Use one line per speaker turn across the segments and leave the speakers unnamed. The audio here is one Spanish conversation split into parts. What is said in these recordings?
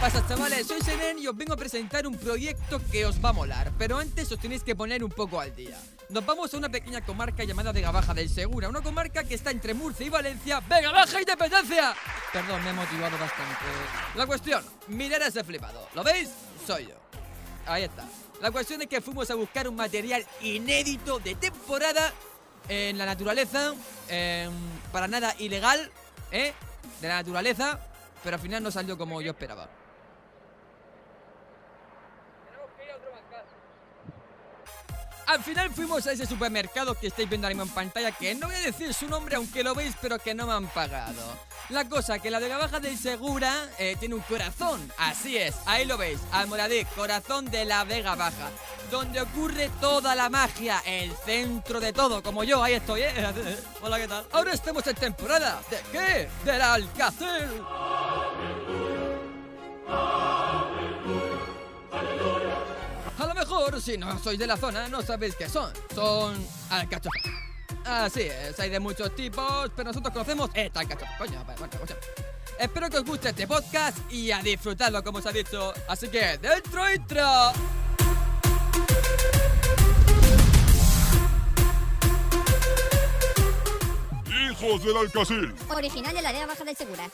pasa chavales? Soy Seren y os vengo a presentar un proyecto que os va a molar, pero antes os tenéis que poner un poco al día. Nos vamos a una pequeña comarca llamada Vega Baja del Segura, una comarca que está entre Murcia y Valencia, Vega Baja Independencia. Perdón, me he motivado bastante. La cuestión, mirad a ese flipado, ¿lo veis? Soy yo. Ahí está. La cuestión es que fuimos a buscar un material inédito de temporada en la naturaleza, em, para nada ilegal, ¿eh? De la naturaleza, pero al final no salió como yo esperaba. Al final fuimos a ese supermercado que estáis viendo ahora mismo en pantalla, que no voy a decir su nombre aunque lo veis, pero que no me han pagado. La cosa, que la de Baja del Segura eh, tiene un corazón. Así es, ahí lo veis, Almoradí, corazón de la Vega Baja. Donde ocurre toda la magia, el centro de todo, como yo, ahí estoy, ¿eh? Hola, ¿qué tal? Ahora estamos en temporada. ¿De qué? Del Alcacel. A lo mejor, si no sois de la zona, no sabéis qué son. Son alcachofas. Así es, hay de muchos tipos, pero nosotros conocemos esta alcachofa. Coño, vale, vale, vale. Espero que os guste este podcast y a disfrutarlo, como os ha dicho. Así que, dentro, intro.
¡Hijos del Alcacil!
Original de la área baja del Segura.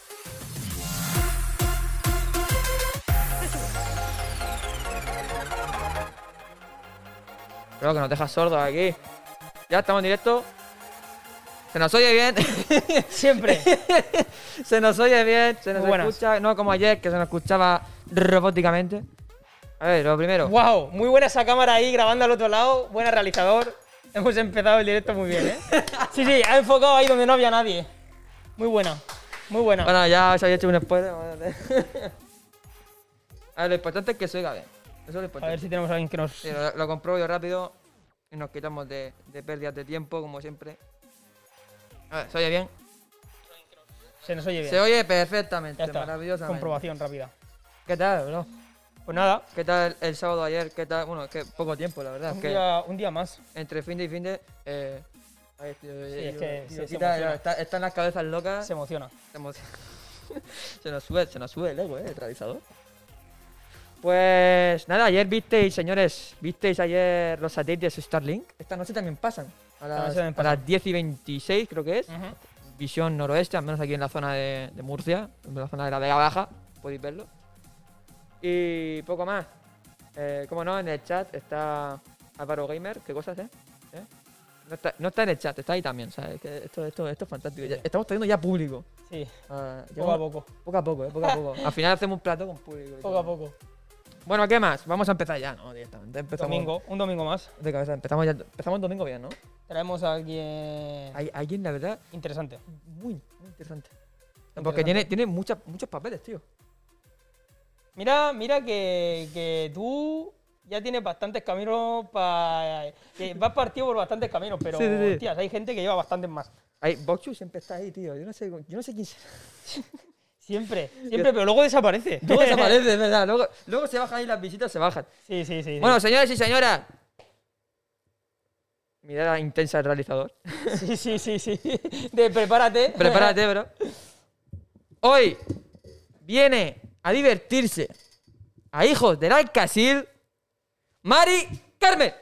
Creo que nos deja sordos aquí. Ya estamos en directo. Se nos oye bien.
Siempre.
se nos oye bien. Se nos
Muy buenas.
escucha. No como ayer, que se nos escuchaba robóticamente. A ver, lo primero.
wow, muy buena esa cámara ahí grabando al otro lado. Buena realizador. Hemos empezado el directo muy bien, ¿eh? Sí, sí, ha enfocado ahí donde no había nadie. Muy buena, muy buena.
Bueno, ya os había hecho un spoiler. a ver, lo importante es que se oiga bien. Eso es lo
A
importante.
ver si tenemos a alguien que nos.
Sí, lo, lo compruebo yo rápido y nos quitamos de, de pérdidas de tiempo, como siempre. A ver, ¿se oye bien?
Se nos oye bien.
Se oye
ya
perfectamente,
está.
maravillosamente.
Comprobación rápida.
¿Qué tal, bro?
Pues nada,
¿Qué tal el sábado ayer? ¿Qué tal? Bueno, es que poco tiempo, la verdad. es
un
que
día, un día más.
entre fin de y fin de. Eh, ay, tío, eh,
es
yo-
que
tío,
se- se
quita,
emociona.
está- están las cabezas locas.
Se emociona.
Se, emo- se nos sube, se nos sube el ego, eh, el realizador. Pues nada, ayer visteis, señores, visteis ayer los satélites Starlink. Esta noche también pasan. A las, Ah.
noche también
a
pasan.
las 10 y 26 creo que es.
Ujú.
Visión noroeste, al menos aquí en la zona de, de Murcia, en la zona de la Vega Baja, podéis verlo. Y poco más. Eh, como no, en el chat está Álvaro Gamer, qué cosas, ¿eh? ¿Eh? No, está, no está en el chat, está ahí también, ¿sabes? Que esto, esto, esto es fantástico. Ya- estamos teniendo ya público.
Sí,
Ah, ya
poco a
vamos-
poco.
Poco a poco, eh, poco a poco. Al final hacemos un plato con público. y
Poco a
todo.
poco.
Bueno, ¿qué más? Vamos a empezar ya, ¿no? Directamente. Empezamos
Domingo, un domingo más.
De cabeza, empezamos ya. Empezamos el domingo bien, ¿no?
Traemos a alguien
Hay alguien, la verdad,
interesante.
muy, muy interesante. Porque tiene, tiene muchas, muchos papeles, tío.
Mira, mira que, que tú ya tienes bastantes caminos para. Vas partido por bastantes caminos, pero
Sí, sí, sí.
hostias, hay gente que lleva bastantes más.
Hay, Boxu siempre está ahí, tío. Yo no sé, yo no sé quién será.
Siempre, siempre, pero luego desaparece.
Luego desaparece, es verdad. Luego, luego se bajan ahí las visitas, se bajan.
Sí, sí, sí. sí.
Bueno, señores y señoras. Mirada intensa del realizador.
sí, sí, sí, sí. De prepárate.
Prepárate, bro. Hoy viene a divertirse a hijos del Alcacil, Mari Carmen.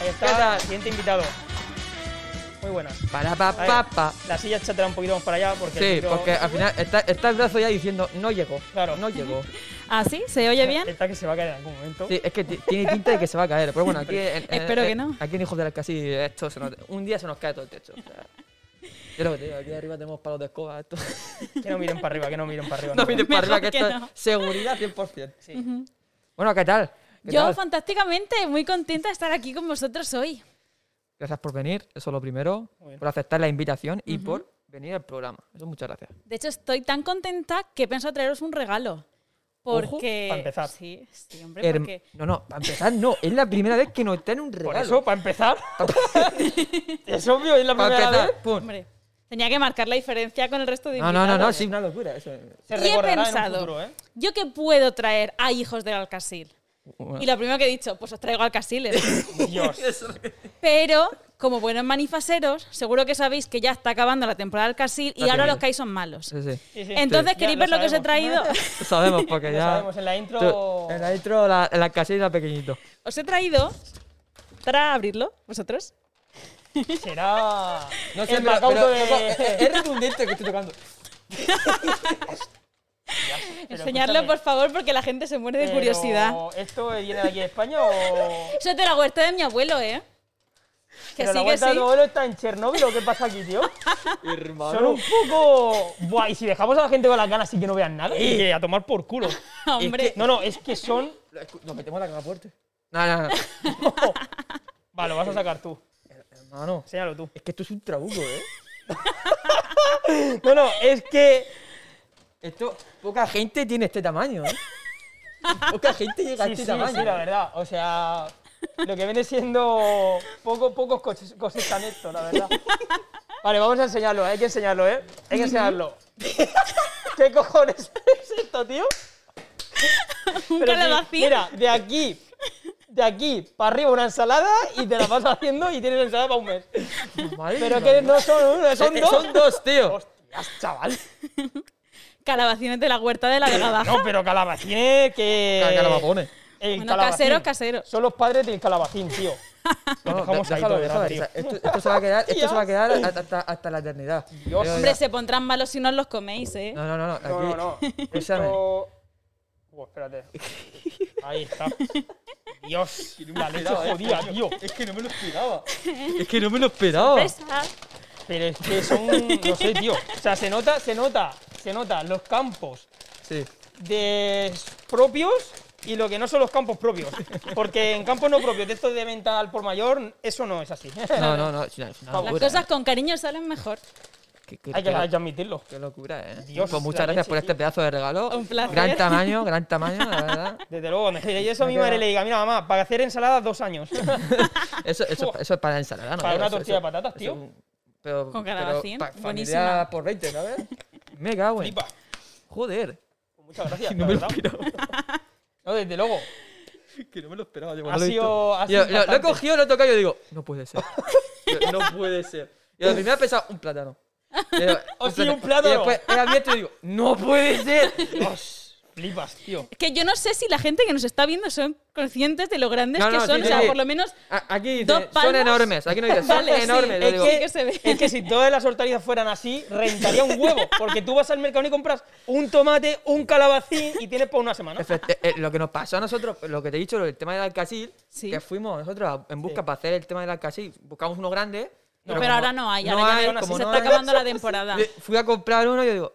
Ahí
¿Qué
está,
tal?
el siguiente invitado. Muy buenas.
Para pa
A
pa
ver,
pa.
La silla echatela un poquito más para allá porque. el
Sí,
micro-
porque al final está, está el brazo ya diciendo, no llegó.
Claro.
No llegó.
¿Ah, sí? ¿Se oye bien?
Está que se va a caer en algún momento.
Sí, es que ti- tiene pinta de que se va a caer. Pero bueno, aquí. en- en-
Espero
en-
que no.
Aquí en Hijos del Alcacil, esto se nos- un día se nos cae todo el techo. o sea. Yo lo que te digo, aquí arriba tenemos palos de escoba. Esto.
Que no miren para arriba, que no miren para arriba.
No
no.
mires para arriba, que,
Mejor que
esto
no.
es seguridad 100%.
Sí.
Bueno, ¿qué tal? ¿Qué
Yo
tal?
fantásticamente, muy contenta de estar aquí con vosotros hoy.
Gracias por venir, eso es lo primero,
Muy bien.
por aceptar la invitación y por venir al programa. Eso muchas gracias.
De hecho, estoy tan contenta que he pensado traeros un regalo. Porque...
para empezar.
Sí, sí, hombre,
Herm-
porque...
No, no, para empezar, no, es la primera vez que nos traen un regalo.
Por eso, para empezar. es obvio, es la
para
primera vez.
empezar, pum.
Hombre, tenía que marcar la diferencia con el resto de
No, no, no,
invitados.
no, sí, una locura. Eso.
Se
Y he
recordará en un
pensado,
futuro, ¿eh?
¿yo qué puedo traer a hijos del Alcasil?
Bueno.
Y lo primero que he dicho, pues os traigo Alcasiles.
Dios.
Pero, como buenos manifaseros, seguro que sabéis que ya está acabando la temporada del Casil y ahora
Prácticamente.
los Kai son malos.
Sí, sí.
Sí, sí.
Entonces,
Ya,
¿queréis
lo
ver lo que os he
sabemos.
traído?
Lo sabemos porque
Lo
ya.
sabemos, en la intro-
en la intro, la, en la casilla pequeñito.
Os he traído para abrirlo, vosotros.
Será. No
sé,
el
pero-
Bacauto
pero-
de.
pero- es-
redundante que estoy tocando.
Enseñadlo, por favor, porque la gente se muere de curiosidad.
¿Esto viene de aquí de España o.?
Eso te la huerta de mi abuelo, ¿eh? Que
Pero la
sí, que
vuelta de
sí.
tu abuelo está en Chernóbil o qué pasa aquí, tío. Son un poco. Buah, y si dejamos a la gente con las ganas y que no vean nada. Y que a tomar por culo.
Hombre.
No, no, es que son.
Nos metemos la caga fuerte. No, no, no.
Vale, lo vas a sacar tú.
Hermano,
Enséñalo tú.
es que esto es un trabuco, ¿eh?
No, no, es que.
Esto, poca gente tiene este tamaño, ¿eh? Poca gente llega a
Sí,
este
sí,
tamaño.
sí, la verdad. O sea, lo que viene siendo poco, pocos coches- cosechan esto, la verdad. Vale, vamos a enseñarlo, hay que enseñarlo, ¿eh? Hay que enseñarlo. ¿Qué cojones es esto, tío?
Un
Pero sí,
calabacín.
mira, de aquí, de aquí para arriba una ensalada y te la vas haciendo y tienes ensalada para un mes.
Madre
Pero
mía.
que no son una, son
Eh,
dos.
Son dos, tío.
Hostias, chaval.
Calabacines de la huerta de la Vega Baja.
No, pero calabacines que...
Ca- calabacones.
El
Bueno,
calabacín.
caseros, caseros.
Son los padres del calabacín, tío. Lo
No,
dejamos
de-
ahí
déjalo,
todo el rato,
déjalo,
tío.
o sea, Esto, esto se va a quedar, esto
Hostia.
se va a quedar hasta, hasta- hasta la eternidad. Yo- yo-
Hombre, se pondrán malos si no os los coméis, ¿eh?
No, no, no, no. Aquí,
No, no, no.
Escúchame.
Esto- Buah, Uh, espérate. Ahí está. Dios, la leche jodida, tío.
Es que no me lo esperaba.
Es que no me lo esperaba.
Presa.
Pero es que son, no sé, tío. O sea, se nota, se nota, se nota los campos
Sí.
de propios y lo que no son los campos propios. Porque en campos no propios, de estos de venta al por mayor, eso no es así.
No, no, no. es una- es una
Las
Las
locura,
cosas
¿eh?
con cariño salen mejor.
Qué- qué-
Hay que,
qué-
hay que admitirlo.
Qué locura, ¿eh?
Dios,
pues muchas
la
gracias
leche,
por este
tío.
pedazo de regalo.
Un placer.
Gran tamaño, gran tamaño, la verdad.
Desde luego, cuando yo eso a mi madre le diga, mira mamá, para hacer ensaladas dos años.
Eso, eso, eso es para ensalada, ¿no?
Para una
Eso-
tortilla
eso-
de patatas,
eso
tío.
es un- pero,
Con
pero
calabacín,
pa- familia
buenísima.
por 20, ¿sabes? Me cago en.
Flipa.
Joder.
Pues Muchas gracias.
No
la
me lo
verdad.
esperaba.
No, desde luego.
Que no me lo esperaba. Yo
Ha sido- ha sido
Yo, lo, lo he
impactante.
cogido, lo he tocado y yo digo, no puede ser. Yo, no puede ser. Y lo primero he pensado, un plátano. Y yo,
Ha sido un
Y
plátano.
después he abierto y digo, no puede ser.
Dios, flipas, tío.
Es que yo no sé si la gente que nos está viendo son conscientes de lo grandes
No,
que
no,
son.
sí,
o sea,
sí.
por lo menos
A- aquí dice,
Dos
son
palmas.
enormes. Aquí no dice, son
Vale, sí,
enormes. Yo
es
digo,
que- Sí se ve.
es que si todas las hortalizas fueran así, rentaría un huevo. Porque tú vas al mercado y compras un tomate, un calabacín y tienes por una semana.
Efecti- eh, lo que nos pasó a nosotros, lo que te he dicho, el tema del alcacil,
Sí.
que fuimos nosotros a- en busca para hacer el tema del alcacil, buscamos uno grande.
No, pero
como
ahora no hay, ahora ya no hay,
como
se
no hay,
está acabando la temporada.
le- Fui a comprar uno y yo digo,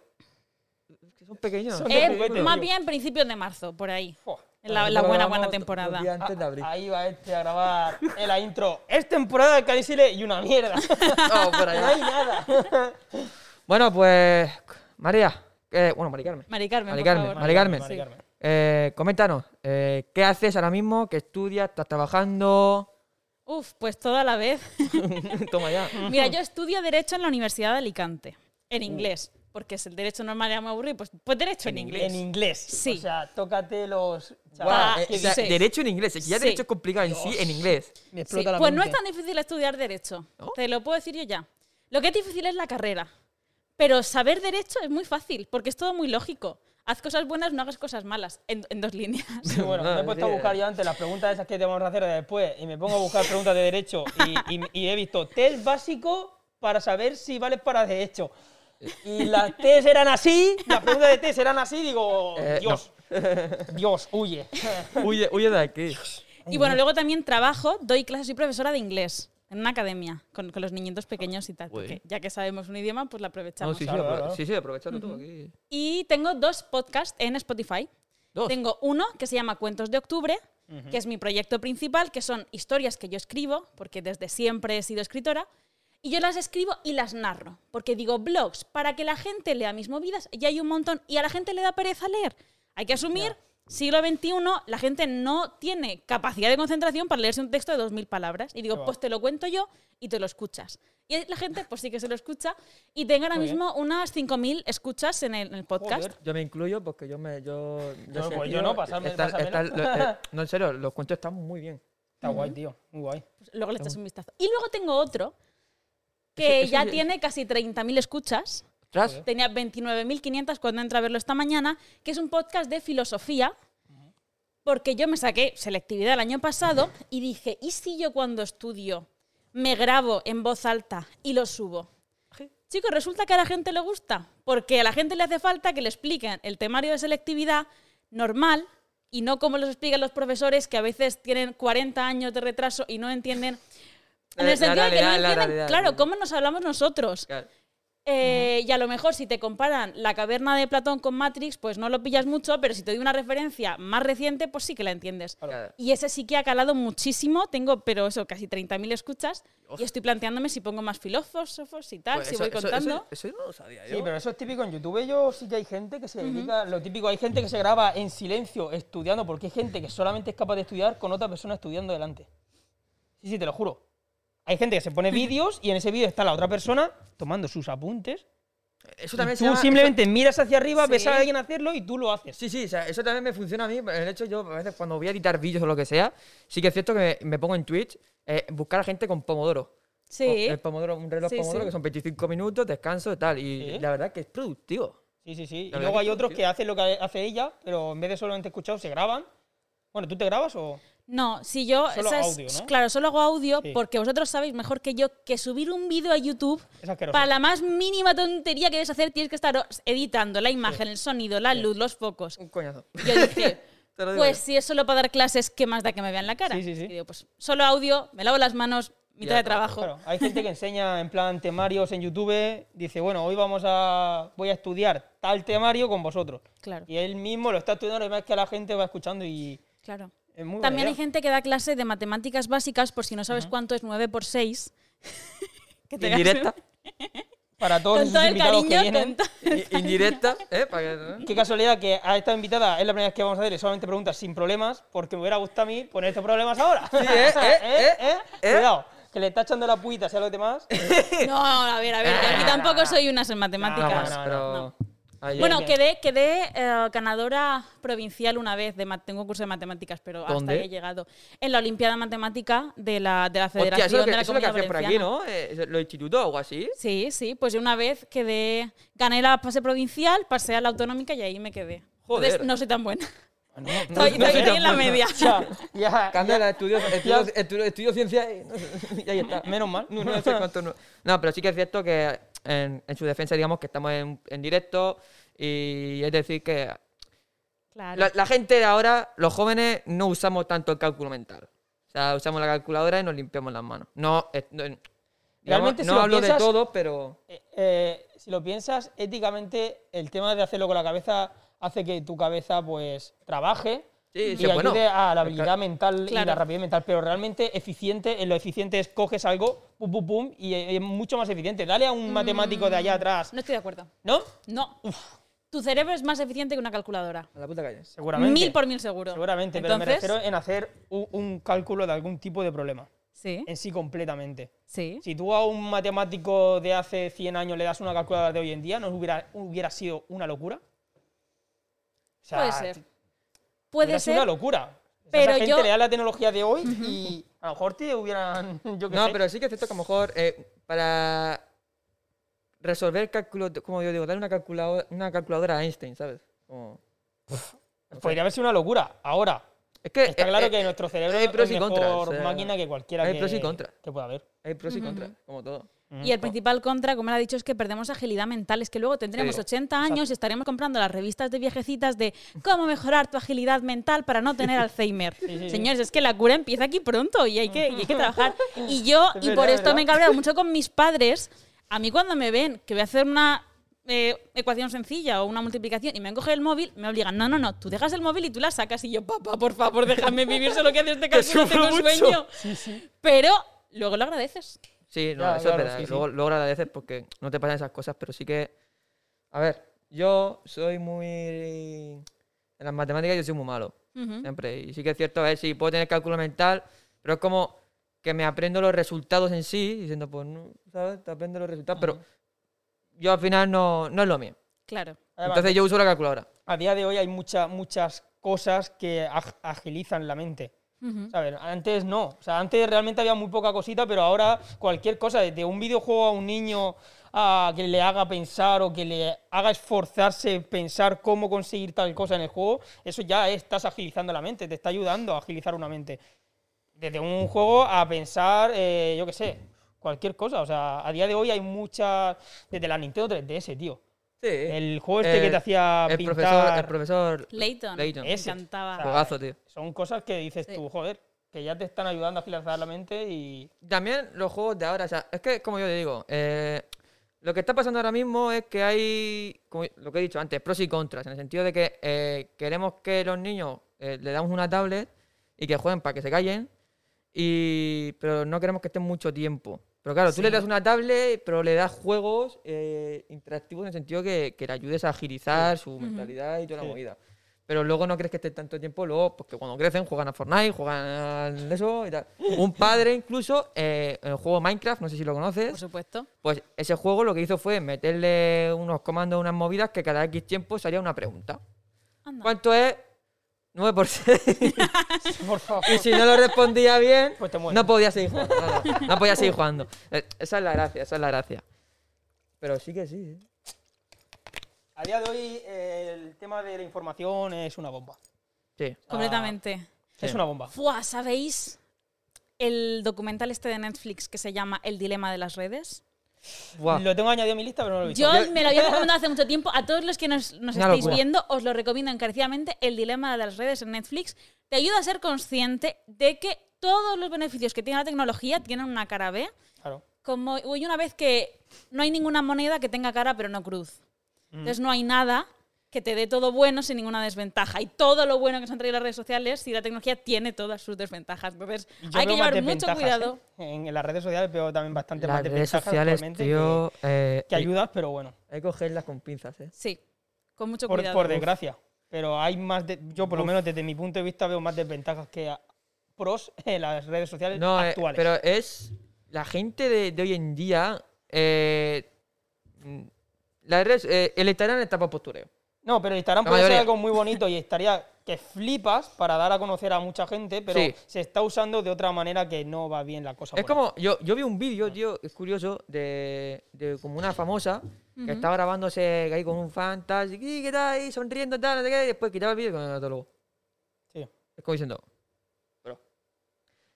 "Es que son pequeños.
Son de
Eh,
juguete,
más
tío.
bien principios de marzo, por ahí.
Fua.
En La, la
Nosotros
buena,
grabamos
buena
dos
temporada. Ah,
días antes de abrir.
Ahí va este a grabar en la intro. Es temporada de Carisile y una mierda.
No, por allá.
No hay nada.
Bueno, pues María, eh, bueno, Mari Carmen.
Mari Carmen,
Mari
por
Carmen,
favor.
Mari Carmen.
Mari Carmen.
Eh, coméntanos, eh, ¿qué haces ahora mismo? ¿Qué estudias? ¿Estás trabajando?
Uf, pues toda la vez.
Toma ya.
Mira, yo estudio Derecho en la Universidad de Alicante, en inglés. Porque es el derecho normal ya me aburrí, pues, pues Derecho en inglés.
En inglés.
Sí.
O sea, tócate los.
Guau,
Ah,
eh,
qué
o sea,
sí.
derecho en inglés, es que ya
Sí.
derecho es complicado en sí en inglés.
Me
Sí,
explota la
Pues no es
mente.
tan difícil estudiar derecho,
¿No?
te lo puedo decir yo ya. Lo que es difícil es la carrera, pero saber derecho es muy fácil, porque es todo muy lógico. Haz cosas buenas, no hagas cosas malas, en, en dos líneas.
Sí, bueno, me he puesto a buscar yo antes las preguntas esas que te vamos a hacer después y me pongo a buscar preguntas de derecho y, y- y he visto test básico para saber si vales para derecho. Y las test eran así, las preguntas de test eran así, digo,
Eh,
Dios, Dios, huye.
Huye, huye de aquí.
Y bueno, luego también trabajo, doy clases y profesora de inglés en una academia, con, con los niñitos pequeños y
Ah,
tal,
Bueno.
porque ya que sabemos un idioma, pues
No,
la aprovechamos.
sí, sí,
Claro,
apro-
claro.
sí, sí, aprovechalo tú aquí.
Y tengo dos podcasts en Spotify.
Dos.
Tengo uno que se llama Cuentos de Octubre, que es mi proyecto principal, que son historias que yo escribo, porque desde siempre he sido escritora, y yo las escribo y las narro, porque digo blogs, para que la gente lea mis movidas, y hay un montón, y a la gente le da pereza leer. Hay que asumir, siglo XXI, la gente no tiene capacidad de concentración para leerse un texto de 2.000 palabras, y digo, pues te lo cuento yo y te lo escuchas. Y la gente, pues sí que se lo escucha, y tengo ahora
Muy bien.
mismo unas 5.000 escuchas en el, en el podcast.
Joder.
Yo me incluyo porque yo me. Yo,
No,
sé,
pues
tío,
yo no, pasadme-
está- está-
pásamelo.
lo- eh, no, en serio, los cuentos están muy bien.
Está guay, tío. Muy guay.
Pues luego le echas un vistazo. Y luego tengo otro que
Ese- ese
ya
es-
tiene casi 30.000 escuchas.
Ostras,
Tenía 29.500 cuando entré a verlo esta mañana, que es un podcast de filosofía, porque yo me saqué selectividad el año pasado y dije, ¿y si yo cuando estudio me grabo en voz alta y lo subo? Chicos, resulta que a la gente le gusta, porque a la gente le hace falta que le expliquen el temario de selectividad normal y no como los explican los profesores que a veces tienen 40 años de retraso y no entienden... En
Eh,
el
la
sentido de que no
realidad, la
entienden,
realidad,
claro,
sí.
cómo nos hablamos nosotros.
claro.
Eh, Y a lo mejor si te comparan la caverna de Platón con Matrix, pues no lo pillas mucho, pero si te doy una referencia más reciente, pues sí que la entiendes.
Claro.
Y ese sí que ha calado muchísimo, tengo, pero eso, casi 30.000 escuchas, y estoy planteándome si pongo más filósofos y tal,
Pues
si
eso-
voy
eso-
contando.
Eso, eso no lo sabía yo.
Sí, pero eso es típico en YouTube. Yo sí que hay gente que se dedica. Lo típico, hay gente que se graba en silencio estudiando, porque hay gente que solamente es capaz de estudiar con otra persona estudiando delante. Sí, sí, te lo juro. Hay gente que se pone vídeos y en ese vídeo está la otra persona tomando sus apuntes. Y
Eso también se
tú
llama-
simplemente miras hacia arriba,
Sí.
ves a alguien hacerlo y tú lo haces.
Sí, sí, o sea, eso también me funciona a mí. El hecho, yo a veces cuando voy a editar vídeos o lo que sea, sí que es cierto que me, me pongo en Twitch eh, buscar a gente con Pomodoro.
sí,
O- el pomodoro, un reloj
Sí,
Pomodoro
sí.
que son 25 minutos, descanso y tal. Y
Sí.
la verdad que es productivo.
Sí, sí, sí.
La
Y
verdad
luego
que
hay
sí,
otros
tío.
que hacen lo que hace ella, pero en vez de solamente escuchar, se graban. Bueno, ¿tú te grabas o...?
no, si yo...
Solo
esas-
audio, ¿no?
Claro, solo hago audio,
Sí.
porque vosotros sabéis mejor que yo que subir un vídeo a YouTube...
Es asqueroso.
Para la más mínima tontería que debes hacer, tienes que estar editando la imagen, el sonido, la luz, los focos.
Un coñazo.
Yo dije,
Te lo digo
pues
yo.
si es solo para dar clases, ¿qué más da que me vean la cara?
Sí, sí, sí.
Y digo, pues solo audio, me lavo las manos, mitad
Ya,
de trabajo.
Claro, hay gente que enseña en plan temarios en YouTube, dice, bueno, hoy vamos a... voy a estudiar tal temario con vosotros.
Claro,
Y él mismo lo está estudiando, además que la gente va escuchando y...
claro.
Es muy buena
También hay
idea.
gente que da clase de matemáticas básicas, por si no sabes cuánto es 9 por 6. que te
Indirecta.
Para todos
Con
los
todo el
invitados
cariño,
que
con
vienen.
to-
I- Indirecta, ¿eh? Para que-
Qué casualidad que a esta invitada es la primera vez que vamos a hacer solamente preguntas sin problemas, porque me hubiera gustado a mí poner estos problemas ahora. Sí,
eh, eh, eh, eh.
Cuidado, que le está echando la puita a los demás.
No, a ver, a ver, yo aquí tampoco soy unas en
Ah, No,
matemáticas.
bueno,
no,
pero... Ahí-
Bueno,
bien.
quedé, quedé eh, ganadora provincial una vez de ma- tengo un curso de matemáticas, pero hasta
¿Dónde?
ahí he llegado. En la Olimpiada Matemática de la, de la
Hostia,
Federación
eso es lo
de
que,
la
eso es lo que
Comunidad
hacían por aquí,
Valenciana.
¿no? Eh, los institutos o algo así.
Sí, sí, pues yo una vez quedé, gané la fase provincial, pasé a la autonómica y ahí me quedé.
Joder. Ah,
Entonces, no soy tan buena.
No,
Estoy-
no
estoy
soy tan
en la
buena.
media.
Ya, ya,
Cambia
ya.
la estudio, estudio, estudio, estudio ciencia y, y ahí está.
Menos mal.
No, no sé cuánto no. No, pero sí que es cierto que en, en su defensa, digamos que estamos en, en directo y es decir que
Claro.
la, la gente de ahora, los jóvenes, no usamos tanto el cálculo mental. O sea, usamos la calculadora y nos limpiamos las manos. No, es- no- digamos,
Realmente, si
no
lo
hablo
piensas-
de todo, pero
Eh, eh, si lo piensas, éticamente el tema de hacerlo con la cabeza hace que tu cabeza pues trabaje
Sí,
y
sí,
ayude
bueno.
a la habilidad mental y
Claro.
la rapidez mental, pero realmente eficiente, en lo eficiente es coges algo, pum, pum, pum, y es es mucho más eficiente. Dale a un matemático de allá atrás,
Mm, No estoy de acuerdo.
¿no?
No. Tu cerebro es más eficiente que una calculadora.
a la puta calle.
Seguramente.
Mil por mil seguro.
Seguramente, pero
Entonces,
me refiero en hacer u- un, cálculo de algún tipo de problema,
Sí,
en sí completamente.
sí.
Si tú a un matemático de hace 100 años le das una calculadora de hoy en día, ¿no hubiera, hubiera sido una locura? O sea,
Puede ser. Puede
hubiera sido una
ser.
locura.
pero
Pero gente
yo-
le da la tecnología de hoy y a lo mejor te hubieran. Yo qué
No,
sé.
pero sí que es cierto que a lo mejor eh, para resolver cálculos, como yo digo, darle una calculadora, una calculadora a Einstein, ¿sabes? Como-
Podría haber sido una locura. Ahora,
es que
está
eh,
claro
eh,
que nuestro cerebro
hay pros
es
y
mejor
contras, o sea,
máquina que cualquiera
hay
que,
pros y contras.
que pueda haber.
hay pros y contras, como todo.
Y el principal contra, como él ha dicho, es que perdemos agilidad mental. Es que luego tendremos
Sí.
80 años y estaremos comprando las revistas de viejecitas de cómo mejorar tu agilidad mental para no tener Alzheimer.
sí, sí.
Señores, es que la cura empieza aquí pronto y hay que, y hay que trabajar. Y yo,
Es
y por
verdad,
esto me he
¿verdad?
cabreado mucho con mis padres, a mí cuando me ven que voy a hacer una eh, ecuación sencilla o una multiplicación y me han cogido el móvil, me obligan, no, no, no, tú dejas el móvil y tú la sacas y yo, papá, por favor, déjame vivir solo que haces este cálculo,
sufro
tengo
mucho.
sueño. Pero luego lo agradeces.
Sí, no,
Ya,
eso
claro,
es verdad.
sí, sí.
Luego, luego lo agradeces porque no te pasan esas cosas, pero sí que. A ver, yo soy muy. En las matemáticas yo soy muy malo,
Ujú.
siempre. Y sí que es cierto, a ver si puedo tener cálculo mental, pero es como que me aprendo los resultados en sí, diciendo, pues, no, ¿sabes? Te aprendo los resultados, pero yo al final no, no es lo mío.
Claro.
Además,
Entonces yo uso la calculadora.
a día de hoy hay mucha- muchas cosas que ag- agilizan la mente.
Ujú.
¿Sabes? Antes no. O sea, antes realmente había muy poca cosita, pero ahora cualquier cosa, desde un videojuego a un niño a que le haga pensar o que le haga esforzarse en pensar cómo conseguir tal cosa en el juego, eso ya estás agilizando la mente, te está ayudando a agilizar una mente. Desde un juego a pensar, eh, yo qué sé, cualquier cosa. O sea, a día de hoy hay muchas. Desde la Nintendo 3DS, tío.
Sí.
El juego este que te hacía
Eh, el
pintar.
Profesor, el profesor.
Leighton.
Leighton.
Me
Ese.
encantaba.
Juegazo, tío.
Son cosas que dices
Sí.
tú, joder, que ya te están ayudando a agilizar la mente y.
También los juegos de ahora, o sea, es que, como yo te digo, eh, lo que está pasando ahora mismo es que hay, como lo que he dicho antes, pros y contras, en el sentido de que eh, queremos que los niños eh, le damos una tablet y que jueguen para que se callen, y, pero no queremos que estén mucho tiempo. Pero claro, tú le das una tablet, pero le das juegos eh, interactivos en el sentido que, que le ayudes a agilizar su mentalidad y toda
Sí.
la movida. Pero luego no crees que esté tanto tiempo, luego, porque cuando crecen juegan a Fortnite, juegan a eso y tal. Un padre incluso, eh, en el juego Minecraft, no sé si lo
Por
conoces,
supuesto.
Ah.
pues ese juego lo que hizo fue meterle unos comandos, unas movidas que cada X tiempo salía una pregunta.
Anda.
¿Cuánto es 9 por 6?
Por favor.
y si no lo respondía bien,
Pues te mueres.
no podía seguir jugando. No, no, no podía seguir jugando. Eh, Esa es la gracia, esa es la gracia. Pero sí que sí. ¿eh?
A día de hoy eh, el tema de la información es una bomba.
Sí.
Completamente.
Es una bomba.
Fua, ¿sabéis el documental este de Netflix que se llama El dilema de las redes?
Buah.
Lo tengo añadido a mi lista, pero no lo he visto.
Yo me lo había recomendado hace mucho tiempo. A todos los que nos, nos
Una
estáis
locura.
viendo, os lo recomiendo encarecidamente. El dilema de las redes en Netflix te ayuda a ser consciente de que todos los beneficios que tiene la tecnología tienen una cara B.
Claro.
Como hoy una vez que no hay ninguna moneda que tenga cara pero no cruz.
Mm.
Entonces no hay nada que te dé todo bueno sin ninguna desventaja. Y todo lo bueno que nos han traído las redes sociales, si la tecnología tiene todas sus desventajas. Entonces
Yo
hay que
veo más
llevar mucho
desventajas,
cuidado.
¿eh? En, en las redes sociales veo también bastante más
Las redes
desventajas
sociales,
actualmente
tío. eh,
que, que ayudas, pero bueno,
Hay que cogerlas con pinzas, ¿eh?
Sí, con mucho
por,
cuidado.
por desgracia. Pero hay más, de- yo por lo menos desde mi punto de vista veo más desventajas que a- pros en las redes sociales
No, eh,
actuales.
pero es. La gente de, de hoy en día. eh, mm, las redes- eh, el Instagram está para postureo.
No, pero Instagram
La
puede ser
mayoría.
algo muy bonito y estaría que flipas para dar a conocer a mucha gente, pero
Sí.
se está usando de otra manera que no va bien la cosa.
Es
por ahí.
como. Yo, yo vi un
Ah.
vídeo, tío, es curioso, de, de como una famosa que estaba grabándose ahí con un fan, tal, y "Y, qué tal, ahí sonriendo, tal, no sé qué, y después quitaba el vídeo y con el odontólogo.
Sí.
Es como diciendo. Bro.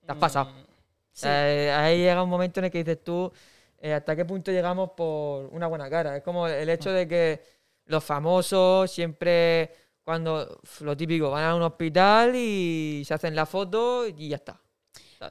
Te has pasado.
mm,
Sí.
Eh, ahí llega un momento en el que dices tú eh, hasta qué punto llegamos por una buena cara. Es como el
Mm.
hecho de que los famosos siempre, cuando f- lo típico, van a un hospital y se hacen la foto y ya está.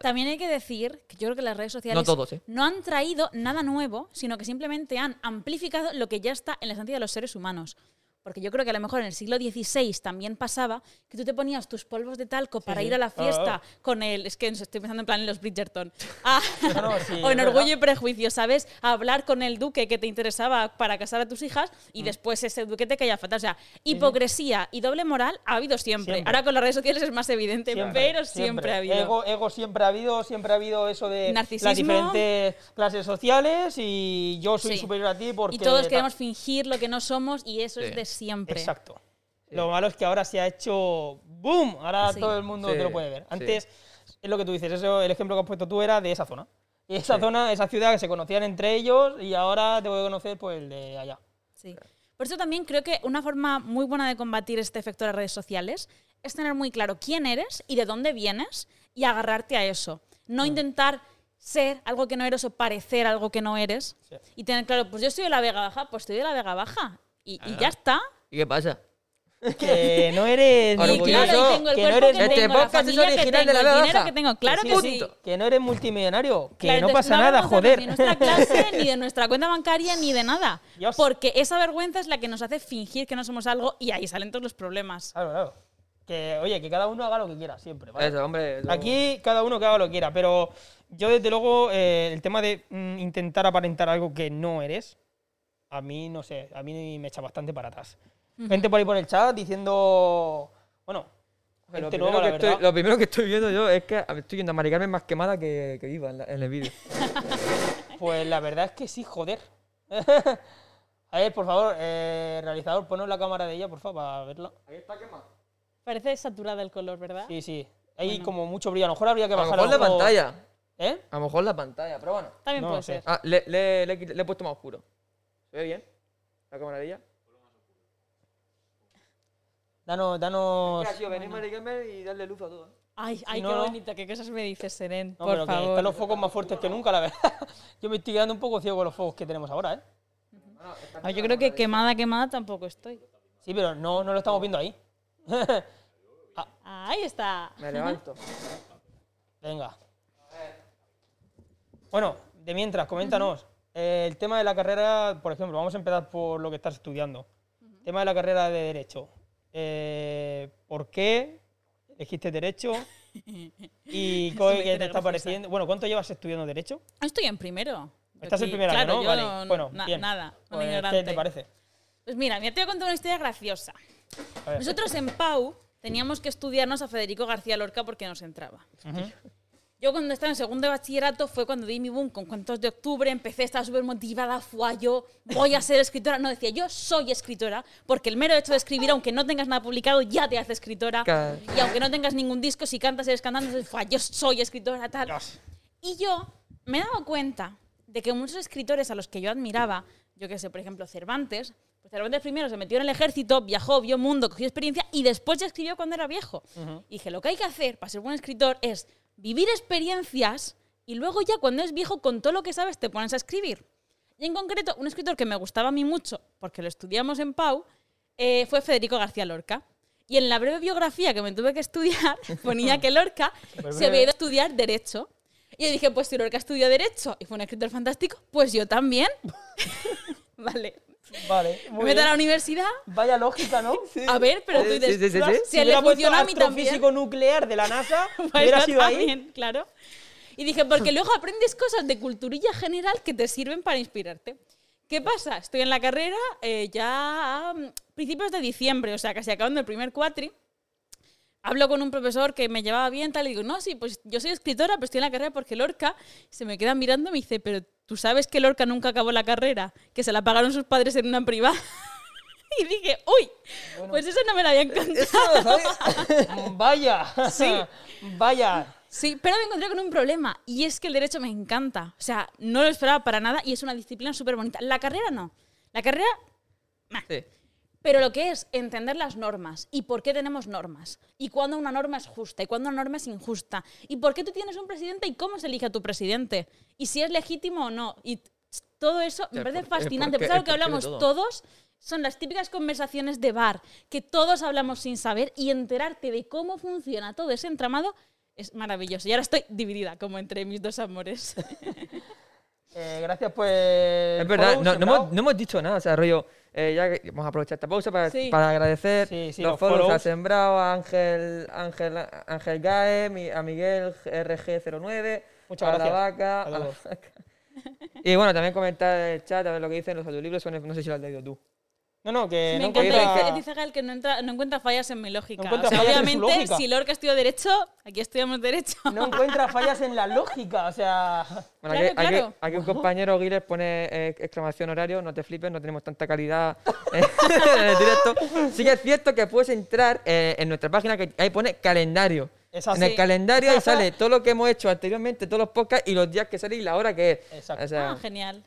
También hay que decir que yo creo que las redes sociales
No todos, ¿eh?
no han traído nada nuevo, sino que simplemente han amplificado lo que ya está en la esencia de los seres humanos. Porque yo creo que a lo mejor en el siglo XVI también pasaba que tú te ponías tus polvos de talco para
sí.
ir a la
Ah,
fiesta con el... Es que estoy pensando en plan en los Bridgerton. Ah,
No, no, sí,
o en
es
Orgullo
verdad.
y Prejuicio, ¿sabes? A hablar con el duque que te interesaba para casar a tus hijas
Mm.
y después ese duque te caía fatal. O sea, hipocresía y doble moral ha habido siempre.
Siempre. Eh,
Ahora con las redes sociales es más evidente, pero siempre, ha habido.
Ego, ego siempre ha habido, siempre ha habido eso de
Narcisismo.
las diferentes clases sociales y yo soy
Sí.
superior a ti porque...
Y todos
tal.
queremos fingir lo que no somos y eso es
Sí.
de siempre.
Exacto. Lo malo es que ahora se ha hecho boom, ahora
Sí.
todo el mundo
Sí,
te lo puede ver.
sí.
Antes, es lo que tú dices, eso, el ejemplo que has puesto tú era de esa zona. Y esa
Sí.
zona, esa ciudad que se conocían entre ellos y ahora te voy a conocer pues el de allá.
Sí. Por eso también creo que una forma muy buena de combatir este efecto de las redes sociales es tener muy claro quién eres y de dónde vienes y agarrarte a eso.
Mm.
No intentar ser algo que no eres o parecer algo que no eres.
Sí.
Y tener claro, pues yo soy de la Vega Baja, pues estoy de la Vega Baja. Y, y ya está.
¿Y qué pasa?
Que no eres
Y
Orgulloso,
claro, y tengo el
que no
cuerpo
eres-
que
Este
tengo, la
podcast es
familia que
original de
tengo,
la
el
Vega
dinero
Baja.
que tengo. Claro
Sí,
que
sí,
sí.
que no eres multimillonario, que
Claro,
no
entonces
pasa nada,
hablamos de
joder.
Ni nuestra clase, ni de nuestra cuenta bancaria, ni de nada.
Dios.
Porque esa vergüenza es la que nos hace fingir que no somos algo y ahí salen todos los problemas.
Claro, claro. Que, oye, que cada uno haga lo que quiera siempre, ¿vale?
Eso, hombre. eso-
Aquí cada uno que haga lo que quiera, pero yo desde luego eh, el tema de mm, intentar aparentar algo que no eres, a mí no sé, a mí me echa bastante para atrás. Gente por ahí por el chat diciendo, bueno,
Este, Lo
gente
primero,
nueva,
que
la verdad.
estoy, lo primero que estoy viendo yo es que a- estoy viendo a Mari Carmen más quemada que, que viva en, la- en el vídeo.
Pues la verdad es que sí, joder. a ver, por favor, eh, realizador, ponos la cámara de ella, por favor, para verla.
Parece saturada el color, ¿verdad?
Sí, sí. Hay
Bueno.
como mucho brillo. A lo mejor habría que
A lo
bajar
mejor la
algo-
pantalla.
¿Eh?
A lo mejor la pantalla, pero bueno.
También
No
puede
sé.
ser.
Ah, le, le- le he quit- le he puesto más oscuro. ¿Se ve bien? La cámara de ella.
Danos, danos.
Mira, tío, venid Mary Gamer y darle luz a todo. ¿eh?
Ay, ay,
no,
qué
no.
bonita, qué cosas me dices, Seren.
No,
por
pero que
favor.
están los focos más fuertes que nunca, la verdad. Yo me estoy quedando un poco ciego con los focos que tenemos ahora, ¿eh?
Ah, yo creo que quemada, quemada tampoco estoy.
Sí, pero no, no lo estamos viendo ahí.
Ahí está.
Me levanto.
Venga. Bueno, de mientras, coméntanos. eh, el tema de la carrera, por ejemplo, vamos a empezar por lo que estás estudiando. Tema de la carrera de Derecho. Eh, ¿Por qué elegiste Derecho? ¿Y co-
Eso me
qué te
era
está
graciosa.
pareciendo? Bueno, ¿cuánto llevas estudiando Derecho?
Estoy en primero. Yo
Estás en
aquí-
primer año,
claro,
¿no?
yo
Vale,
no-
bueno,
na-
bien.
nada, un
Pues, ¿Qué
ignorante.
te parece?
Pues mira, mira, te voy a contar una historia graciosa.
A ver.
Nosotros en PAU teníamos que estudiarnos a Federico García Lorca porque nos entraba. Yo cuando estaba en segundo de bachillerato fue cuando di mi boom con cuentos de octubre, empecé, estaba súper motivada, fue yo, voy a ser escritora. No, decía, yo soy escritora, porque el mero hecho de escribir, aunque no tengas nada publicado, ya te hace escritora.
Claro.
Y aunque no tengas ningún disco, si cantas, eres cantante, fue yo soy escritora, tal.
Dios.
Y yo me he dado cuenta de que muchos escritores a los que yo admiraba, yo que sé, por ejemplo, Cervantes, pues Cervantes primero se metió en el ejército, viajó, vio mundo, cogió experiencia y después ya escribió cuando era viejo. Y dije, lo que hay que hacer para ser buen escritor es vivir experiencias y luego ya cuando eres viejo con todo lo que sabes te pones a escribir. Y en concreto, un escritor que me gustaba a mí mucho, porque lo estudiamos en Pau, eh, fue Federico García Lorca. Y en la breve biografía que me tuve que estudiar, ponía que Lorca se había ido a estudiar Derecho. Y yo dije, pues si Lorca estudió Derecho y fue un escritor fantástico, pues yo también. vale.
Vale.
Me
muy
meto a la
bien.
universidad.
Vaya lógica, ¿no?
A ver, pero tú
Sí,
dices,
sí, sí, sí.
si a él le funcionó a mí también.
físico nuclear de la NASA,
Pues
hubiera
yo
sido ahí.
también, claro. Y dije, porque luego aprendes cosas de culturilla general que te sirven para inspirarte. ¿Qué pasa? Estoy en la carrera eh, ya a mm, principios de diciembre, o sea, casi acabando el primer cuatri. Hablo con un profesor que me llevaba bien, tal, y digo, no, sí, pues yo soy escritora, pero estoy en la carrera porque Lorca se me queda mirando y me dice, pero tú sabes que Lorca nunca acabó la carrera, que se la pagaron sus padres en una privada. y dije, uy, pues eso no me la habían contado.
Vaya.
Sí.
Vaya.
Sí, pero me encontré con un problema y es que el derecho me encanta. O sea, no lo esperaba para nada y es una disciplina súper bonita. La carrera no. La carrera,
Sí.
pero lo que es entender las normas y por qué tenemos normas y cuándo una norma es justa y cuándo una norma es injusta y por qué tú tienes un presidente y cómo se elige a tu presidente y si es legítimo o no. Y t- todo eso me
El
parece
por- el
fascinante.
porqué-
Pues algo
el
que
porqué de
hablamos
todo.
todos son las típicas conversaciones de bar que todos hablamos sin saber y enterarte de cómo funciona todo ese entramado es maravilloso. Y ahora estoy dividida como entre mis dos amores.
Eh, gracias, pues.
Es verdad,
follow,
no, no
sembrado.
hemos, no hemos dicho nada, o sea, rollo, eh, ya que- vamos a aprovechar esta pausa para,
Sí.
para agradecer
Sí, sí,
los
los
follows a
follows.
Sembrado, a Ángel, Ángel, Ángel Gae, mi- a Miguel RG09,
Muchas
a
gracias.
la vaca, a la
Saludos.
vaca. Y bueno, también comentar en el chat a ver lo que dicen los audiolibros, son- no sé si lo has leído tú.
No, no, que
Me
no
encanta. eh,
encuentra-
Dice, dice Gael que no, entra- no encuentra fallas en mi lógica.
No encuentra
O sea,
fallas en su
obviamente,
lógica.
si Lorca estudió Derecho, aquí estudiamos Derecho.
no encuentra fallas en la lógica. O sea.
Bueno,
Claro,
aquí, aquí-
claro.
aquí un compañero Guiles pone eh, exclamación horario, no te flipes, no tenemos tanta calidad eh, en el directo. Sí que es cierto que puedes entrar eh, en nuestra página que ahí pone calendario.
Exacto.
En el
Sí.
calendario ahí sale todo lo que hemos hecho anteriormente, todos los podcasts y los días que sale y la hora que es.
Exacto.
O sea,
Ah, genial.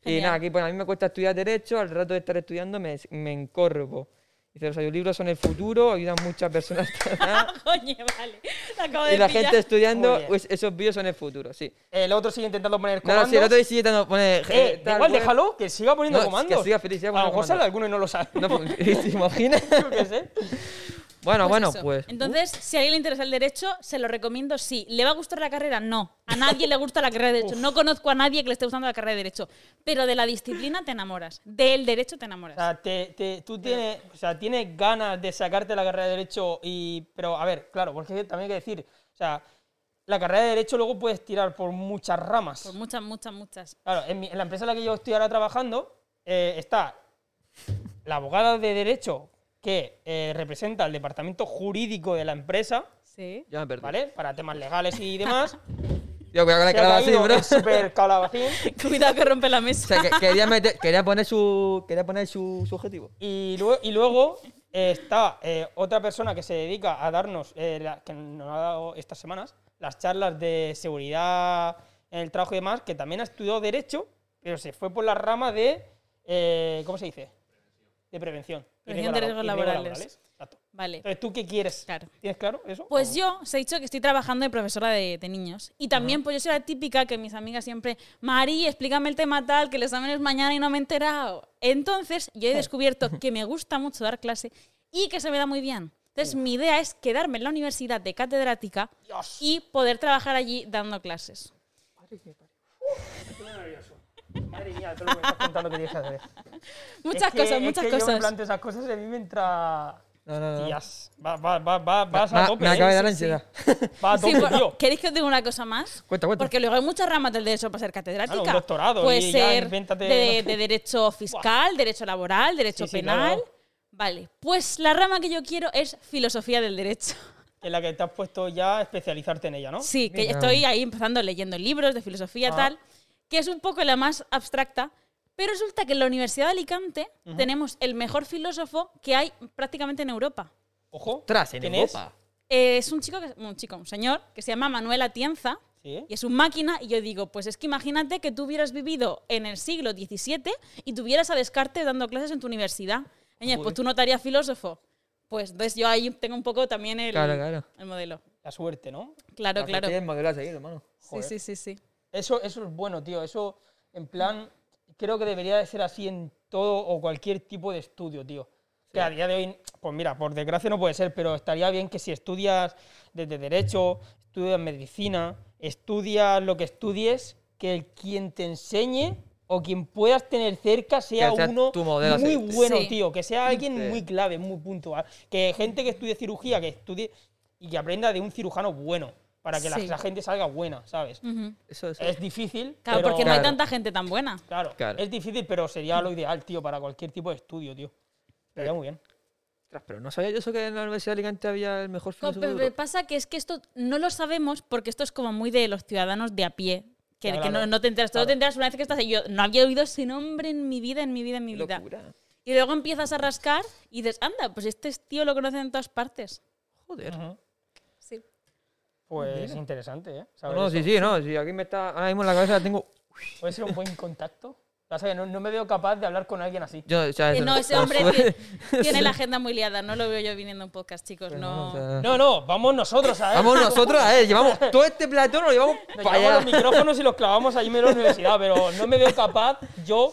y
genial.
nada, aquí pone, a mí me cuesta estudiar derecho, al rato de estar estudiando me, me encorvo. Dice, los audiolibros son el futuro, ayudan muchas personas.
Coño, vale. Lo acabo de
y la
pillar.
gente estudiando,
Muy bien.
pues, esos vídeos son el futuro, sí.
El otro sigue intentando poner
No,
comandos.
no, si el otro día sí, no pone...
eh, da
tal,
igual,
web.
déjalo, que siga poniendo
No, que
comandos.
siga feliz, siga
a lo
poniendo
mejor
comandos.
sale alguno y no lo sabe.
No, pues, ¿Te imaginas?
Yo qué sé.
Bueno, bueno,
eso.
pues.
Entonces,
uh.
si a alguien le interesa el derecho, se lo recomiendo sí. ¿Le va a gustar la carrera? No. A nadie le gusta la carrera de derecho. No conozco a nadie que le esté gustando la carrera de derecho. Pero de la disciplina te enamoras. Del derecho
O
te enamoras.
sea, te- te- tú tienes, o sea, tienes ganas de sacarte la carrera de Derecho y... Pero, a ver, claro, porque también hay que decir, o sea, la carrera de Derecho luego puedes tirar por muchas ramas.
Por muchas, muchas, muchas.
Claro, en, mi- en la empresa en la que yo estoy ahora trabajando eh, está la abogada de Derecho que eh, representa el departamento jurídico de la empresa,
Sí.
Ya me perdí.
¿vale? Para temas legales y demás.
Yo cuidado con la
Se ha
calabacín,
caído
bro.
el super calabacín.
Cuidado que rompe la
O
mesa.
sea, que- quería, meter- quería poner su, quería poner su, su objetivo.
Y, lue- y luego está eh, otra persona que se dedica a darnos, eh, la- que nos ha dado estas semanas, las charlas de seguridad en el trabajo y demás, que también ha estudiado Derecho, pero se fue por la rama de. eh, ¿Cómo se dice? De prevención. y
Prevención de riesgos
y
laborales.
Exacto.
Vale.
Entonces, ¿tú qué quieres?
Claro.
¿Tienes claro eso? Oh,
Pues yo, se ha dicho que estoy trabajando de profesora de, de niños. Y también, pues yo soy la típica que mis amigas siempre, Mari, explícame el tema tal, que el examen es mañana y no me he enterado. Entonces, yo he descubierto que me gusta mucho dar clase y que se me da muy bien. Entonces, mi idea es quedarme en la universidad de catedrática
Dios.
y poder trabajar allí dando clases.
Estoy muy nervioso. Madre mía, todo lo que me estás contando que tienes que hacer.
Muchas
Es que-
cosas,
es
muchas
que Yo me
cosas.
planteo esas cosas y a mí me entra.
No, no, no.
Tías, va, va, va, va, vas
Me-
a tope.
me acaba de
¿eh?
dar ansiedad.
Va a
Sí,
tope,
por-
tío.
¿Queréis que os diga una cosa más?
Cuenta, cuenta.
Porque luego hay muchas ramas del derecho para ser catedrática.
Claro, un doctorado
Puede
y ya
ser
invéntate-
de, de derecho fiscal, derecho laboral, derecho
Sí, sí,
penal.
claro.
Vale, pues la rama que yo quiero es filosofía del derecho.
En la que te has puesto ya a especializarte en ella, ¿no?
Sí, que
Mira.
estoy ahí empezando leyendo libros de filosofía
Ah.
tal, que es un poco la más abstracta. Pero resulta que en la Universidad de Alicante tenemos el mejor filósofo que hay prácticamente en Europa.
Ojo.
Ostras, en
¿quién
Europa.
Eh, es un chico, que- un chico, un señor, que se llama Manuel Atienza.
es? Sí.
Y es un máquina, y yo digo, pues es que imagínate que tú hubieras vivido en el siglo XVII y tuvieras a Descartes dando clases en tu universidad. Oye, pues tú no estarías filósofo. Pues entonces yo ahí tengo un poco también el,
Claro, claro.
el modelo.
La suerte, ¿no?
Claro, claro.
Tienes modelo a seguir, hermano.
Sí, sí, sí, sí.
Eso, eso es bueno, tío. Eso, en plan, creo que debería de ser así en todo o cualquier tipo de estudio, tío. Que a día de hoy, pues mira, por desgracia no puede ser, pero estaría bien que si estudias desde Derecho, estudias Medicina, estudias lo que estudies, que el quien te enseñe o quien puedas tener cerca sea
Que sea
uno
tu modelo a
muy
seguir.
bueno,
Sí.
tío. Que sea alguien
Sí.
muy clave, muy puntual. Que gente que estudie cirugía, que estudie y que aprenda de un cirujano bueno, para que la-
Sí.
la gente salga buena, ¿sabes?
Ujú.
Eso es.
Es difícil.
Claro,
pero-
porque no hay
Claro.
tanta gente tan buena.
Claro,
Claro.
es difícil, pero sería lo ideal, tío, para cualquier tipo de estudio, tío. Estaría muy bien.
Ostras, pero no sabía yo eso que en la Universidad de Alicante había el mejor
Co-
Pues
filósofo de
Pero pero
Europa.
pasa que es que esto no lo sabemos porque esto es como muy de los ciudadanos de a pie. Que,
Ya,
que no,
claro.
no te enteras, todo
Claro.
te enteras una vez que estás ahí. Yo no había oído ese nombre en mi vida, en mi vida, en mi
Qué
vida.
locura.
Y luego empiezas a rascar y dices, anda, pues este tío lo conocen en todas partes. Ah,
Joder.
Sí.
Pues interesante, ¿eh?
No,
Saber
no,
eso.
sí, sí, no. Sí, aquí me está. Ahora mismo en la cabeza la tengo.
Puede ser un buen contacto. Pasa que no, no me veo capaz de hablar con alguien así.
Yo, o sea,
Eh,
eso-
no, ese
por
hombre
suerte.
tiene, tiene la agenda muy liada, no lo veo yo viniendo a un podcast, chicos.
No,
No.
o sea,
No, no, vamos nosotros a él.
Vamos nosotros a él, llevamos todo este platón, lo llevamos
Nos
para
llevamos
allá.
los micrófonos y los clavamos ahí en la universidad, pero no me veo capaz yo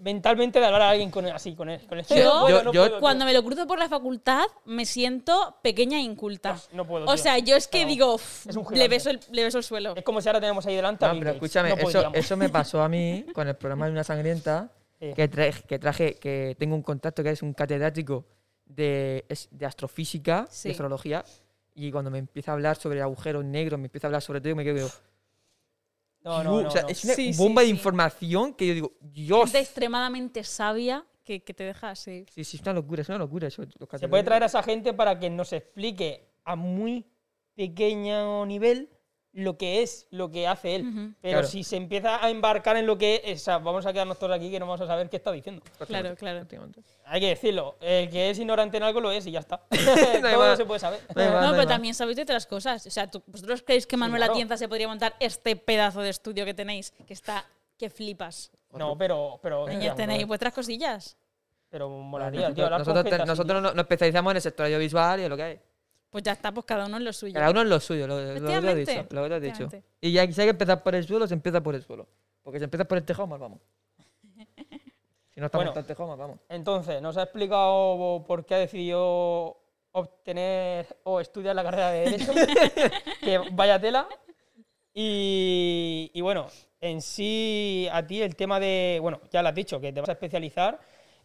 mentalmente de hablar a alguien con, así, con él. Con él.
Yo-
no puedo, no
yo-
puedo, tío.
Cuando me lo cruzo por la facultad, me siento pequeña e inculta.
No, no puedo,
o
tío.
sea, yo es que
No.
digo, "Uf,
Es un
le,
gigante.
beso el, le beso el suelo.
Es como si ahora tenemos ahí delante a
No,
Bill
pero
Gates.
escúchame,
No
eso,
podríamos.
eso me pasó a mí con el programa de Una Sangrienta,
Sí.
que, traje, que traje, que tengo un contacto que es un catedrático de, es de astrofísica,
Sí.
de astrología, y cuando me empieza a hablar sobre agujeros negros, me empieza a hablar sobre todo, y me quedo digo,
No, no,
"Dios",
no,
o sea,
no.
es una
Sí, sí,
bomba de
sí.
información que yo digo, Dios.
Gente extremadamente sabia que, que te deja así.
Sí, sí, es una locura, es una locura. eso, los
Se puede
catedráticos.
traer a esa gente para que nos explique a muy pequeño nivel lo que es, lo que hace él.
Ujú.
Pero
Claro.
si se empieza a embarcar en lo que es, o sea, vamos a quedarnos todos aquí que no vamos a saber qué está diciendo.
Claro, claro.
Prácticamente.
Hay que decirlo, el que es ignorante en algo lo es y ya está.
No hay
Todo
más.
se puede saber.
No hay más,
No,
no hay
pero
más.
también sabéis de otras cosas. O sea, ¿tú- ¿vosotros creéis que Manuel
claro.
Atienza se podría montar este pedazo de estudio que tenéis? Que está, que flipas.
No, pero... pero
Niñas, tenéis vuestras cosillas.
Pero molaría, tío,
Nosotros,
hablar con
nosotros,
gente
te-
así,
nosotros no- nos especializamos en el sector audiovisual y en lo que hay.
Pues ya está, pues cada uno en lo suyo.
Cada uno es lo suyo, lo, lo que tú has
Efectivamente,
dicho. Lo que tú has dicho.
efectivamente.
Y ya si hay que empezar por el suelo, se empieza por el suelo. Porque si empiezas por el tejado, más vamos. Si no estamos
Bueno.
en el tejado, más vamos.
Entonces, nos ha explicado por qué ha decidido obtener o estudiar la carrera de Derecho, que vaya tela. Y, y bueno, en sí, a ti el tema de, bueno, ya lo has dicho, que te vas a especializar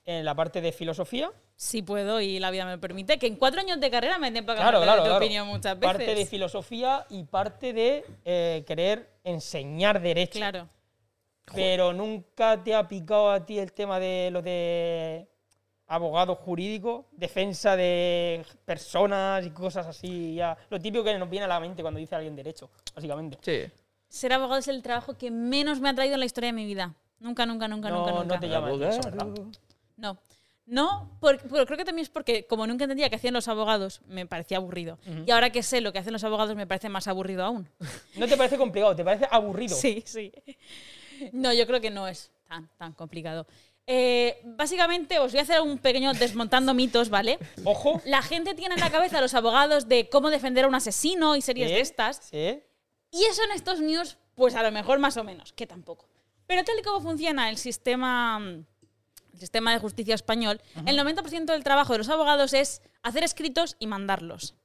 en la parte de filosofía.
Si puedo y la vida me lo permite, que en cuatro años de carrera me tiempo a cambiar
Claro, claro,
de
claro.
opinión muchas veces.
Parte de filosofía y parte de eh, querer enseñar derecho.
Claro.
Pero nunca te ha picado a ti el tema de lo de abogado jurídico, defensa de personas y cosas así. Ya. Lo típico que nos viene a la mente cuando dice alguien derecho, básicamente.
Sí.
Ser abogado es el trabajo que menos me ha traído en la historia de mi vida. Nunca, nunca, nunca,
No,
nunca,
no
nunca.
te llama la atención, ¿verdad?
No. No, por- pero creo que también es porque, como nunca entendía qué hacían los abogados, me parecía aburrido. Y ahora que sé lo que hacen los abogados, me parece más aburrido aún.
No te parece complicado, te parece aburrido.
Sí, sí. No, yo creo que no es tan, tan complicado. Eh, básicamente, os voy a hacer un pequeño desmontando mitos, ¿vale?
Ojo.
La gente tiene en la cabeza a los abogados de cómo defender a un asesino y series de
¿Eh?
estas.
Sí.
Y eso en Estados Unidos, pues a lo mejor más o menos, que tampoco. Pero tal y como funciona el sistema, mm, el sistema de justicia español, el 90% del trabajo de los abogados es hacer escritos y mandarlos.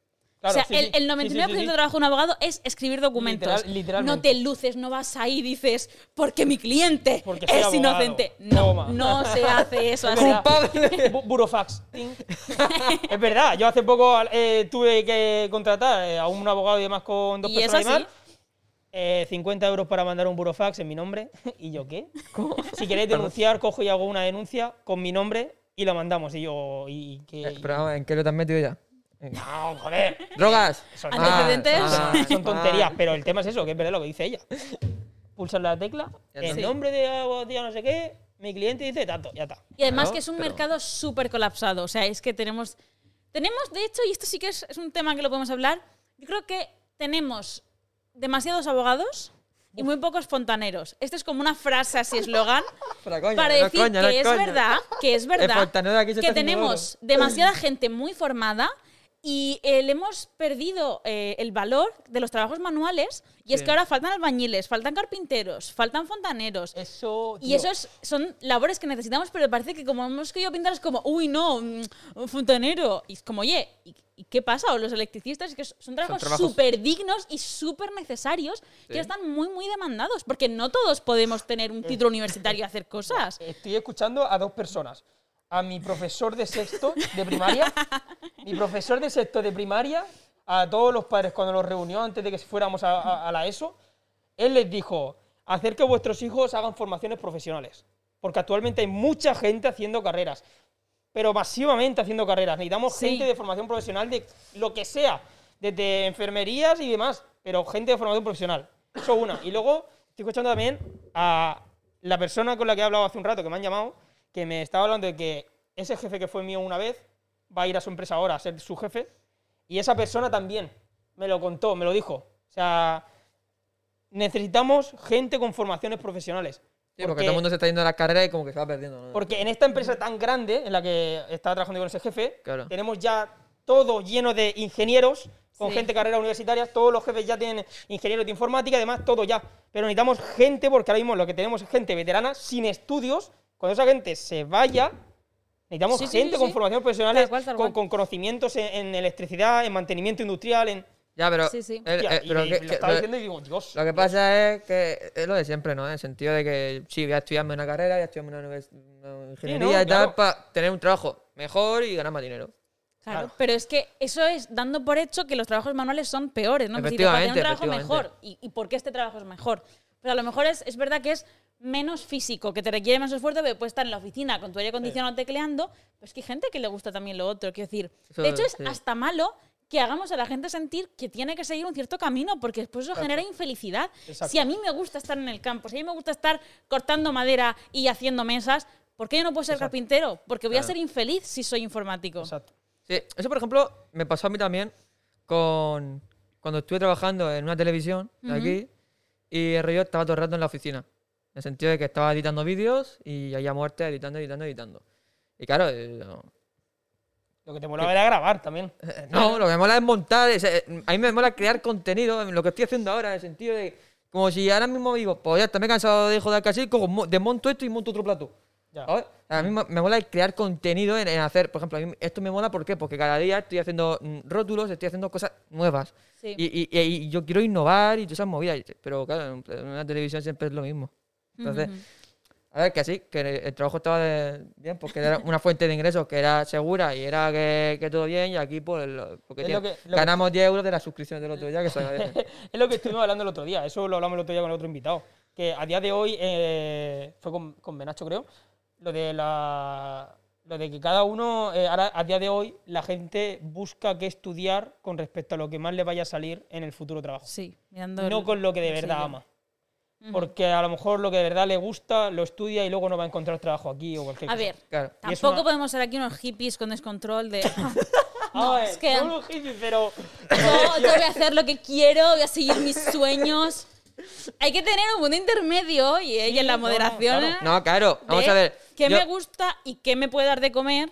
Claro,
o sea,
sí,
el,
sí.
el 99%
Sí, sí, sí, sí.
del trabajo de un abogado es escribir documentos.
Literal- literalmente.
No te luces, no vas ahí y dices, porque mi cliente
Porque soy
es
abogado".
inocente. No,
Toma.
no se hace eso así.
Culpable. Bu- Burofax. Ting. es verdad, yo hace poco eh, tuve que contratar eh, a un abogado y demás con dos
Y es
personas y
así.
más. Eh, 50 euros para mandar un burofax en mi nombre. ¿Y yo qué? Si queréis denunciar, cojo y hago una denuncia con mi nombre y la mandamos. Y yo, ¿y qué?
Eh, Pero vamos, ¿en qué lo te has metido ya? En-
No, joder.
¡Drogas!
Son,
Ah,
Antecedentes.
ah,
son
ah.
tonterías, pero el tema es eso, que es verdad lo que dice ella. Pulsas la tecla,
Ya
el
está.
nombre de abogado no sé qué, mi cliente dice tanto, ya está.
Y además
Claro,
que es un
pero-
mercado súper colapsado. O sea, es que tenemos. Tenemos, de hecho, y esto sí que es, es un tema que lo podemos hablar. Yo creo que tenemos demasiados abogados y muy pocos fontaneros. Esto es como una frase así, eslogan,
Pero coño,
para
no es
decir
coña, no
que es
coña.
verdad, que es
El fontanero
verdad,
de aquí se
que
está haciendo
tenemos demasiada gente muy formada y eh, le hemos perdido eh, el valor de los trabajos manuales. Y es que ahora faltan albañiles, faltan carpinteros, faltan fontaneros.
Eso,
Y
tío,
eso es- son labores que necesitamos, pero parece que como hemos querido pintar es como, uy, no, mm, un fontanero. Y es como, oye, ¿y, y qué pasa? O los electricistas, es que son trabajos
trabajos-
súper dignos y súper necesarios que están muy, muy demandados, porque no todos podemos tener
Eh.
un título universitario y hacer cosas.
Estoy escuchando a dos personas. A mi profesor de sexto de primaria. mi profesor de sexto de primaria. A todos los padres cuando los reunió antes de que fuéramos a, a- a la ESO. Él les dijo, hacer que vuestros hijos hagan formaciones profesionales. Porque actualmente hay mucha gente haciendo carreras. Pero masivamente haciendo carreras. Necesitamos
Sí.
gente de formación profesional de lo que sea. Desde enfermerías y demás. Pero gente de formación profesional. Eso una. Y luego estoy escuchando también a la persona con la que he hablado hace un rato, que me han llamado, que me estaba hablando de que ese jefe que fue mío una vez va a ir a su empresa ahora a ser su jefe. Y esa persona también me lo contó, me lo dijo. O sea, necesitamos gente con formaciones profesionales.
Sí, porque todo el mundo se está yendo a la carrera y como que se va perdiendo. ¿no?
Porque en esta empresa tan grande en la que estaba trabajando con ese jefe,
Claro.
tenemos ya todo lleno de ingenieros, con
Sí.
gente de carreras universitarias, todos los jefes ya tienen ingenieros de informática, además todo ya. Pero necesitamos gente, porque ahora mismo lo que tenemos es gente veterana sin estudios. Cuando esa gente se vaya, necesitamos
Sí, sí,
gente
sí,
con
sí.
formación profesional,
Tal cual, tal
con,
cual.
con conocimientos en, en electricidad, en mantenimiento industrial, en...
Ya, pero.
Sí, sí.
el-
Hostia,
eh,
y-
pero
y lo
que- que-
estaba
lo-
diciendo y digo, Dios.
Lo que pasa es que es lo de siempre, ¿no? En el sentido de que sí, voy a estudiarme una carrera, voy a estudiarme una, univers- una ingeniería y
claro.
tal, para tener un trabajo mejor y ganar más dinero.
Claro,
Claro.
pero es que eso es dando por hecho que los trabajos manuales son peores, ¿no? Pues si te falta un
Efectivamente,
trabajo mejor,
efectivamente.
¿y, y por qué este trabajo es mejor? Pero a lo mejor es, es verdad que es menos físico, que te requiere menos esfuerzo, pero puedes estar en la oficina con tu aire acondicionado tecleando, pues que hay gente que le gusta también lo otro, quiero decir.
Eso,
de hecho, es
sí.
hasta malo que hagamos a la gente sentir que tiene que seguir un cierto camino, porque después eso genera infelicidad.
Exacto.
Si a mí me gusta estar en el campo, si a mí me gusta estar cortando madera y haciendo mesas, ¿por qué yo no puedo ser carpintero? Porque voy a ser infeliz si soy informático.
Exacto.
Sí, eso por ejemplo me pasó a mí también con cuando estuve trabajando en una televisión de aquí y el rollo estaba todo el rato en la oficina. En el sentido de que estaba editando vídeos y ahí a muerte editando, editando, editando. Y claro, eh, no,
Lo que te molaba era grabar también.
no, lo que me mola es montar, es, eh, a mí me mola crear contenido, en lo que estoy haciendo ahora, en el sentido de como si ahora mismo digo, pues ya está, me he cansado de joder casi, cojo, mo- desmonto esto y monto otro plato.
Ya.
¿Sabes? A mí me me mola el crear contenido en, en hacer, por ejemplo, a mí esto me mola ¿por qué? porque cada día estoy haciendo mm, rótulos, estoy haciendo cosas nuevas.
Sí.
Y, y- y- y yo quiero innovar y todas esas movidas. y- Pero claro, en pl- en una televisión siempre es lo mismo. Entonces, a ver, que así, que el- el trabajo estaba de- bien, porque era una fuente de ingresos que era segura y era que, que todo bien. Y aquí, pues, lo- porque
Es lo
tiene-
que- lo que-
ganamos 10 euros de la suscripción del otro día, que se agradece.
es lo que estuvimos hablando el otro día, eso lo hablamos el otro día con el otro invitado, que a día de hoy eh, fue con, con Menacho creo, lo de la lo de que cada uno eh, ahora a día de hoy la gente busca qué estudiar con respecto a lo que más le vaya a salir en el futuro trabajo,
Sí, mirando.
no
el-
con lo que de
el
verdad
sillón.
ama. porque a lo mejor lo que de verdad le gusta lo estudia y luego no va a encontrar trabajo aquí o cualquier
A
cosa.
ver,
Claro.
Y es
tampoco
una-
podemos ser aquí unos hippies con descontrol de.
A ver,
es que-
no los hippies, pero
No, "Oh, yo voy a hacer lo que quiero, voy a seguir mis sueños. Hay que tener un punto intermedio y ella en la
no, no,
moderación.
claro.
¿eh?
No, claro, vamos
de
a ver.
¿Qué
yo-
me gusta y qué me puede dar de comer?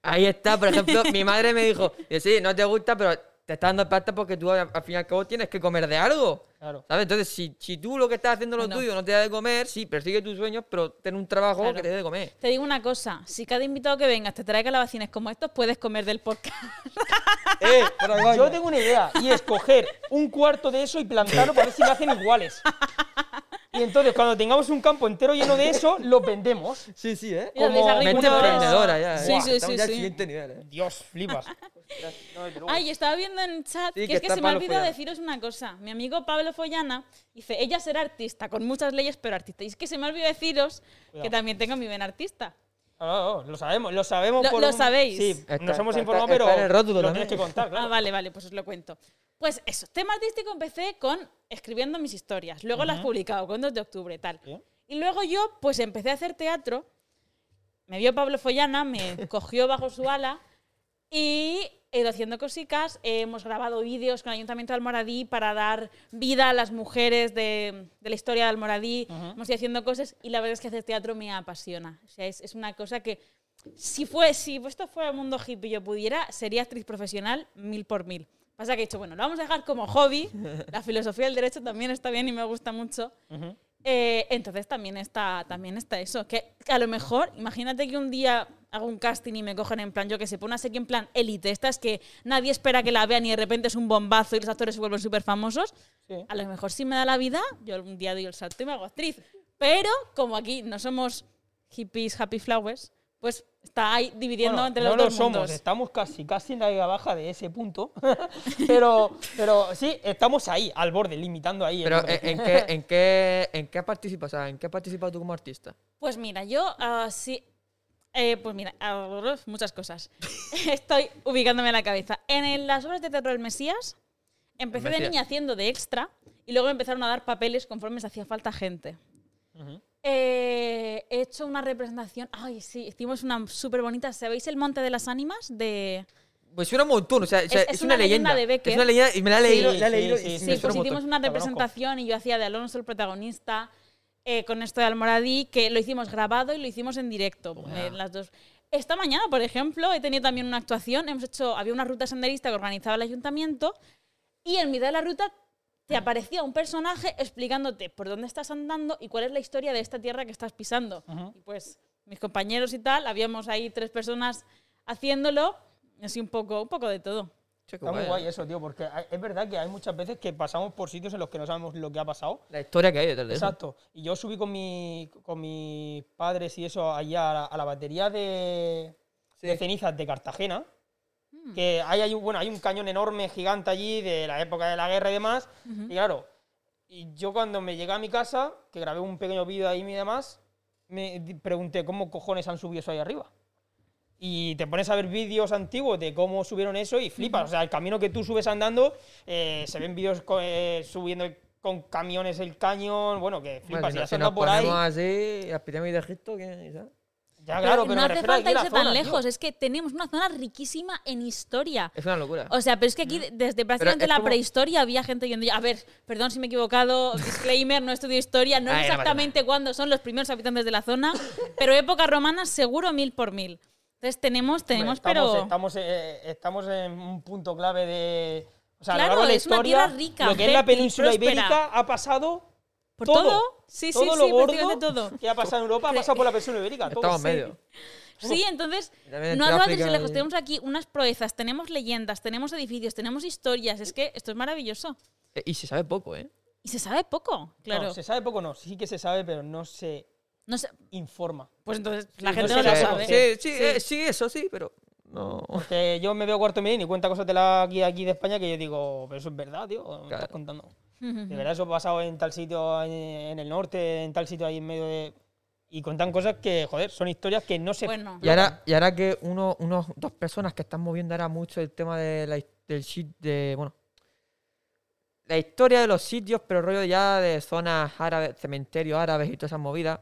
Ahí está, por ejemplo, mi madre me dijo, y sí, no te gusta, pero te está dando pasta porque tú al al fin y al cabo tienes que comer de algo.
Claro.
¿Sabes? Entonces, si, si tú lo que estás haciendo lo
No.
tuyo no te da de comer, sí, persigue tus sueños, pero ten un trabajo
Claro.
que te dé de comer.
Te digo una cosa: si cada invitado que venga te trae calabacines como estos, puedes comer del podcast.
¡Eh! fuera de coña.
yo tengo una idea y es coger un cuarto de eso y plantarlo para ver si me hacen iguales. Y entonces cuando tengamos un campo entero lleno de eso, lo vendemos.
Sí, sí, ¿eh?
Mira,
Como
desarrollo
Mente
innovador.
emprendedora ya.
Sí,
eh.
sí,
Estamos
sí,
ya al
sí.
siguiente nivel, ¿eh?
Dios, flipas.
Ay, estaba viendo en chat
Sí,
que,
que
es que
está
se me ha
Pablo
olvidado
Follana.
deciros una cosa. Mi amigo Pablo Follana dice, ella será artista, con muchas leyes, pero artista. Y es que se me ha olvidado deciros que
Cuidado.
también tengo mi ven artista.
Ah, no, lo sabemos, lo sabemos.
Lo-
por
lo
un-
sabéis.
Sí,
Está-
nos hemos
está-
informado,
está-
pero
está en el rótulo
lo tienes
también.
que contar, claro.
Ah, vale, vale, pues os lo cuento. Pues eso, tema artístico empecé con escribiendo mis historias. Luego las publicaba con 2 de octubre, tal.
Bien.
Y luego yo, pues empecé a hacer teatro. Me vio Pablo Follana, me cogió bajo su ala y he ido haciendo cositas. Hemos grabado vídeos con el Ayuntamiento de Almoradí para dar vida a las mujeres de, de la historia de Almoradí. Hemos ido haciendo cosas y la verdad es que hacer teatro me apasiona. O sea, es, es una cosa que si, fue, si esto fuera el mundo hippie y yo pudiera, sería actriz profesional mil por mil. Pasa que he dicho, bueno, lo vamos a dejar como hobby. La filosofía del derecho también está bien y me gusta mucho. Eh, entonces también está, también está eso. Que a lo mejor, imagínate que un día hago un casting y me cogen en plan, yo que sé, pone una serie en plan élite, estas que nadie espera que la vean y de repente es un bombazo y los actores se vuelven súper famosos.
Sí.
A lo mejor si me da la vida, yo algún día doy el salto y me hago actriz. Pero como aquí no somos hippies, happy flowers, pues está ahí dividiendo
Bueno,
entre
no
los
lo
dos
somos,
mundos.
estamos casi, casi en la baja de ese punto. pero, pero sí, estamos ahí, al borde, limitando ahí. el
Pero
número.
¿en, en qué, en, qué, ¿en qué has participado? O sea, ¿en qué has participado tú como artista?
Pues mira, yo ah, sí. eh, pues mira, ah, muchas cosas. Estoy ubicándome en la cabeza. En el- las obras de teatro del Mesías, empecé de
Mesías.
niña haciendo de extra y luego me empezaron a dar papeles conforme se hacía falta gente. Eh, he hecho una representación. Ay, sí, hicimos una súper bonita. ¿Sabéis el Monte de las Ánimas? De.
Pues suena un montón, o sea, o sea,
Es-
es,
es
una,
una leyenda
leyenda.
de Becker.
Es una leyenda y me la he leído.
Sí,
la he leído
sí,
y
sí,
Sí,
me suena
pues
un montón.
hicimos una
La conozco.
representación y yo hacía de Alonso el protagonista eh, con esto de Almoradí, que lo hicimos grabado y lo hicimos en directo. eh, las dos. Esta mañana, por ejemplo, he tenido también una actuación. Hemos hecho, había una ruta senderista que organizaba el ayuntamiento y en mitad de la ruta
Ah.
te aparecía un personaje explicándote por dónde estás andando y cuál es la historia de esta tierra que estás pisando. Y pues mis compañeros y tal, habíamos ahí tres personas haciéndolo, así un poco, un poco de todo.
Che, qué
Está muy
guay,
guay
¿eh?
eso, tío, porque hay- es verdad que hay muchas veces que pasamos por sitios en los que no sabemos lo que ha pasado.
La historia que hay detrás de eso.
Exacto. Y yo subí con, mi, con mis padres y eso allá a la, a la batería de, de cenizas de Cartagena. Que hay, hay, un- bueno, hay un cañón enorme, gigante allí, de la época de la guerra y demás. Y claro, y yo cuando me llegué a mi casa, que grabé un pequeño vídeo ahí y demás, me di- pregunté cómo cojones han subido eso ahí arriba. Y te pones a ver vídeos antiguos de cómo subieron eso y flipas. O sea, el camino que tú subes andando, eh, se ven vídeos co- eh, subiendo el- con camiones el cañón. Bueno, que
Bueno,
flipas.
si
y
no-
has
si
andado
nos
por ahí.
ponemos así, las pirámides de Egipto, ¿qué? ¿sabes?
Ya, Ah, claro, pero
no
me
hace
refiero
falta
aquí a la
irse
zona,
tan
tío.
lejos, es que tenemos una zona riquísima en historia.
Es una locura.
O sea, pero es que aquí, desde prácticamente
es
la
como-
prehistoria, había gente yendo. ya- A ver, perdón si me he equivocado, disclaimer, no estudio historia, no sé
Ay, no pasa
exactamente cuándo son los primeros habitantes de la zona, pero época romana, seguro mil por mil. Entonces tenemos,
Hombre,
tenemos,
estamos,
pero.
Estamos, eh, estamos en un punto clave de. O sea, a lo
Claro,
largo de la
es una
historia,
tierra rica,
lo que es la
fértil,
península
próspera.
ibérica ha pasado.
¿Por
todo.
todo? Sí, sí,
todo lo
sí,
gordo
prácticamente todo.
que ha pasado en Europa ha pasado por la península ibérica. todo.
Estamos
Sí.
medio.
Sí, entonces,
También entre
no hablo de
África
irse lejos.
y-
Tenemos aquí unas proezas, tenemos leyendas, tenemos edificios, tenemos historias. Es que esto es maravilloso.
Eh, Y se sabe poco, ¿eh?
Y se sabe poco,
No,
claro.
se sabe poco, no. Sí que se sabe, pero no se
No sé,
informa.
Pues entonces la
no
gente
sé
no,
qué-
lo sabe.
Sí, sí, eh, sí, eso sí, pero no.
Porque yo me veo cuarto milenio y cuenta cosas de la aquí, aquí de España que yo digo, pero eso es verdad, tío, ¿o me estás
Claro.
contando. De verdad, eso ha pasado en tal sitio en, en el norte, en tal sitio ahí en medio de. Y cuentan cosas que, joder, son historias que no se.
Bueno,
Y ahora, y ahora que uno, unos dos personas que están moviendo ahora mucho el tema de la his- del shit de. Bueno. la historia de los sitios, pero rollo ya de zonas árabes, cementerios árabes y todas esas movidas.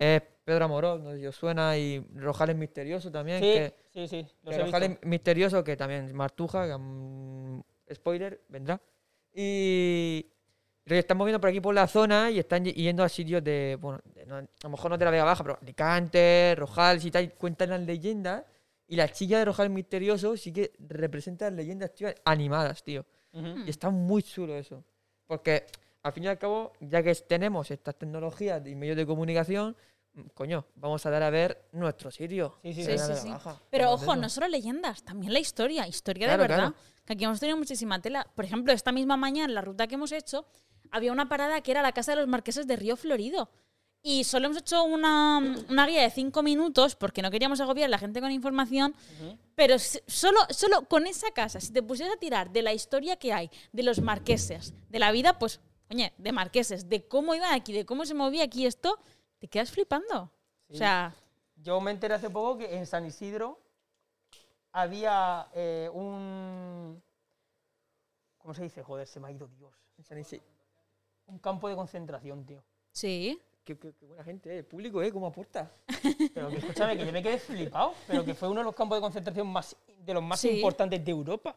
Es Pedro Amorós, no sé si os suena, y Rojales Misterioso también.
Sí,
que-
sí, sí. los
que
he
Rojales
visto.
Misterioso, que también Martuja, que, mm, spoiler, vendrá. Y. y rollo, están moviendo por aquí por la zona y están y- yendo a sitios de. Bueno, de- no- a lo mejor no de la Vega Baja, pero Alicante, Rojales y tal. Cuentan las leyendas. Y la chilla de Rojales Misterioso sí que representa leyendas, tío, animadas, tío.
Ujú.
Y está muy chulo eso. Porque al fin y al cabo, ya que tenemos estas tecnologías y medios de comunicación, mm, coño, vamos a dar a ver nuestro sitio.
Sí, sí, sí,
de la
sí,
Vega
sí.
Baja.
Pero
Vamos a
ojo,
verlo.
no solo leyendas, también la historia, historia
Claro,
de verdad.
claro.
Que aquí hemos tenido muchísima tela. Por ejemplo, esta misma mañana, en la ruta que hemos hecho, había una parada que era la casa de los marqueses de Río Florido. Y solo hemos hecho una, una guía de cinco minutos porque no queríamos agobiar a la gente con información. Pero s- solo, solo con esa casa, si te pusieras a tirar de la historia que hay, de los marqueses, de la vida, pues, oye, de marqueses, de cómo iban aquí, de cómo se movía aquí esto, te quedas flipando. O sea,
Yo me enteré hace poco que en San Isidro había eh, un. ¿Cómo se dice? Joder, se me ha ido Dios.
San Isi-
Un campo de concentración, tío.
sí.
Qué, qué- qué buena gente, eh, el público, ¿eh? ¿Cómo aporta?
Pero que escúchame, que yo me quedé flipado. Pero que fue uno de los campos de concentración más, de los más
Sí.
importantes de Europa.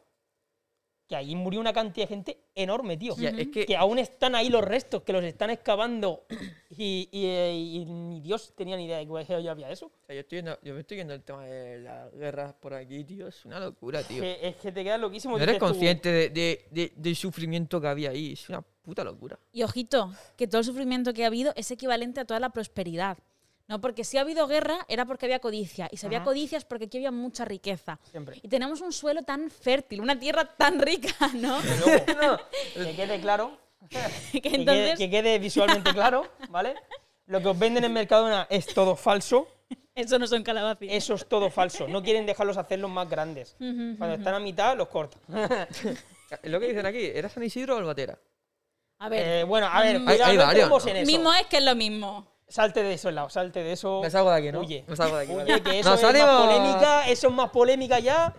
Que allí murió una cantidad de gente enorme, tío.
Ya, es que-
que aún están ahí los restos, que los están excavando. Y, y, eh, y ni Dios tenía ni idea de que había eso.
O sea, yo, estoy viendo, yo me estoy viendo el tema de las guerras por aquí, tío. Es una locura, tío.
Que es que te quedas loquísimo.
No eres
dices tú,
consciente de- de- de- del sufrimiento que había ahí. Es una puta locura.
Y ojito, que todo el sufrimiento que ha habido es equivalente a toda la prosperidad. No, porque si ha habido guerra era porque había codicia. Y si había codicia es porque aquí había mucha riqueza.
Siempre.
Y tenemos un suelo tan fértil, una tierra tan rica, ¿no?
Que quede claro.
que
que quede-
entonces
que quede visualmente claro, ¿vale? Lo que os venden en Mercadona es todo falso.
eso no son calabacines.
Eso es todo falso. No quieren dejarlos hacerlos más grandes. Cuando están a mitad, los cortan.
Es Lo que dicen aquí, ¿era San Isidro o Albatera?
A ver,
Eh, bueno, a ver,
Hay-
cuidado,
hay
no
varios,
entremos
¿no?
en eso.
Mm. mismo es que es lo mismo.
Salte de eso, lado, salte de eso.
Me salgo de aquí, ¿no?
Huye.
Me salgo de aquí.
Huye,
vale.
que eso
Nos
es más
salimos.
polémica, eso es más polémica ya.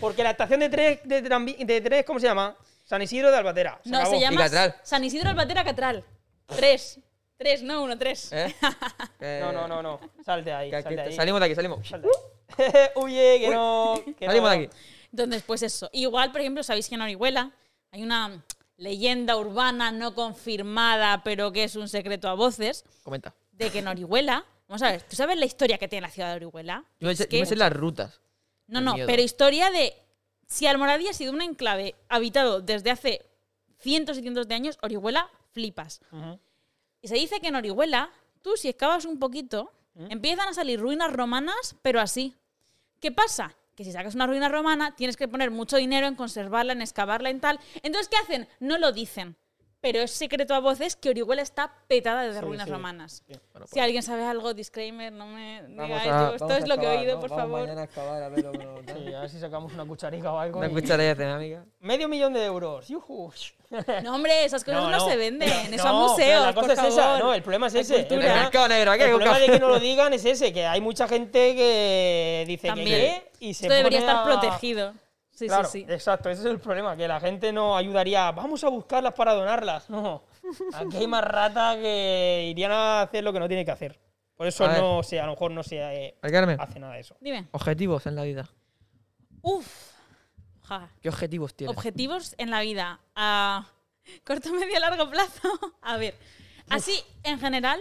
Porque la estación de tres, de, tramvi- de tres ¿cómo se llama? San Isidro de Albatera.
no, se
acabó.
llama
Catral.
San Isidro Albatera Catral. Tres. Tres, no uno, tres.
¿Eh? Eh,
No, no, no, no. Salte de ahí.
que aquí
Salte de
está-
ahí.
salimos de aquí, salimos.
Salte de ahí. Huye, que no. que no.
Salimos de aquí.
Entonces, pues eso. Igual, por ejemplo, sabéis que en Orihuela hay una leyenda urbana no confirmada, pero que es un secreto a voces,
Comenta.
de que en Orihuela, vamos a ver, ¿tú sabes la historia que tiene la ciudad de Orihuela?
Yo me,
Es
sé, yo
que-
me sé las rutas.
no,
de
no,
miedo.
pero historia de si Almoradí ha sido un enclave habitado desde hace cientos y cientos de años, Orihuela flipas.
Ujú.
Y se dice que en Orihuela, tú si excavas un poquito, empiezan a salir ruinas romanas, pero así. ¿Qué pasa? Que si sacas una ruina romana, tienes que poner mucho dinero en conservarla, en excavarla, en tal. Entonces, ¿qué hacen? No lo dicen. Pero es secreto a voces que Orihuela está petada de ruinas
sí.
romanas.
Bueno, pues.
Si alguien sabe algo, disclaimer, no me digáis.
a-
yo, Esto
vamos a
es lo que he
excavar,
oído,
¿no?
por
Vamos
favor.
mañana a excavar a ver lo que nos da.
Sí, a ver si sacamos una cucharica o algo.
Una
y-
cucharilla de cerámica.
Medio millón de euros. ¡Yujú!
No, hombre, esas cosas no, se venden.
No,
Eso a
pero
museos,
La cosa
por
es esa,
favor.
no, el problema es ese. El
cultura.
El
problema,
mercado negro, aquí
el
hay un
problema de
café.
que no lo digan es ese, que hay mucha gente que dice
También.
que ¿qué? y se
Esto debería
pone
estar
a-
protegido. Sí,
claro, Eh.
sí, sí.
exacto, ese es el problema, que la gente no ayudaría, vamos a buscarlas para donarlas. No, aquí hay más ratas que irían a hacer lo que no tiene que hacer. Por eso
A ver.
no sé, a lo mejor no se eh,
Ay, Carmen,
hace nada de eso.
Dime.
objetivos en la vida.
Uf. Ja.
¿Qué objetivos tienes?
Objetivos en la vida. A corto, medio, largo plazo. A ver. Así, en general.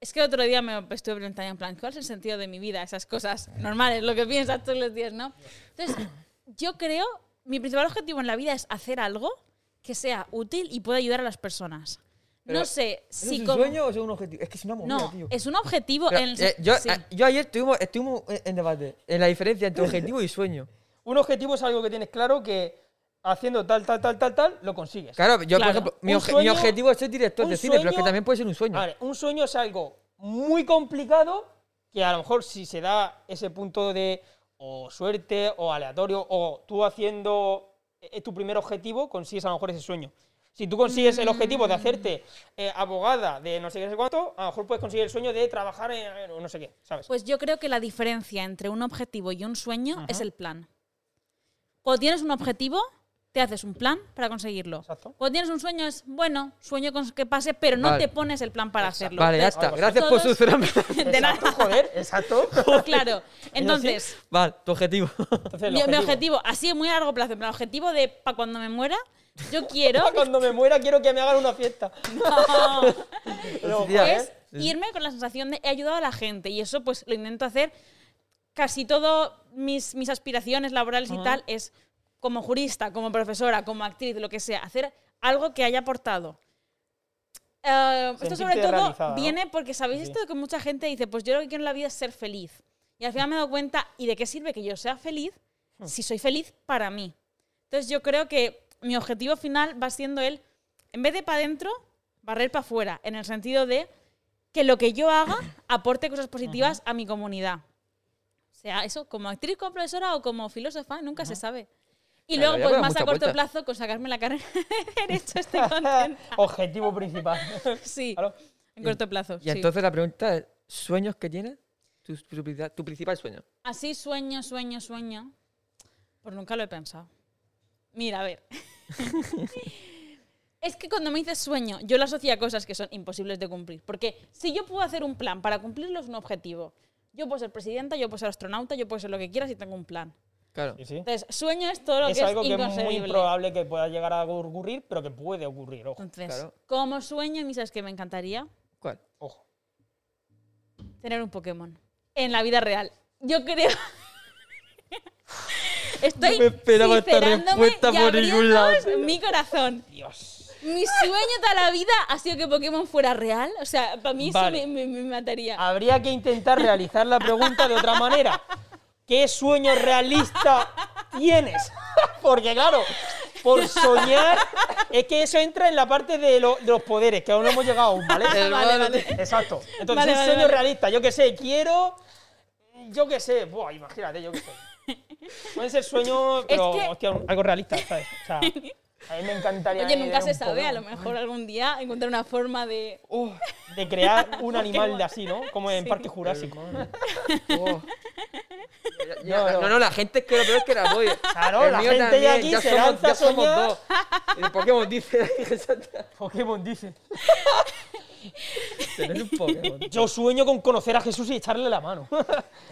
Es que otro día me estuve preguntando en plan, ¿cuál es el sentido de mi vida? Esas cosas normales, lo que piensas todos los días, ¿no? Entonces, yo creo, mi principal objetivo en la vida es hacer algo que sea útil y pueda ayudar a las personas. no
Pero,
sé si
¿Es un
como-
sueño o es un objetivo? Es que es una movida,
No,
tío.
es un objetivo.
Pero,
en el-
eh, yo,
sí.
a- yo ayer estuvimos, estuvimos en en debate en la diferencia entre objetivo y sueño.
Un objetivo es algo que tienes claro que haciendo tal, tal, tal, tal, tal, lo consigues.
Claro, yo,
Claro.
por ejemplo, mi,
Un
oje- mi
sueño-
objetivo es ser director
un
de cine, pero es que
sueño-
también puede ser un sueño.
Vale, un sueño es algo muy complicado que a lo mejor si se da ese punto de o suerte o aleatorio o tú haciendo eh, tu primer objetivo consigues a lo mejor ese sueño. Si tú consigues el objetivo de hacerte eh, abogada de no sé qué, no sé cuánto, a lo mejor puedes conseguir el sueño de trabajar en en no sé qué, ¿sabes?
Pues yo creo que la diferencia entre un objetivo y un sueño es el plan. Cuando tienes un objetivo, te haces un plan para conseguirlo.
Exacto.
Cuando tienes un sueño es, bueno, sueño con que pase, pero no
Vale.
te pones el plan para hacerlo.
Vale, ya
Entonces,
está. Gracias por
todos-
solucionarme.
De nada.
Exacto, joder, exacto.
Claro. Entonces,
Vale, tu objetivo.
Entonces, el
yo- mi objetivo, así muy a largo plazo, en plan, objetivo de para cuando me muera, yo quiero
Cuando me muera quiero que me hagan una fiesta. Pero,
Hostia.
joder,
es irme con la sensación de he ayudado a la gente. Y eso pues lo intento hacer. Casi todo mis, mis aspiraciones laborales y tal es como jurista, como profesora, como actriz, lo que sea, hacer algo que haya aportado. Eh,
Sentirte
esto sobre todo
realizada, ¿no?
viene porque sabéis
Sí.
esto de que mucha gente dice, pues yo lo que quiero en la vida es ser feliz. Y al final me he dado cuenta, ¿y de qué sirve que yo sea feliz
Hmm.
si soy feliz para mí? Entonces yo creo que mi objetivo final va siendo el, en vez de para adentro, barrer para afuera, en el sentido de que lo que yo haga aporte cosas positivas a mi comunidad. Sea eso, como actriz, como profesora o como filósofa, nunca se sabe. Y
Claro, ya
luego, pues
lleva
más a
mucha
corto
vuelta.
plazo, con sacarme la carrera de Derecho, estoy contenta.
objetivo principal.
Sí,
Claro.
en corto plazo.
Y
sí.
entonces la pregunta es, ¿sueños que tienes? Tu, tu principal- tu principal sueño.
Así sueño, sueño, sueño. Pues nunca lo he pensado. Mira, a ver. es que cuando me dices sueño, yo lo asocio a cosas que son imposibles de cumplir. Porque si yo puedo hacer un plan para cumplirlo, es un objetivo. Yo puedo ser presidenta, yo puedo ser astronauta, yo puedo ser lo que quieras y tengo un plan.
Claro.
Sí, sí.
Entonces, sueño es todo lo
Es
que
algo
es
que es muy
inconcebible.
probable que pueda llegar a ocurrir, pero que puede ocurrir. Ojo,
Entonces,
Claro.
como sueño, y sabes que me encantaría
¿Cuál?
ojo.
tener un Pokémon en la vida real. Yo creo. Estoy
No me esperaba esta
sincerándome
respuesta
y
por ningún lado,
abriéndoos mi corazón.
Dios.
Mi sueño toda la vida ha sido que Pokémon fuera real. O sea, para mí
Vale.
eso me, me- me
Ah,
mataría.
Habría que intentar realizar la pregunta de otra manera. ¿Qué sueño realista tienes? Porque claro, por soñar es que eso entra en la parte de, lo- de los poderes, que aún no hemos llegado aún, ¿vale?
Vale, vale.
Exacto. Entonces,
Vale,
un
vale,
sueño
vale.
realista, yo qué sé, quiero, yo qué sé, buah, imagínate, yo qué sé. Pueden ser sueños, pero
que-
hostia, algo realista, ¿sabes? O sea, a mí me encantaría...
Oye, nunca
tener
se
un
sabe. A
Pokémon.
lo mejor algún día encontrar una forma de.
Uh, de crear un animal
Pokémon.
de así, ¿no? Como en Parque Jurásico.
Oh. Ya- ya-
No,
no,
no.
no. la gente es que lo peor es que la voy.
Claro, la
mío
gente ya aquí se lanza a soñar.
El Pokémon dice. Santa.
Pokémon dice.
Tener un Pokémon.
Yo sueño con conocer a Jesús y echarle la mano.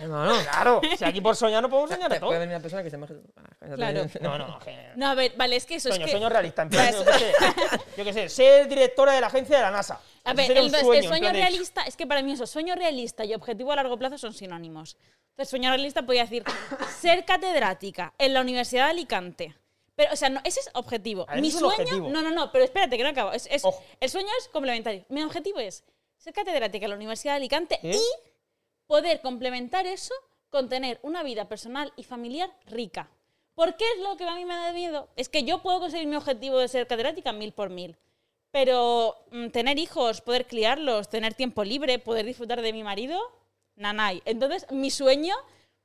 Hermano.
claro, si aquí por soñar no podemos soñar de
Te puede
todo.
venir una persona que se llama Jesús. Ah, cállate.
Claro.
No, no, que-
No, a ver, vale, es que eso
Sueño,
es que.
sueño realista. En plan, yo qué sé, yo qué sé, ser directora de la agencia de la NASA.
A
Eso
ver,
sería un
entonces, el
en
sueño
plan de-
realista, es que para mí eso, sueño realista y objetivo a largo plazo son sinónimos. Entonces, sueño realista podría decir ser catedrática en la Universidad de Alicante. Pero, o sea, no, ese es objetivo.
Ah, ese
Mi
es un
sueño.
objetivo.
No, no, no, pero espérate, que no acabo. Es, es-
Ojo.
el sueño es complementario. Mi objetivo es ser catedrática en la Universidad de Alicante
¿Eh?
y poder complementar eso con tener una vida personal y familiar rica. ¿Por qué es lo que a mí me da miedo? Es que yo puedo conseguir mi objetivo de ser catedrática mil por mil, pero mm, tener hijos, poder criarlos, tener tiempo libre, poder disfrutar de mi marido, nanay. Entonces, mi sueño,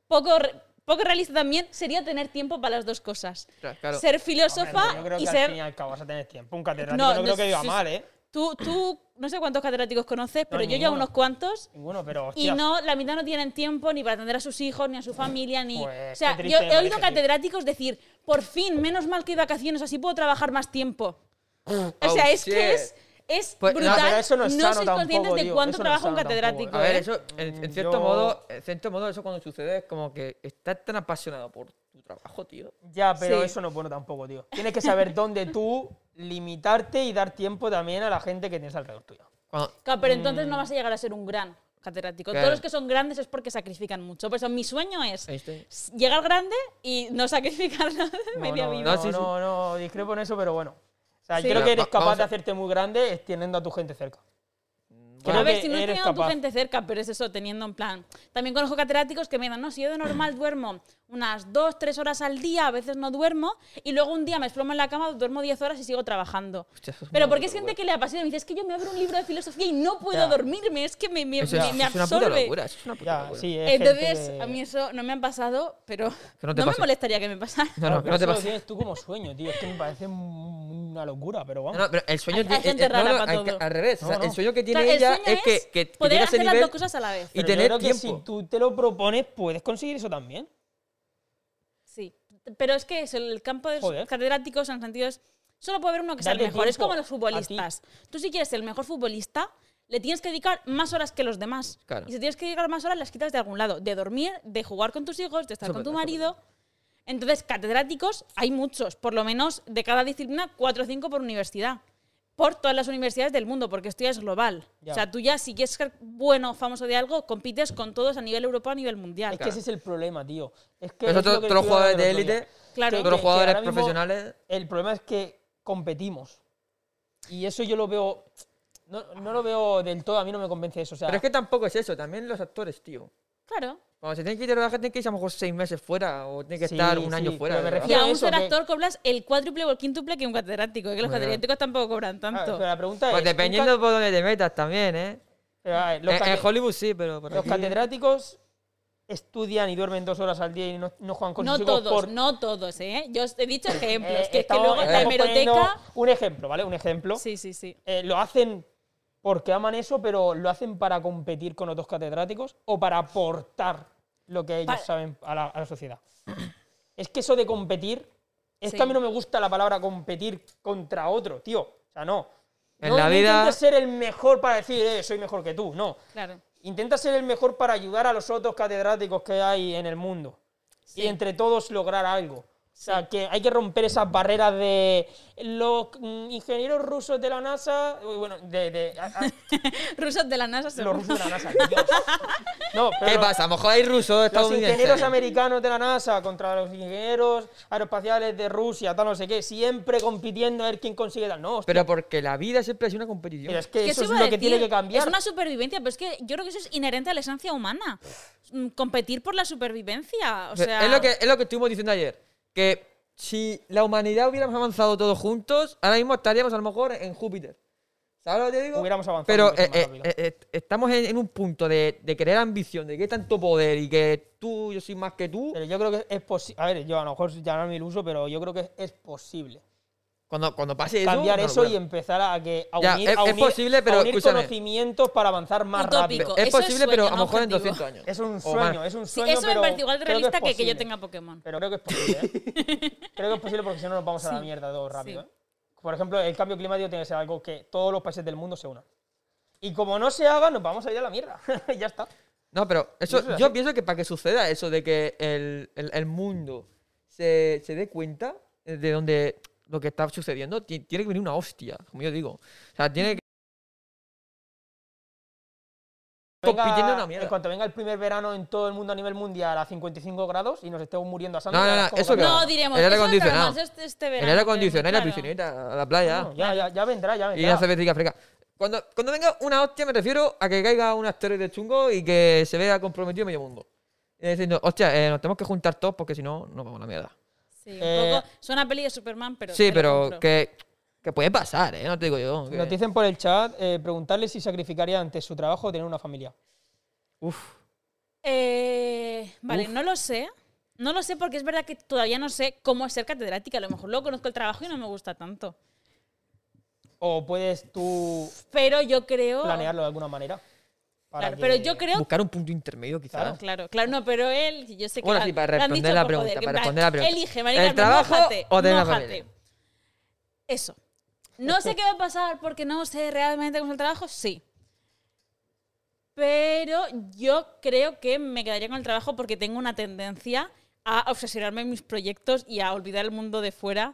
poco, re- poco realista también, sería tener tiempo para las dos cosas.
Claro, claro.
Ser
Hombre,
filósofa
Yo creo
y
que al
ser...
fin y al cabo vas a tener tiempo. Un catedrático
No,
no, creo
no,
que viva
sí,
mal, ¿eh?
Tú, tú, no sé cuántos catedráticos conoces, pero yo ya
ninguno.
unos cuantos
Ninguno, pero
y
hostia.
no, la mitad no tienen tiempo ni para atender a sus hijos, ni a su familia, ni.
Pues,
o sea,
qué
yo
triste me
he oído
parece,
catedráticos decir, por fin, menos mal que hay vacaciones, así puedo trabajar más tiempo. o
Oh,
sea, es
shit.
que es, es
Pues, no,
brutal. No,
pero eso no es sano
sois conscientes
tampoco,
de
tío,
cuánto
eso no es
trabaja un
sano tampoco,
catedrático.
A ver,
¿eh?
eso, en, en
Mm,
cierto
yo-
modo, en cierto modo, eso cuando sucede es como que estás tan apasionado por tu trabajo, tío.
Ya, pero
Sí.
eso no es bueno tampoco, tío. Tienes que saber dónde tú limitarte y dar tiempo también a la gente que tienes alrededor tuyo.
Cuando-
Claro, pero entonces
Mm.
no vas a llegar a ser un gran catedrático.
Claro.
Todos los que son grandes es porque sacrifican mucho. Por eso mi sueño es
Einstein.
llegar grande y no sacrificar nada de media
no,
vida.
No,
No, sí, sí.
no, no, discrepo en eso, pero bueno. O sea,
Sí.
yo creo que
Va-
eres
va-
capaz
vamos
de
a-
entiendo muy grande es teniendo a tu gente cerca.
a
Creo
ver,
que
si no
eres
teniendo a tu
capaz.
gente cerca, pero es eso, teniendo en plan. También conozco catedráticos que me dicen, no, si yo de normal duermo unas dos, tres horas al día, a veces no duermo, y luego un día me explomo en la cama, duermo 10 horas y sigo trabajando.
Hostia, eso es
pero
muy
porque es
duro,
gente
güey.
que le apasiona y me dice, es que yo me abro un libro de filosofía y no puedo
Ya.
dormirme, es que me, me,
Eso
me-
es,
me
eso es una puta
absorbe.
locura, eso es una puta
Ya,
locura.
sí, es
Entonces,
gente-
a mí eso no me han pasado, pero
Que no te
no me
pase.
molestaría que me pasara.
No, no,
Claro,
que
pero
no
eso
te
lo
pases.
tienes tú como sueño, tío. Es que me parece un- una locura, pero
No,
vamos.
no, pero el sueño
Hay-
tiene-
hay gente
eh, no,
rara
no,
pa'
hay que-
todo.
al revés. o sea,
No, no.
el sueño que tiene
Claro, el
ella
sueño
es que,
es
que, que
poder
llegue a ese
hacer las
nivel
dos cosas a la vez.
y
Pero yo
tener
creo que
tiempo.
si tú te lo propones, puedes conseguir eso también.
Sí. Pero es que es el campo de
Joder.
los catedráticos, en el sentido es. Solo puede haber uno que sea el
Dale
mejor. Es
tiempo
como los
a
futbolistas. Tú, si quieres ser el mejor futbolista, le tienes que dedicar más horas que los demás.
Claro.
Y si tienes que dedicar más horas, las quitas de algún lado. De dormir, de jugar con tus hijos, de estar
Eso es
con tu
verdad, eso es
marido. Entonces, catedráticos hay muchos. Por lo menos de cada disciplina, cuatro o cinco por universidad. Por todas las universidades del mundo, porque esto ya es global.
Ya.
O sea, tú ya, si quieres ser bueno o famoso de algo, compites con todos a nivel europeo, a nivel mundial.
Es que ese es el problema, tío. Es que
Pero
es lo
todos
que
todos los
estoy
jugadores de
hablando el otro día.
élite,
Claro.
Que-
todos los
que
jugadores
ahora mismo-
profesionales.
El problema es que competimos. Y eso yo lo veo. No, no lo veo del todo, a mí no me convence eso. O sea,
Pero es que tampoco es eso, también los actores, tío.
Claro.
Cuando se tienen que ir de rodaje, tienen que irse a lo mejor seis meses fuera o tienen que
Sí,
estar un año
sí,
fuera.
pero
de
me
Y
rodaje.
refiero- Claro,
aún
eso,
ser
que-
actor cobras el cuádruple o el quíntuple que un catedrático, que los
Bueno.
catedráticos tampoco cobran
ah,
tanto.
pero la pregunta es.
Pues
un
dependiendo por donde te metas también, ¿eh?
ca- pero, a ver, los
en, en
cate-
Hollywood sí, pero por
los
aquí-
catedráticos estudian y duermen dos horas al día y no, no juegan con
no
sus hijos
todos,
por-
no todos, ¿eh? Yo os he dicho
Eh,
ejemplos, que es que
estamos-
luego la
estamos poniendo
hemeroteca...
Un ejemplo, ¿vale? Un ejemplo.
Sí, sí, sí.
Eh, lo hacen porque aman eso, pero lo hacen para competir con otros catedráticos o para aportar lo que ellos
Para-
saben a la, a la sociedad. es que eso de competir, es
Sí.
que a mí no me gusta la palabra competir contra otro, tío. O sea, no.
En
no,
la
no
vida-
intentes ser el mejor para decir, eh, soy mejor que tú, no.
Claro.
Intenta ser el mejor para ayudar a los otros catedráticos que hay en el mundo.
Sí.
Y entre todos lograr algo. O sea, que hay que romper esas barreras de los mm, ingenieros rusos de la NASA. uy, Bueno, de, de- a- a-
Rusos de la NASA se
los rusos de la NASA. Dios. No, pero
¿Qué
los-
pasa? A lo mejor hay rusos
Los ingenieros
estadounidenses.
americanos de la NASA contra los ingenieros aeroespaciales de Rusia, tal, no sé qué, siempre compitiendo a ver quién consigue tal. No, hostia,
Pero porque la vida siempre ha sido una competición.
pero es que, eso es
iba
lo
a
que
decir,
tiene que cambiar.
Es una supervivencia, pero es que yo creo que eso es inherente a la esencia humana. Mm, Competir por la supervivencia. O
O sea,
sea,
es, lo que, es lo que estuvimos diciendo ayer. Que si la humanidad hubiéramos avanzado todos juntos, ahora mismo estaríamos a lo mejor en Júpiter. ¿Sabes lo que te digo?
Hubiéramos avanzado
Pero
mucho más
eh,
rápido.
eh, eh, estamos en, en un punto de, de querer ambición, de que hay tanto poder y que tú, yo soy más que tú.
Pero yo creo que es posible. A ver, yo a lo mejor ya no me iluso, pero yo creo que es posible.
Cuando, cuando pase eso.
cambiar
no lo
eso
veo.
y em- empezar a que a
Ya,
unir,
es-
a
es
unir-
posible,
a
pero
unir
escúchame.
conocimientos para avanzar más
Utópico.
rápido.
Es
Eso es
posible, pero a
sueño,
lo
no
mejor en
objetivo.
200 años.
Es un
o
sueño,
más.
es un
Sí,
sueño,
eso me
pero
parece igual de
creo es
realista que, que yo
posible.
tenga Pokémon.
Pero creo que es posible, ¿eh? creo que es posible porque si no nos vamos a la
Sí,
mierda todo rápido,
sí.
¿eh? Por ejemplo, el cambio climático tiene que ser algo que todos los países del mundo se unan. Y como no se haga, nos vamos a ir a la mierda. ya está.
No, pero
Yo soy
eso,
así.
yo pienso que para que suceda eso de que el, el- el mundo se, se dé cuenta de donde lo que está sucediendo, ti- tiene que venir una hostia, como yo digo. O sea, tiene que...
Venga-
Compitiendo una mierda.
En cuanto venga el primer verano en todo el mundo a nivel mundial a 55 grados y nos estemos muriendo a
No, no, no, eso que
No,
va.
diremos.
El aire
eso lo traemos
acondicionado.
este- este
El
verano,
aire
diremos,
acondicionado y la
claro.
piscinita, a la playa.
ya, ya, ya vendrá, ya vendrá.
Y una cervecita fresca. Cuando, cuando venga una hostia me refiero a que caiga un asteroide de chungo y que se vea comprometido medio mundo. Y diciendo, hostia, eh, nos tenemos que juntar todos porque si no, nos vamos a la mierda.
Sí, un
Eh,
poco- suena peli de Superman, pero.
sí,
te lo
pero
compro.
que, que puede pasar, ¿eh? No te digo yo. que-
Nos dicen por el chat eh, preguntarle si sacrificaría antes su trabajo o tener una familia.
Uf.
Eh, vale, no lo sé. No lo sé porque es verdad que todavía no sé cómo es ser catedrática. A lo mejor luego conozco el trabajo y no me gusta tanto.
O puedes tú
Pero yo creo.
planearlo de alguna manera. para
Claro,
que-
pero yo creo.
Buscar un punto intermedio, quizás.
Claro, claro, claro, no, pero él, yo sé que.
Bueno,
le han-
sí, para
le han
responder
dicho
la
por
pregunta,
joder, que
para
en plan,
responder la pregunta.
Elige, María
¿El
Carmen,
trabajo
mójate,
o de la
mójate.
familia?
Eso. No sé qué va a pasar porque no sé realmente cómo es el trabajo, sí. Pero yo creo que me quedaría con el trabajo porque tengo una tendencia a obsesionarme en mis proyectos y a olvidar el mundo de fuera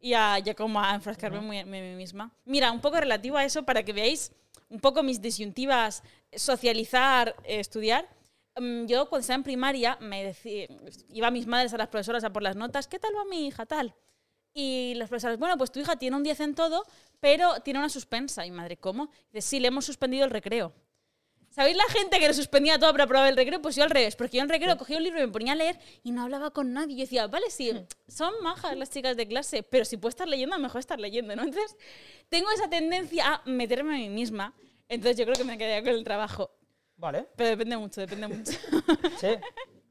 y a ya como a enfrascarme muy en mí misma. Mira, un poco relativo a eso para que veáis un poco mis disyuntivas, socializar, eh, estudiar. Mm, Yo cuando estaba en primaria me decía, iba a mis madres a las profesoras a por las notas, ¿qué tal va mi hija? Tal. Y los profesores, bueno, pues tu hija tiene un 10 en todo, pero tiene una suspensa. Y mi madre, ¿cómo? Dice, sí, le hemos suspendido el recreo. ¿Sabéis la gente que le suspendía todo para probar el recreo? Pues yo al revés, porque yo en recreo cogía un libro y me ponía a leer y no hablaba con nadie. Yo decía, vale, sí,
Mm.
son majas las chicas de clase, pero si puedo estar leyendo, mejor estar leyendo, ¿no? Entonces, tengo esa tendencia a meterme a mí misma. Entonces, yo creo que me quedaría con el trabajo.
Vale,
Pero depende mucho, depende mucho.
sí.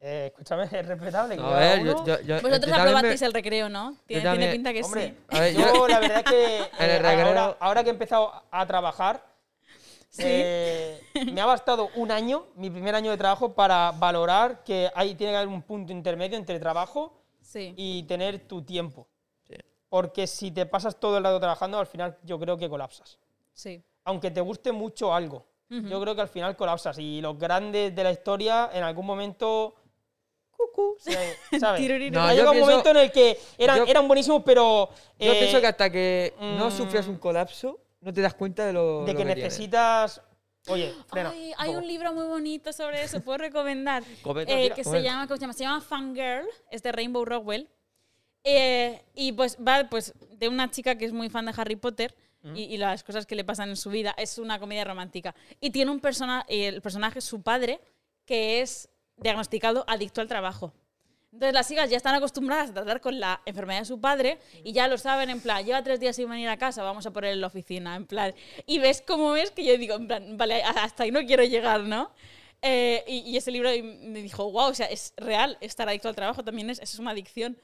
Eh, escúchame, es respetable. que
A
cada
ver, yo,
uno-
yo- yo- yo
Vosotros
también
aprobasteis
me-
el recreo, ¿no? Tiene, tiene
también-
pinta que
Hombre,
A ver,
yo,
yo-
la verdad es que
En
eh,
el recreo-
ahora, ahora que he empezado a trabajar,
sí. Sí.
eh, me ha bastado un año, mi primer año de trabajo, para valorar que ahí tiene que haber un punto intermedio entre trabajo
Sí.
y tener tu tiempo.
Sí.
Porque si te pasas todo el rato trabajando, al final yo creo que colapsas.
sí.
Aunque te guste mucho algo,
Ujú.
yo creo que al final colapsas. Y los grandes de la historia, en algún momento. Cucú, se- ¿sabes?
Tiruriru.
No,
Ha
yo
llegado un
pienso-
momento en el que eran,
yo-
eran buenísimos, pero.
Yo
eh,
pienso que hasta que no
mm,
sufres un colapso, no te das cuenta de lo,
de
lo
que
tienes.
necesitas. Oye, frena.
Ay,
un
hay
poco.
un libro muy bonito sobre eso, puedo recomendar.
Comenta,
eh,
tira,
que se
comenta.
llama, ¿cómo se llama? Se llama Fangirl, es de Rainbow Rowell. Eh, y pues va pues, de una chica que es muy fan de Harry Potter y, y las cosas que le pasan en su vida. Es una comedia romántica. Y tiene un persona, eh, el personaje, su padre, que es diagnosticado adicto al trabajo. Entonces las chicas ya están acostumbradas a tratar con la enfermedad de su padre y ya lo saben en plan, lleva tres días sin venir a casa, vamos a poner en la oficina, en plan. Y ves cómo es que yo digo, en plan, vale, hasta ahí no quiero llegar, ¿no? Eh, y, y ese libro me dijo, wow, o sea, es real, estar adicto al trabajo también es, es una adicción.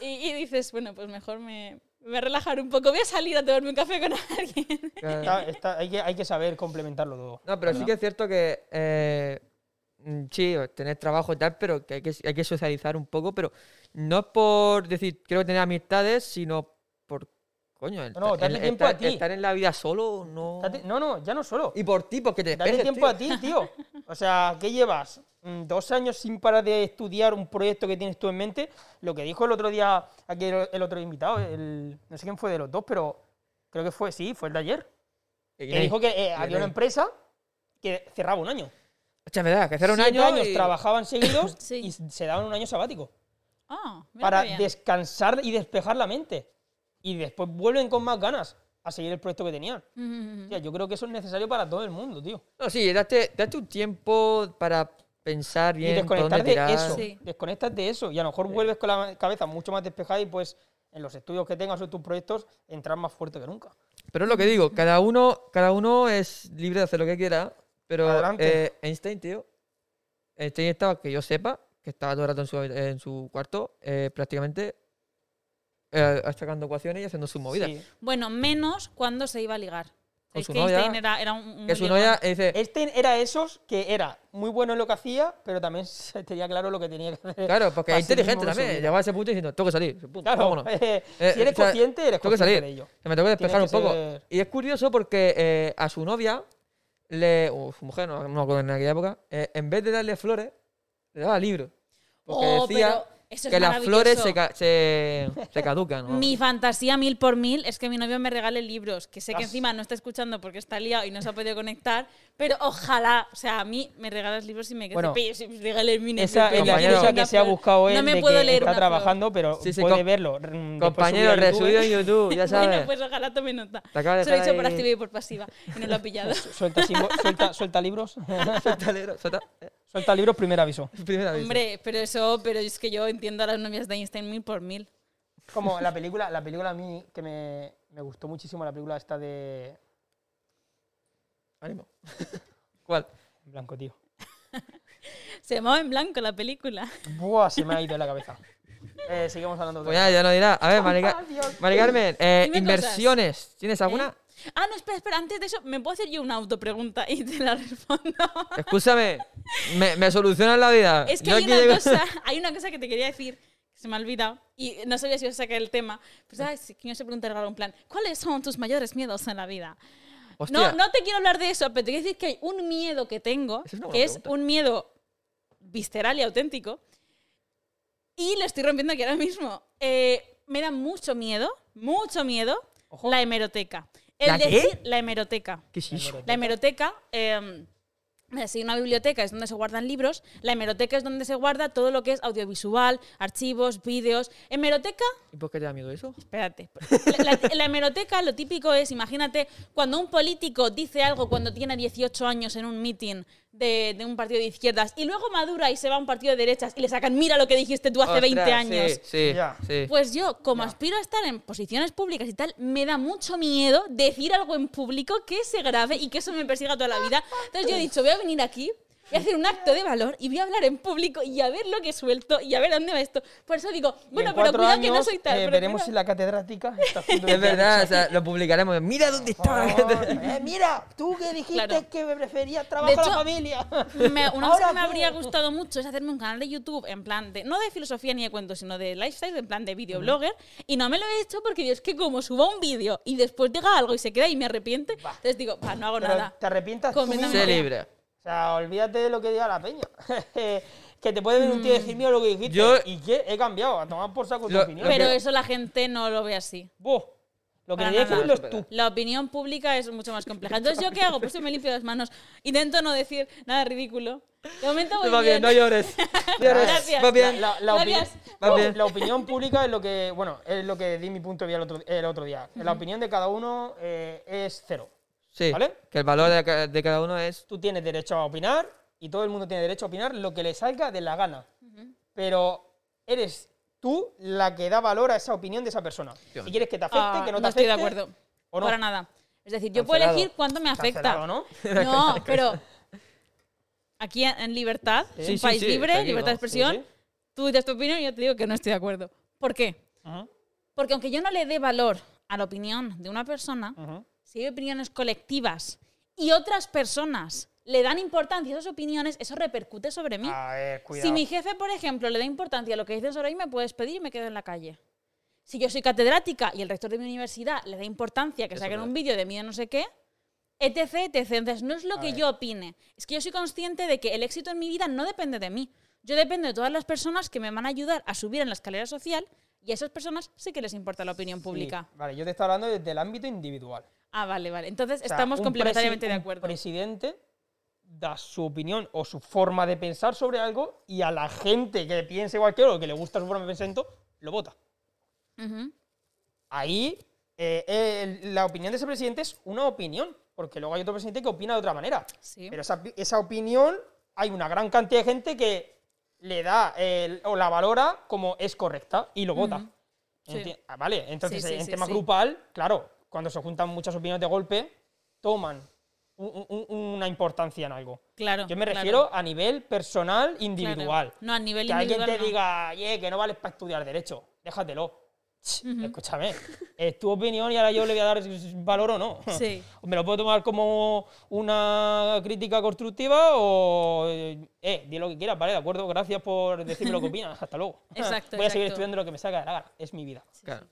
Y, y dices, bueno, pues mejor me, me voy a relajar un poco, voy a salir a tomarme un café con alguien.
Claro.
Está- está- hay, que, hay que saber complementarlo todo.
No, pero sí que es cierto que. eh, mm, sí, o tener trabajo y tal, pero que hay, que hay que socializar un poco, pero no es por decir, quiero tener amistades, sino por. Coño, el-
No, no,
el-
date
el
tiempo a
estar,
ti.
estar en la vida solo, no.
Date- No, no, ya no solo.
Y por ti, porque te
Dale
despejes,
tiempo
tío.
a ti, tío. O sea, ¿qué llevas? Mm, Dos años sin parar de estudiar un proyecto que tienes tú en mente. Lo que dijo el otro día aquel, el otro invitado, el, no sé quién fue de los dos, pero creo que fue, sí, fue el de ayer.
Que
Que dijo que eh,
Bien
había una
ahí.
empresa que cerraba un año.
Hostia, me da, que hacer un
Siete
año.
años
y-
trabajaban seguidos
Sí.
y se daban un año sabático
Ah, mira
para
qué bien.
descansar y despejar la mente. Y después vuelven con más ganas a seguir el proyecto que tenían.
Mm, mm, mm.
Hostia, yo creo que eso es necesario para todo el mundo, tío.
No, sí, date, date un tiempo para pensar bien
y
por
desconectar
dónde
de
tirar.
eso.
Sí.
Desconectas de eso. Y a lo mejor vuelves con la cabeza mucho más despejada y pues en los estudios que tengas o en tus proyectos entrar más fuerte que nunca.
Pero es lo que digo, cada uno, cada uno es libre de hacer lo que quiera, pero
Adelante.
eh, Einstein, tío, Einstein estaba, que yo sepa, que estaba todo el rato en su, habi- en su cuarto, eh, prácticamente eh, sacando ecuaciones y haciendo sus movidas.
Sí.
Bueno, menos cuando se iba a ligar.
Con
Es
su
que
novia,
Einstein era, era un, un
Que su
ligón.
novia eh, dice,
Este era esos que era muy bueno en lo que hacía, pero también se tenía claro lo que tenía que hacer.
claro, porque
para
es
sí
inteligente
mismo en su
también,
vida.
llegaba a ese punto diciendo, tengo que salir, punto,
Claro,
vámonos.
eh,
Eh,
si eres
o sea,
consciente, eres
tengo
consciente
que salir.
de ello.
Se me tengo que despejar un
Tienes que
poco.
ser-
Y es curioso porque eh, a su novia, le, o su mujer, no, no me acuerdo en aquella época, eh, en vez de darle flores, le daba libros. Porque
Oh,
decía
pero eso es
que las flores se,
maravilloso.
ca- se, se caducan. ¿no?
Mi fantasía mil por mil es que mi novio me regale libros, que sé que
As-
encima no está escuchando porque está liado y no se ha podido conectar, pero ojalá, o sea, a mí me regalas libros y me
Bueno,
quedes si me regales mi
Esa
Netflix,
es la
me
Compañero.
excusa
regales
que
una
se ha
flor.
buscado él
no me
de
puedo
que
leer
está
una flor.
trabajando, pero
Sí, sí,
puede
com-
verlo. mm, después
Compañero,
subirlo a YouTube.
resubido en YouTube, ya sabes.
Bueno, pues ojalá tome nota.
Te acaba de
Se lo he
dejar
hecho por
ahí.
activa y por pasiva y no lo ha pillado.
Suelta, simbo- suelta- suelta libros.
Suelta libro, suelta, eh,
suelta libros, primer aviso.
primer aviso.
Hombre, pero eso, pero es que yo entiendo a las novias de Einstein mil por mil.
Como la película, la película a mí que me, me gustó muchísimo, la película esta de.
Ánimo. ¿Cuál?
en blanco, tío.
Se llamaba en blanco la película. ¿eh?
Buah, se me ha ido de la cabeza. Eh, sigamos hablando de
Pues ya, ya lo dirá. A ver, Mari, Car- Mari Carmen, eh,
Dime cosas.
inversiones. ¿Tienes alguna?
¿Eh? Ah, no, espera, espera, antes de eso, ¿me puedo hacer yo una autopregunta y te la respondo?
Escúchame, me, me solucionas la vida.
Eh. Es que
Yo
hay
aquí
una,
llego-
cosa, hay una cosa que te quería decir, que se me ha olvidado, y no sabía si iba a sacar el tema. Pero sabes, que yo siempre interrogar un plan, ¿cuáles son tus mayores miedos en la vida?
Hostia.
No, no te quiero hablar de eso, pero te quiero decir que hay un miedo que tengo,
Esa es una buena
que es
pregunta.
un miedo visceral y auténtico, y lo estoy rompiendo aquí ahora mismo. Eh, me da mucho miedo, mucho miedo,
Ojo.
la hemeroteca. El
¿La qué?
decir- La hemeroteca.
¿Qué es eso?
La hemeroteca, eh, si una biblioteca es donde se guardan libros, la hemeroteca es donde se guarda todo lo que es audiovisual, archivos, vídeos. Hemeroteca,
¿Y por qué te da miedo eso?
espérate. La, la- la hemeroteca lo típico es, imagínate, cuando un político dice algo cuando tiene 18 años en un meeting de, de un partido de izquierdas y luego madura y se va a un partido de derechas y le sacan, mira lo que dijiste tú hace 20
Ostras,
años.
Sí, sí,
Ya.
sí.
Pues yo, como aspiro a estar en posiciones públicas y tal, me da mucho miedo decir algo en público que se grabe y que eso me persiga toda la vida. Entonces yo he dicho, voy a venir aquí, Voy a hacer un acto de valor y voy a hablar en público y a ver lo que suelto y a ver dónde va esto. Por eso digo,
Y en
bueno, pero
cuatro
cuidado que no
años,
soy tal.
eh,
pero
veremos si
cuidado.
la catedrática está haciendo
Es
el derecho.
verdad, o sea, lo publicaremos. Mira dónde está.
Eh, mira, tú que dijiste
Claro.
que me preferías trabajo
De
a la
hecho,
familia.
Me- una cosa
Ahora
que me
tú.
habría gustado mucho es hacerme un canal de YouTube, en plan, de, no de filosofía ni de cuentos, sino de lifestyle, en plan de videoblogger. Y no me lo he hecho porque digo, es que como suba un vídeo y después diga algo y se queda y me arrepiente, entonces digo, "Bah, no hago
Pero
nada.
te arrepientas tú
Coméntame.
mismo.
Sé libre.
O sea, olvídate de lo que diga la peña. que te puede venir un tío y decir,
Mm.
mira lo que dijiste.
Yo-
¿Y qué? He cambiado. A tomar por saco tu
Lo-
opinión.
lo
Pero
que-
eso la gente no lo ve así.
Buh, lo que
Para
tenías que
nada.
verlo es tú.
La opinión pública es mucho más compleja. Entonces, ¿yo qué hago? Pues yo me limpio las manos. Intento no decir nada ridículo. De momento voy
Va bien,
bien.
no llores.
Gracias.
Va bien.
La, la opi-
Gracias.
Va
la-
bien.
la opinión pública es lo que, bueno, es lo que di mi punto de vista el otro, el otro día. La opinión de cada uno eh, es cero.
Sí,
¿Vale?
que el valor de, ca- de cada uno es...
Tú tienes derecho a opinar y todo el mundo tiene derecho a opinar lo que le salga de la gana. Pero eres tú la que da valor a esa opinión de esa persona. Si quieres que te afecte,
Ah,
que no te
no estoy de
afecte,
acuerdo.
¿o no?
Para nada. Es decir, yo puedo
Cancelado.
elegir cuánto me afecta.
Cancelado, ¿no?
No, pero aquí en en libertad,
Sí,
un
sí,
país
sí,
libre,
está aquí,
libertad de
vamos,
sí,
expresión,
sí.
tú dices tu opinión y yo te digo que no estoy de acuerdo. ¿Por qué?
Ajá,
Porque aunque yo no le dé valor a la opinión de una persona,
ajá.
si hay opiniones colectivas y otras personas le dan importancia a esas opiniones, eso repercute sobre mí.
A ver, cuidado.
Si mi jefe, por ejemplo, le da importancia a lo que dicen sobre mí, me puedes pedir y me quedo en la calle. Si yo soy catedrática y el rector de mi universidad le da importancia a que
Eso
saquen
es.
un vídeo de mí de no sé qué, etc, etc. Entonces, no es lo que yo opine. Es que yo soy consciente de que el éxito en mi vida no depende de mí. Yo dependo de todas las personas que me van a ayudar a subir en la escalera social y a esas personas sí que les importa la opinión
Sí,
pública.
Vale, yo te estoy hablando desde el ámbito individual.
Ah, vale, vale. Entonces,
O sea,
estamos
un
complementariamente
presi-
de
un
acuerdo.
presidente da su opinión o su forma de pensar sobre algo y a la gente que piensa igual que él o que le gusta su forma de pensar, lo vota.
Ujú.
Ahí eh, el- la opinión de ese presidente es una opinión, porque luego hay otro presidente que opina de otra manera.
Sí.
Pero esa, esa opinión, hay una gran cantidad de gente que le da el- o la valora como es correcta y lo vota.
Sí.
Enti- ah, Vale, entonces
Sí, sí,
en
sí,
tema
sí.
grupal, claro, cuando se juntan muchas opiniones de golpe, toman un- un- un- una importancia en algo.
Claro.
Yo me
claro,
refiero a nivel personal,
claro.
individual.
No, a nivel
Que alguien
individual.
te
no.
diga, "Oye, que no vales para estudiar derecho, déjatelo. Escúchame, es tu opinión y ahora yo le voy a dar valor o no.
Sí.
Me lo puedo tomar como una crítica constructiva o. Eh, di lo que quieras, vale, de acuerdo, gracias por decirme lo que opinas, hasta luego.
Exacto,
Voy a seguir
exacto.
estudiando lo que me saca de la gana, es mi vida.
Claro.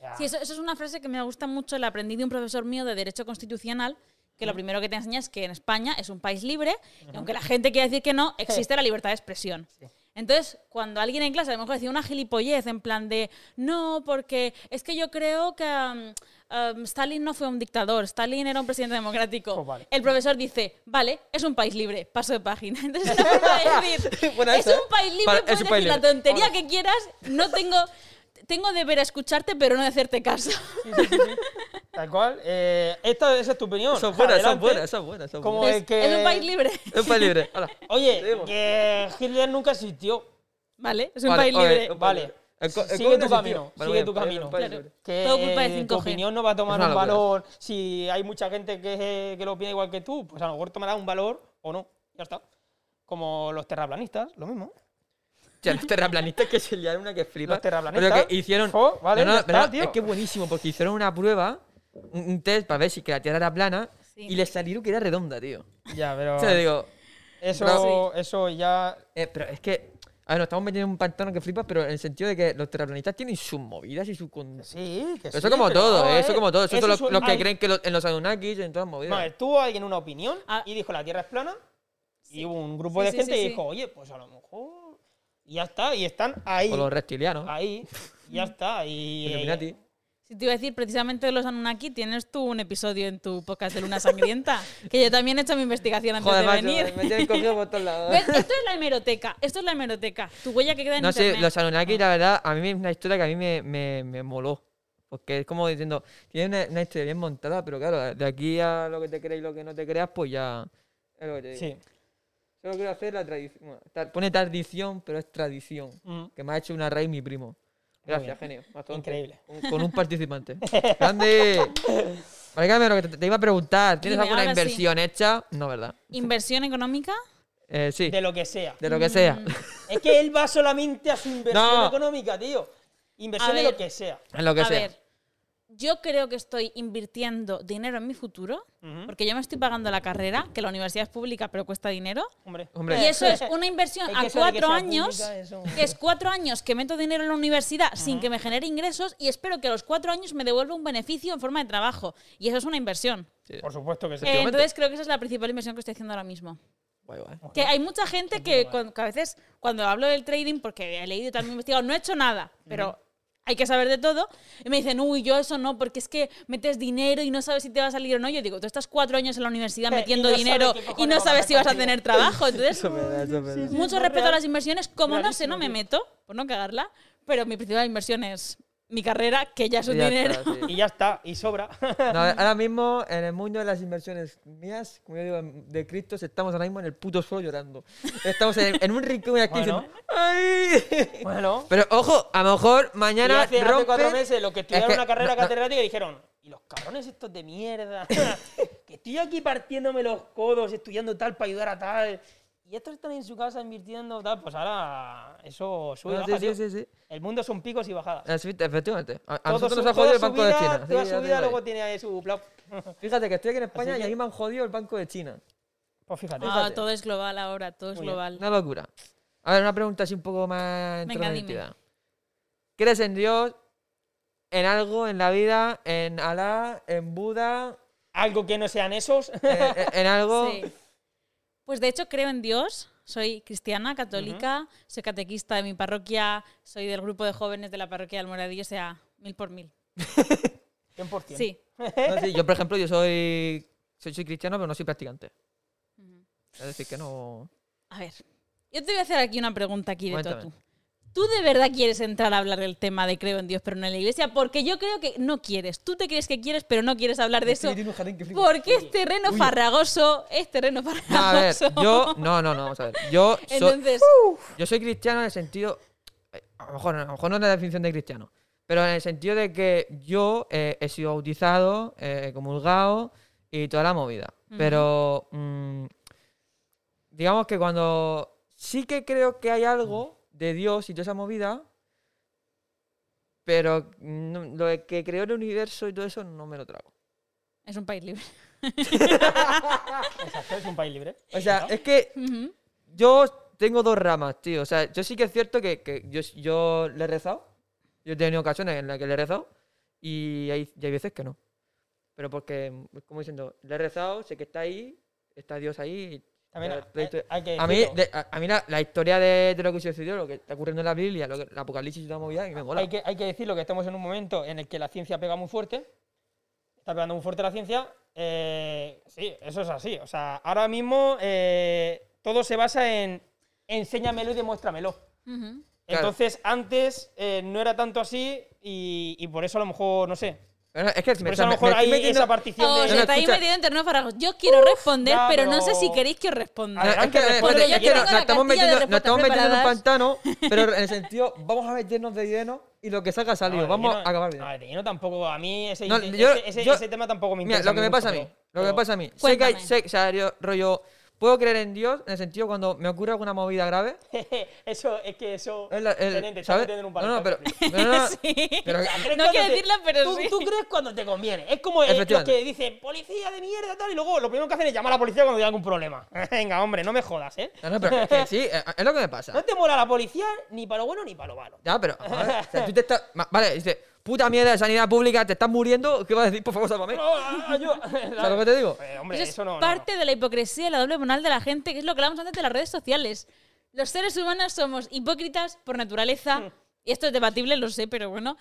Ya.
Sí, eso, eso es una frase que me gusta mucho, la aprendí de un profesor mío de Derecho Constitucional, que lo
Mm.
primero que te enseña es que en España es un país libre, y aunque la gente quiera decir que no, existe la libertad de expresión. Entonces, cuando alguien en clase a lo mejor decía una gilipollez en plan de, no, porque es que yo creo que um, um, Stalin no fue un dictador, Stalin era un presidente democrático.
Pues vale.
El profesor dice, vale, es un país libre, paso de página. Entonces, es una forma de decir,
Buena
es
esa, ¿eh?
un país libre,
Para- es
puedes
un
decir
país
la
libre.
tontería que quieras, no tengo... Tengo deber a escucharte, pero no de hacerte caso.
Sí, sí, sí, sí. Tal cual. eh, esta, esa es tu opinión.
Son buenas, son
Adelante.
buenas, son buenas. Son
Como
buenas.
el que.
Es un país libre.
pues Es para libre. Hola.
Oye,
Seguimos.
que Hitler nunca existió.
Vale, es
Eh,
un
Vale,
país
oye,
libre.
oye,
Vale.
El co-
Sigue
el COVID
tu
no existió.
camino,
Vale,
sigue
bien,
tu
vale,
camino.
un país
Claro.
libre.
Que
Todo culpa de
tu
5G.
opinión no va a tomar
Es una
un
locura.
valor. Si hay mucha gente que, que lo opina igual que tú, pues a lo mejor tomará un valor o no. Ya está. Como los terraplanistas, lo mismo.
Hostia, los terraplanistas que se liaron una que flipa.
Los terraplanistas.
que hicieron.
Jo, vale, ya está,
pero
tío.
Es que es buenísimo, porque hicieron una prueba, un, un test para ver si que la Tierra era plana,
Sí.
y les salieron que era redonda, tío.
Ya, pero.
O sea, digo,
eso, eso ya.
eh, pero es que. A ver, nos estamos metiendo en un pantano que flipas, pero en el sentido de que los terraplanistas tienen sus movidas y sus. con-
Sí, que
Pero
sí,
eso como
pero
todo,
no,
eh,
eh.
eso como todo. Eso, son
es
los,
un-
los que
al-
creen que lo- en los Anunnakis, en todas las
No,
movidas.
estuvo alguien una opinión
Ah.
y dijo la Tierra es plana. Y hubo un grupo
Sí,
de
sí,
gente
sí,
y
sí.
dijo, oye, pues a lo mejor. Y ya está, y están ahí.
o los reptilianos.
Ahí, ya está. Y,
Mm. Illuminati.
Si te iba a decir precisamente de los Anunnaki, tienes tú un episodio en tu podcast de Luna Sangrienta, que yo también he hecho mi investigación antes
Joder,
de
macho,
venir.
me tienen cogido por todos lados.
¿Ves? Esto es la hemeroteca, esto es la hemeroteca. Tu huella que queda en
No sé,
internet.
los Anunnaki, la verdad, a mí es una historia que a mí me, me, me moló. Porque es como diciendo, tiene una, una historia bien montada, pero claro, de aquí a lo que te crees y lo que no te creas, pues ya. Es lo que te digo.
eh, Sí.
Solo quiero hacer la tradición. pone tradición, pero es tradición.
Mm.
Que me ha hecho una raíz mi primo. Gracias,
bien.
genio. mastodonte.
Increíble.
Un- Con, un participante. ¡Grande! Vale, Carmen, lo que te, te iba a preguntar, ¿tienes
Dime,
alguna
ahora sí.
inversión hecha? No, ¿verdad?
¿Inversión económica?
Eh, sí,
de lo que sea.
de lo que sea.
Mm.
Es que él va solamente a su inversión
No.
económica, tío. Inversión
A
de
ver.
lo que sea.
En lo que
a
sea.
ver, yo creo que estoy invirtiendo dinero en mi futuro, porque yo me estoy pagando la carrera, que la universidad es pública pero cuesta dinero.
Hombre.
Hombre.
Y eso es una inversión
Es que
a
eso de que
cuatro
sea
años,
pública, eso-
que es cuatro años que meto dinero en la universidad sin que me genere ingresos y espero que a los cuatro años me devuelva un beneficio en forma de trabajo. Y eso es una inversión.
Por supuesto que sí.
Eh, entonces creo que esa es la principal inversión que estoy haciendo ahora mismo.
Guay, guay.
Que hay mucha gente que, cuan- que a veces cuando hablo del trading, porque he leído y también he investigado, no he hecho nada, pero hay que saber de todo, y me dicen, uy, yo eso no, porque es que metes dinero y no sabes si te va a salir o no. Yo digo, tú estás cuatro años en la universidad
Eh, y
metiendo
no sabes
dinero
qué cojones
y no
vas a
sabes
hacer
si vas a
contigo.
tener trabajo. Entonces,
Eso es verdad, eso es verdad.
mucho
es
respeto a
real.
las inversiones, como no sé,
Realísimo,
no me
tío.
meto, por no cagarla, pero mi principal inversión es mi carrera, que ya es un
Ya
dinero.
está, sí.
Y ya está, y sobra.
No, ahora mismo, en el mundo de las inversiones mías, como yo digo, de criptos, estamos ahora mismo en el puto suelo llorando. Estamos en, en un rincón aquí
Bueno.
diciendo, ¡ay!
bueno.
Pero ojo, a lo mejor
Y
mañana
hace, hace
rompen-
cuatro meses los que
Es
estudiaron
que-
una carrera
no, no,
catedrática dijeron, y los cabrones estos de mierda, que estoy aquí partiéndome los codos, estudiando tal para ayudar a tal. Y estos están en su casa invirtiendo tal, pues ahora eso sube y
No, Ah, sí,
baja,
sí,
tío.
sí, sí.
El mundo son picos y bajadas.
Eh, sí, efectivamente. A, a
Todo
nosotros
su-
nos ha
toda
jodido el
su
Banco de
vida-
China. Sí,
Toda su
ya te
vida
digo
luego
ahí.
tiene ahí su plan.
Fíjate que estoy aquí en España
Así
y
que-
aquí me han jodido el Banco de China.
Pues fíjate.
Ah, todo es global ahora, todo es
Muy bien.
global.
Una locura. A ver, una pregunta así un poco más
Venga, dime.
introvertida. ¿Crees en Dios, en algo, en la vida, en Alá, en Buda,
Algo que no sean esos.
eh, eh, en algo?
Sí. Pues de hecho creo en Dios. Soy cristiana, católica, soy catequista de mi parroquia, soy del grupo de jóvenes de la parroquia del Moradillo, o sea, mil por mil.
100%.
Sí.
No, sí, yo, por ejemplo, yo soy, soy, soy cristiano, pero no soy practicante. Es decir, que no...
A ver, yo te voy a hacer aquí una pregunta aquí de
Cuéntame.
Totu. ¿Tú de verdad quieres entrar a hablar del tema de creo en Dios, pero no en la iglesia? Porque yo creo que no quieres. Tú te crees que quieres, pero no quieres hablar de eso.
Estoy metido en un jardín que flipas.
Porque es terreno farragoso, es terreno
No, a ver,
farragoso.
yo... No, no, no, vamos a ver. Yo soy, ¡uh!
Entonces,
yo soy cristiano en el sentido... eh, A lo, mejor, a lo mejor no es la definición de cristiano, pero en el sentido de que yo eh, he sido bautizado, eh, he comulgado y toda la movida. Pero mm, digamos que cuando... Sí que creo que hay algo de Dios y toda esa movida, pero no- lo de que creó el universo y todo eso no me lo trago.
es un país libre.
Exacto, es un país libre.
O sea, es que
Ujú.
yo tengo dos ramas, tío. O sea, yo sí que es cierto que, que yo, yo le he rezado. Yo he tenido ocasiones en las que le he rezado. Y hay, y hay veces que no. Pero porque, mm, como diciendo, le he rezado, sé que está ahí, está Dios ahí. y-
También
eh,
hay-
la histo-
hay que
a mí,
decirlo.
de- a, a mí la, la historia de, de lo que sucedió, lo que está ocurriendo en la Biblia, lo que, el apocalipsis y toda la movida, y me mola.
Hay que, hay que decirlo que estamos en un momento en el que la ciencia pega muy fuerte. Está pegando muy fuerte la ciencia. eh, sí, eso es así. O sea, ahora mismo eh, todo se basa en enséñamelo y demuéstramelo.
Ujú.
Claro.
Entonces, antes eh, no era tanto así y, y por eso a lo mejor, no sé.
Pero es que si
Por
me,
eso a lo
me-
mejor
me estoy
hay
metiendo-
esa partición
Os
de.
No, no,
estáis
escucha.
metido en terreno farragoso. Yo quiero responder,
ya,
pero no sé
pero-
si queréis que os
No,
responda.
A ver,
Ah, es
Adelante,
que, es que
responde
no-
lo que
es que no-
quieras.
nos
Tengo la
estamos,
cartilla de
metiendo, nos estamos
respuestas
metiendo en un
preparadas.
pantano, pero en el sentido, vamos a meternos de lleno y lo que salga ha salido.
No,
vamos
de
a
lleno-
acabar bien.
no, de lleno tampoco. A mí ese,
No,
ese-
yo-
ese-
yo-
ese tema tampoco me
Mira,
interesa.
lo que me
mucho,
pasa a mí,
pero-
lo que me
pero-
pasa a mí, sé que hay,
Cuéntame.
sé, o sea, yo, rollo, puedo creer en Dios en el sentido cuando me ocurre alguna movida grave.
eso, es que eso.
es la- el-
Teniente, está
¿sabes?
metiendo en un
no, no,
palo.
pero, no, no, no,
¿Crees
pero-
No
cuando
quiero
te-
decirlo, pero
tú,
sí.
Tú crees cuando te conviene. Es como eh, los
Efectivamente.
que dicen, policía de mierda, tal, y luego lo primero que hacen es llamar a la policía cuando hay algún problema. Venga, hombre, no me jodas, ¿eh?
no, no, pero es que sí, eh, es lo que me pasa.
No te mola la policía ni para lo bueno ni para lo malo.
Ya, pero, a ver, o sea, tú te estás, ma- vale, dice, puta mierda de sanidad pública, te estás muriendo, ¿qué vas a decir? Por favor, sálvame.
No, ah, yo-
¿Sabes lo que te digo?
Eh, hombre,
Eso es
eso no. no,
parte de la hipocresía y la doble moral de la gente, que es lo que hablamos antes de las redes sociales. Los seres humanos somos hipócritas por
Mm.
naturaleza, y esto es debatible, lo sé, pero bueno.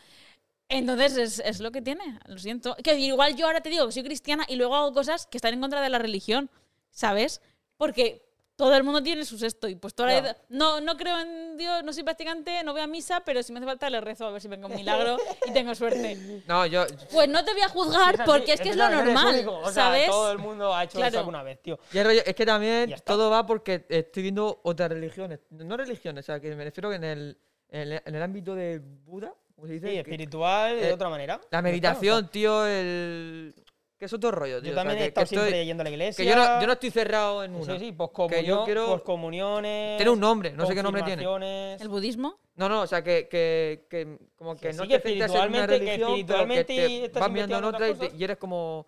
Entonces es, es lo que tiene, lo siento. Que igual yo ahora te digo que soy cristiana y luego hago cosas que están en contra de la religión, ¿sabes? Porque todo el mundo tiene sus esto y pues toda la vida- no, no creo en Dios, no soy practicante, no voy a misa, pero si me hace falta le rezo a ver si vengo un milagro y tengo suerte.
No, yo,
Pues no te voy a
no.
juzgar porque es que es lo
verdad, no eres
normal,
único. O sea,
¿sabes?
todo el mundo ha hecho eso
Claro.
alguna vez, tío.
Y el rollo- es que también
Ya está.
todo va porque estoy viendo otras religiones. No religiones, o sea, que me refiero que en el, en el, en el ámbito de Buda, como se dice.
Sí,
que-
espiritual, de
eh,
otra manera.
la
Ya está, o sea,
meditación, tío, el. ¿Qué que es otro rollo,
Yo
tío. o sea,
también
que-
he
que
estado siempre
estoy-
yendo a la iglesia.
Que yo no, yo no estoy cerrado en una.
Sí, pues sí, poscomunión,
Que yo quiero
poscomuniones.
tener un nombre, no sé qué nombre tiene.
confirmaciones.
El budismo.
No, no, o sea, que, que, que como que
Sí,
no
sí,
te
que
centras en una
espiritualmente- que
religión, pero que
espiritualmente y
te
estás
vas mirando en
investigando
otra y,
otras
te-
cosas.
y eres como...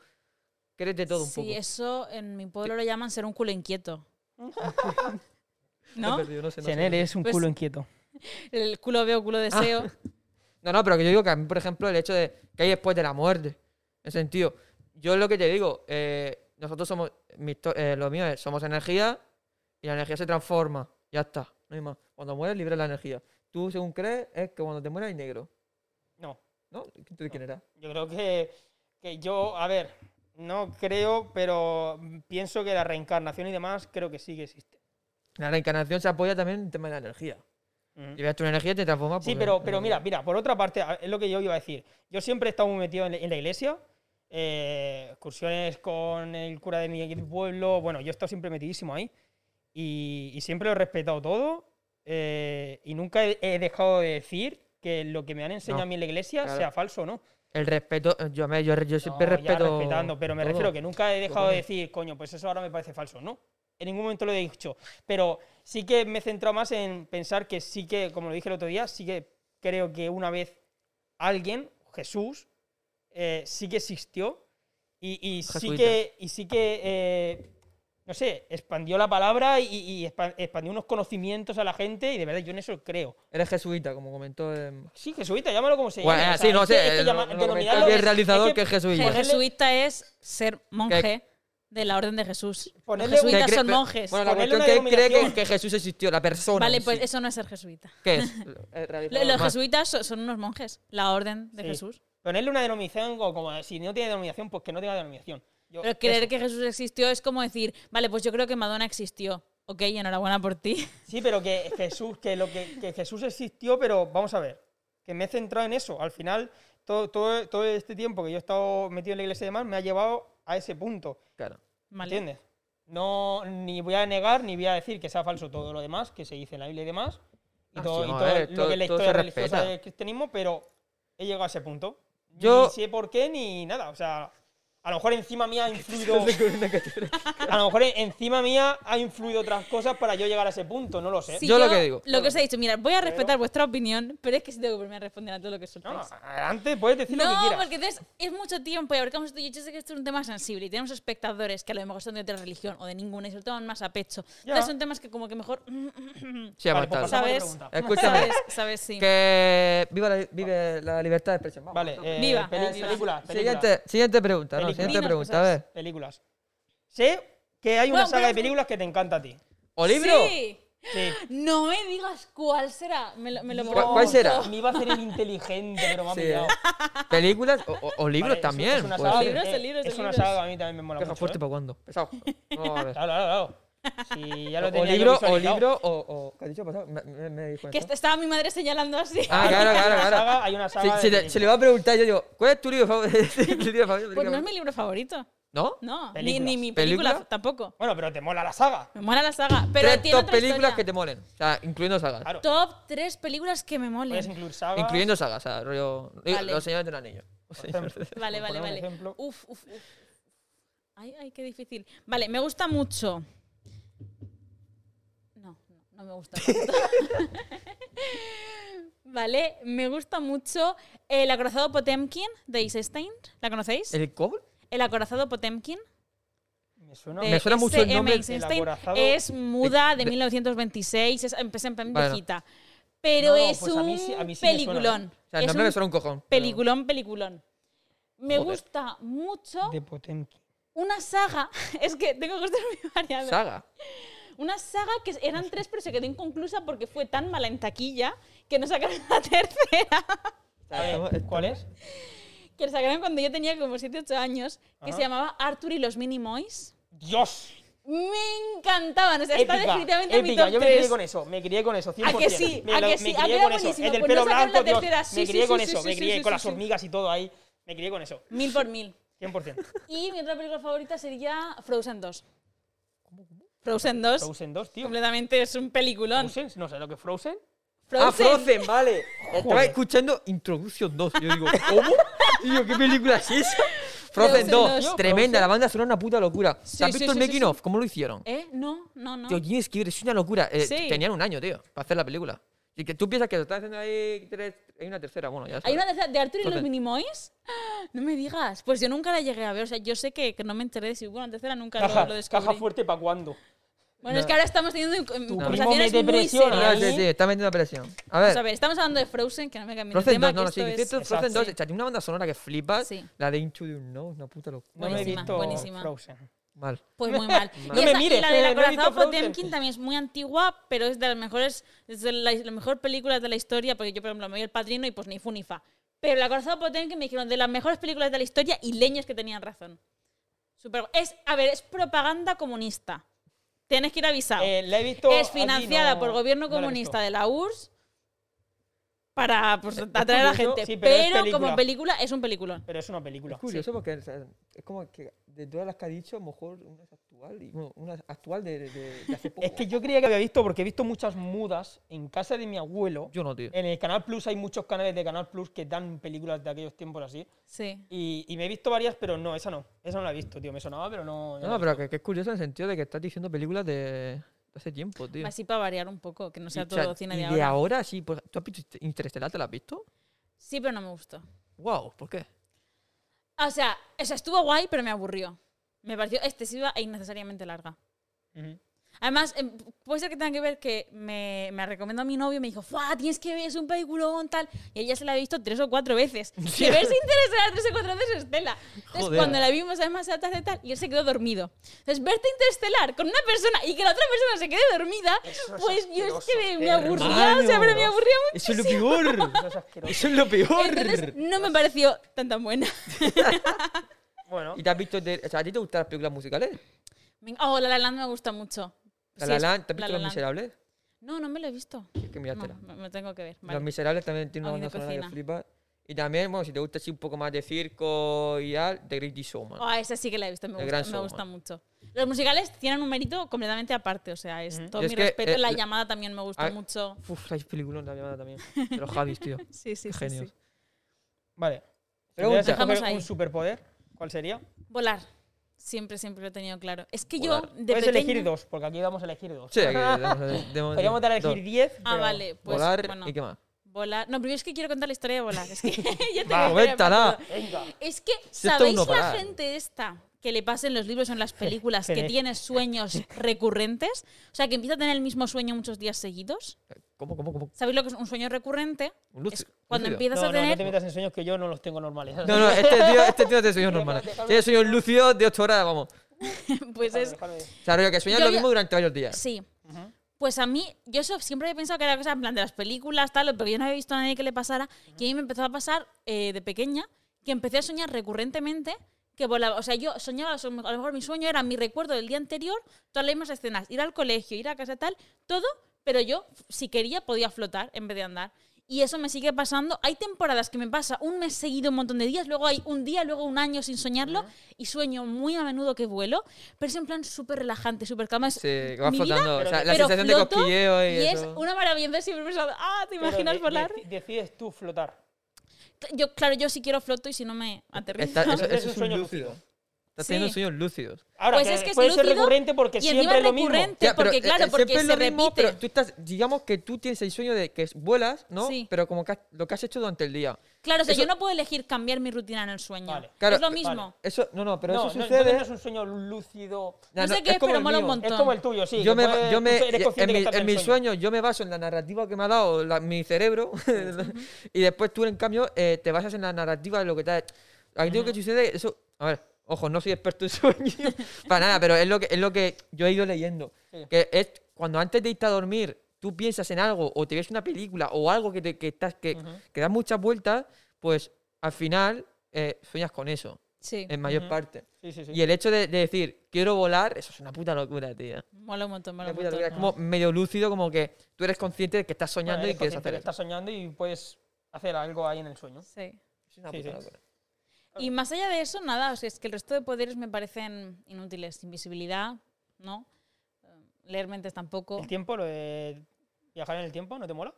que eres de todo un
sí,
poco.
eso en mi pueblo lo llaman ser un culo inquieto.
Me he
¿No?
perdido, no sé, no sé.
Chener es un
Pues-
culo inquieto.
El culo veo, culo deseo.
Ah, No, no, pero que yo digo que a mí, por ejemplo, el hecho de que hay después de la muerte. En sentido, yo lo que te digo, eh, nosotros somos, mi histo- eh, lo mío es, somos energía y la energía se transforma. Ya está, no hay más. Cuando mueres, libras la energía. Tú, según crees, es que cuando te mueres hay negro.
No,
¿No? ¿Tú de quién era?
yo creo que, que yo, a ver, no creo, pero pienso que la reencarnación y demás creo que sí que existe.
La reencarnación se apoya también en el tema de la energía.
Ujú.
Liberas tu energía y te pues, eh, transformas.
Mm. Sí, pero, pero mira, mira, por otra parte, a- es lo que yo iba a decir. Yo siempre he estado muy metido en la, en la iglesia, eh, excursiones con el cura de mi pueblo, bueno, yo he estado siempre metidísimo ahí y, y siempre lo he respetado todo eh, y nunca he, he dejado de decir que lo que me han enseñado
No,
a mí en la iglesia
claro.
sea falso o no.
El respeto, eh, yo, me- yo, yo siempre
No, ya
respeto.
respetando, pero me refiero que nunca he dejado
Todo.
de decir, coño, pues eso ahora me parece falso, no. En ningún momento lo he dicho, pero sí que me he centrado más en pensar que sí que, como lo dije el otro día, sí que creo que una vez alguien, Jesús, eh, sí que existió y, y sí
Jesuita.
que, y sí que eh, no sé, expandió la palabra y, y expa- expandió unos conocimientos a la gente y de verdad yo en eso creo.
Eres jesuita, como comentó. em,
Sí, jesuita, llámalo como se
Bueno,
llame. o
sí,
sea,
no
es que-
sé.
es que
eh,
llama-
lo- lo
denominarlo
comentó aquí
es-
el
es
realizador
que-
que es
El
jesuita.
Ponerle-
jesuita es ser monje de la orden de Jesús. Los
Ponerle un-
jesuitas
Que cree-
son
pe-
monjes.
Bueno, la
Ponerle una
cuestión que él cree que,
denominación.
que Jesús existió, la persona.
vale,
en
pues
sí.
eso no es ser jesuita.
¿Qué es? El realizador
Lo- Los
más.
jesuitas so- son unos monjes, la orden de
Sí.
Jesús.
Ponerle una denominación, o como si no tiene denominación, pues que no tenga denominación. Yo-
Pero creer
eso.
que Jesús existió es como decir, vale, pues yo creo que Madonna existió. Ok, enhorabuena por ti.
Sí, pero que Jesús, que, lo que, que Jesús existió, pero vamos a ver, que me he centrado en eso. Al final, todo, todo, todo este tiempo que yo he estado metido en la iglesia y demás, me ha llevado a ese punto.
Claro.
Vale.
¿Entiendes? No, ni voy a negar, ni voy a decir que sea falso todo lo demás, que se dice en la Biblia y demás, y
Ah,
todo,
sí,
y
no, a
todo
ver,
lo
todo-
que es la
todo se
historia religiosa
respeta.
del cristianismo, pero he llegado a ese punto.
Yo-
Ni sé por qué, ni nada. O sea, a lo mejor encima mía ha influido... A lo mejor en- encima mía ha influido otras cosas para yo llegar a ese punto, no lo sé.
Si
Yo lo que digo.
Lo que os he dicho, mira, voy a respetar vuestra opinión, pero es que si tengo que volverme a responder a todo lo que
No,
soltáis.
adelante, puedes decir lo que
No,
quieras.
porque entonces es mucho tiempo y abarcamos esto. Yo sé que esto es un tema sensible y tenemos espectadores que a lo mejor son de otra religión o de ninguna y se lo toman más a pecho.
Ya.
Entonces son temas que como que mejor...
Sí,
Vale,
más
pues
tarde.
pasamos.
¿Sabes?
pregunta.
Escúchame.
¿Sabes? ¿Sabes? pues Sí.
Que viva la, vive la libertad de expresión. Vamos.
Vale, eh,
Viva.
peli-
Viva.
películas, películas,
Siguiente, siguiente pregunta. No,
Película.
siguiente
Dinos
pregunta. A
cosas.
ver.
películas. Sé que hay una
Bueno,
saga de
pero-
películas que te encanta a ti.
¿O libro?
Sí.
Sí.
No me digas cuál será. Me lo, me lo
No,
¿Cuál- cuál será?
pregunto.
Me iba a hacer el inteligente, pero me ha
Sí,
pillado.
eh. ¿Películas o, o- o libros
Vale, es-
también?
Es una
puede
saga,
ser.
Libros,
eh,
libros,
es una
libros.
saga que a mí también me mola
Caja
mucho.
fuerte
¿eh?
para cuándo. Pesado. Vamos a ver.
Claro, claro, claro. Si ya lo
O
tenía yo
libro, o
visualizado.
libro, o. o- ¿Qué has dicho pasado? Me, me- me dijo
Que
eso.
est- estaba mi madre señalando así.
Ah, claro,
Hay
claro,
una
claro.
saga- hay una
Sí,
saga de
se, le,
películas.
se le va a preguntar, yo digo, ¿cuál es tu libro favorito? El libro favorito,
Pues no
película
es mi libro favorito.
¿No?
No, ni,
Películas.
ni mi película
¿Película?
tampoco.
Bueno, pero te mola la saga.
Me mola la saga, pero
Tres
tiene
top
otra
películas
historia.
que te molen. O sea, incluyendo sagas.
Claro.
Top tres películas que me
Puedes
Pues
molen.
incluir sagas.
Incluyendo sagas, o sea, rollo. eh,
Vale.
Los señores del anillo. Los
por ejemplo.
Señores del-
Vale,
Por
vale,
poner un
vale.
ejemplo.
Uf, uf, uf. Ay, ay, qué difícil. Vale, me gusta mucho. No, no, no me gusta tanto. vale, me gusta mucho El acorazado Potemkin de Eisenstein. ¿La conocéis? El,
¿El cobro?
acorazado Potemkin.
Me suena.
de este
Me suena mucho el
S.M.
nombre.
Eisenstein.
El acorazado-
Es muda de
de-
1926, es, empecé en plan
Vale.
viejita. Pero
No,
es
pues a
un
mí sí- a mí sí me suena, ¿eh?
peliculón.
O sea, el
Es
nombre me
un
suena un cojón. pero-
Peliculón, peliculón. Me
Joder.
gusta mucho
De Potemkin.
una saga. Es que tengo que estar muy variada.
Saga.
Una saga que eran tres, pero se quedó inconclusa porque fue tan mala en taquilla que no sacaron la tercera.
O
A
sea,
ver,
estamos- est-
¿Cuál es?
Que la sacaron cuando yo tenía como 7-8 años. Que
Ajá.
se llamaba Arthur y los Minimoys.
Dios.
Me encantaban. O sea,
épica,
está definitivamente en mi
épica.
top
Yo me
tres.
crié con eso, me crié con eso, 100%.
que sí?
Me
¿A
lo-
que
me
sí? ¿A
crié
que era
con eso,
buenísimo?
el del
Pues no
pelo
sacaron la
blanco, Dios,
tercera. Sí,
me
sí,
crié
sí,
con
sí,
eso,
sí,
me
sí,
crié
sí,
con
sí,
las
sí.
hormigas y todo ahí, me crié con eso,
Mil por mil.
100%.
Y mi otra película favorita sería Frozen 2. Frozen 2.
Frozen 2, tío.
Completamente es un peliculón.
Frozen, no sé lo que es Frozen.
Ah,
Frozen.
Frozen, vale. Estaba
Joder.
escuchando Introduction 2. y Yo digo, ¿cómo? Y yo, ¿qué película es esa? Frozen
Frozen
2,
dos.
tremenda, la banda sonora una puta locura. ¿Te
Sí,
has
sí,
visto el
sí, sí,
making
sí.
of? ¿Cómo lo hicieron?
¿Eh? No, no, no.
Tío, es que es una locura. Eh,
Sí.
Tenían un año, tío, para hacer la película. Y que tú piensas que lo están haciendo ahí tres, hay una tercera, bueno, ya
¿Hay
sabes.
una de, de Arthur y los
Frozen.
Minimoys? ¡Ah! No me digas. Pues yo nunca la llegué a ver. O sea, yo sé que, que no me enteré de si hubo una tercera, nunca lo-
Caja,
lo, descubrí.
caja fuerte para cuándo.
Bueno, es que ahora estamos teniendo en- en
primo
conversaciones
me
muy
depresiona,
Ah,
serias.
¿eh?
sí, sí, está metiendo presión. A ver,
Vamos a ver, estamos hablando de Frozen, que no me cambie de
Frozen
tema.
2, no, no,
que
sí,
esto
cierto,
es-
Frozen
exacto.
2, o sea, tiene una banda sonora que flipas.
Sí.
La de Into the Unknown, una puta locura.
No me he
Buenísima,
visto
buenísima.
Frozen.
Mal.
Pues muy mal.
No
y,
me
esa- y
mires,
la de
eh,
la
no he visto
Corazón
Frozen.
Potemkin también es muy antigua, pero es de las mejores, es de la, la mejor película de la historia, porque yo, por ejemplo, me vi El Padrino y pues ni fu ni fa. Pero la Corazón Potemkin me dijeron de las mejores películas de la historia y leños que tenían razón. Super, es, a ver, es propaganda comunista. Tienes que ir avisado.
Eh, la he visto
es
aquí,
financiada
no-
por gobierno
no la he
comunista
visto.
de la URSS para pues, atraer a la
curioso,
gente.
sí, pero es
pero
película.
como película es un peliculón.
Pero es una película.
Es curioso porque o sea, es como que de todas las que ha dicho, a lo mejor una es actual y bueno, una es actual de, de- de hace poco.
Es que yo creía que había visto, porque he visto muchas mudas en casa de mi abuelo.
yo no, tío.
Eh,
En el Canal Plus hay muchos canales de Canal Plus que dan películas de aquellos tiempos así.
Sí.
Y, y me he visto varias, pero no, esa no. Esa no la he visto, tío. Me sonaba, pero no.
No, no, pero que, que es curioso en el sentido de que estás diciendo películas de, de hace tiempo, tío.
Así para variar un poco, que no sea
Y, o sea,
todo cine
y
de
de
ahora.
ahora sí, pues, ¿tú has visto Inter- Interestelar? ¿Te la has visto?
Sí, pero no me gustó.
Wow, ¿por qué?
O sea, o sea, estuvo guay, pero me aburrió. Me pareció excesiva e innecesariamente larga.
Ujú.
Además, em, puede ser que tenga que ver que me, me recomendó a mi novio y me dijo, ¡Fua, tienes que ver, es un peliculón, tal! Y ella se la ha visto tres o cuatro veces. Que verse Interestelar tres o cuatro veces, Estela. Entonces,
Joder.
cuando la vimos, además, a tarde tal, y él se quedó dormido. Entonces, verte Interestelar con una persona y que la otra persona se quede dormida,
es
pues yo es que me, me
asqueroso,
aburría, o sea, pero me
hermano.
aburría mucho.
Eso es lo peor.
Eso es asqueroso.
Eso es lo
Entonces,
peor.
no me pareció tan tan buena.
Bueno,
¿Y te has visto? de- o sea, ¿a ti te gustan las películas musicales?
Me- Oh, La La Land me gusta mucho.
La
Sí,
La
es-
Land, ¿Te has visto
La La
Los
Land.
Miserables?
No, no me lo he visto.
Es que
No,
míratela.
me, me tengo que ver.
Los
vale.
Miserables también tiene una
Alguien
banda
de
sonora que
cocina.
flipa. Y también, bueno, si te gusta así un poco más de circo y tal, The Great Showman.
Ah, esa sí que la he visto, me
El
gusta,
Gran
me gusta
Showman.
mucho. Los musicales tienen un mérito completamente aparte, o sea, es todo
Es
mi
que,
respeto.
eh,
la
la-
llamada también me gusta
Ah.
mucho.
Uf, hay películas de la llamada también. De los Javis, tío.
Sí, sí,
Qué
sí, sí.
genios.
vale. Si
Pregunta.
pudieras escoger
Dejamos ahí.
un superpoder, ¿cuál sería?
Volar. Siempre, siempre lo he tenido claro. Es que
Volar.
yo de
Puedes
pequeña-
elegir dos, porque aquí vamos a elegir dos.
Sí, aquí damos- damos-
Podríamos dar a elegir
dos.
diez.
Ah,
pero-
vale, pues
Volar
bueno.
y qué más.
Volar. No, pero yo es que quiero contar la historia de volar. Es que
Va,
yo tengo historia para
cuéntala.
todo.
Venga.
Es que,
esto
¿sabéis
uno
la
para.
gente esta que le pasa en los libros o en las películas que
Tenéis.
tiene sueños recurrentes? O sea, que empieza a tener el mismo sueño muchos días seguidos.
¿Cómo, cómo, cómo?
¿Sabéis lo que es un sueño recurrente?
Un lúcido,
Es cuando
lúcido.
empiezas
No,
a
no, no
tener.
te metas en sueños que yo no los tengo normales.
No, no, este tío, este tío tiene sueños normales. Tiene sueños lúcidos de 8 horas, vamos.
pues es.
Déjame-
O sea, rollo que sueñas
Yo
lo
había-
mismo durante varios días.
Sí. Pues a mí, yo eso siempre he pensado que era cosa en plan de las películas, tal, pero yo no había visto a nadie que le pasara. Y a mí me empezó a pasar eh, de pequeña que empecé a soñar recurrentemente que volaba. O sea, yo soñaba, a lo mejor mi sueño era mi recuerdo del día anterior, todas las mismas escenas, ir al colegio, ir a casa, tal, todo, pero yo, si quería, podía flotar en vez de andar. Y eso me sigue pasando. Hay temporadas que me pasa un mes seguido, un montón de días, luego hay un día, luego un año sin soñarlo y sueño muy a menudo que vuelo, pero es en plan súper relajante, súper calma. Es
Sí, que vas
mi vida,
flotando. O sea, la
pero
sensación de
floto
cosquilleo y,
es
eso.
una maravilla. Entonces siempre he pensado, ah, ¿te
pero
imaginas
de-
volar?
deci- decides tú flotar.
Yo, claro, yo si quiero floto y si no me aterrizo.
Está- eso,
Entonces
eso es un sueño lúcido. Estás teniendo
Sí.
sueños lúcidos.
Ahora,
Pues
que
es que es
puede ser
lúcido
recurrente porque
y encima
siempre es lo mismo.
recurrente.
Ya, pero,
porque,
eh,
claro,
eh,
porque
siempre es
se
lo mismo,
repite.
pero tú estás, digamos que tú tienes el sueño de que es- vuelas, ¿no?
Sí.
Pero como que has- lo que has hecho durante el día.
Claro, o sea,
Eso-
yo no puedo elegir cambiar mi rutina en el sueño.
Vale.
Claro,
es lo
eh,
mismo.
vale.
Eso, no, no, pero
no,
eso
no,
sucede.
entonces no es un sueño lúcido.
Ya,
No sé qué
es
es,
como
pero
el
mola un
mío.
montón.
Es como el tuyo, sí.
yo
que
me,
puedes-
yo
tú
me-
eres consciente
en,
que
mi,
estás
en mis
sueño.
sueños yo me baso en la narrativa que me ha dado la- mi cerebro y después tú en cambio eh, te basas en la narrativa de lo que te ha aquí digo que sucede eso a ver ojo no soy experto en sueños para nada pero es lo que es lo que yo he ido leyendo
Sí.
que es cuando antes de irte a dormir tú piensas en algo o te ves una película o algo que te, que estás que, que das muchas vueltas pues al final eh, sueñas con eso
Sí,
en mayor
Ujú.
parte
Sí, sí, sí.
y el hecho de, de decir quiero volar eso es una puta locura tío
mola un montón,
una
mola un
puta
montón.
locura, Es como medio lúcido, como que tú eres consciente de que estás
Bueno,
soñando
eres
y quieres
consciente que
hacer eso.
estás soñando y puedes hacer algo ahí en el sueño.
Sí.
Es una
Sí,
puta
sí.
locura.
Y más allá de eso, nada, o sea, es que el resto de poderes me parecen inútiles. Invisibilidad, ¿no? Eh, Leer mentes tampoco.
¿El tiempo, lo de viajar en el tiempo, no te mola?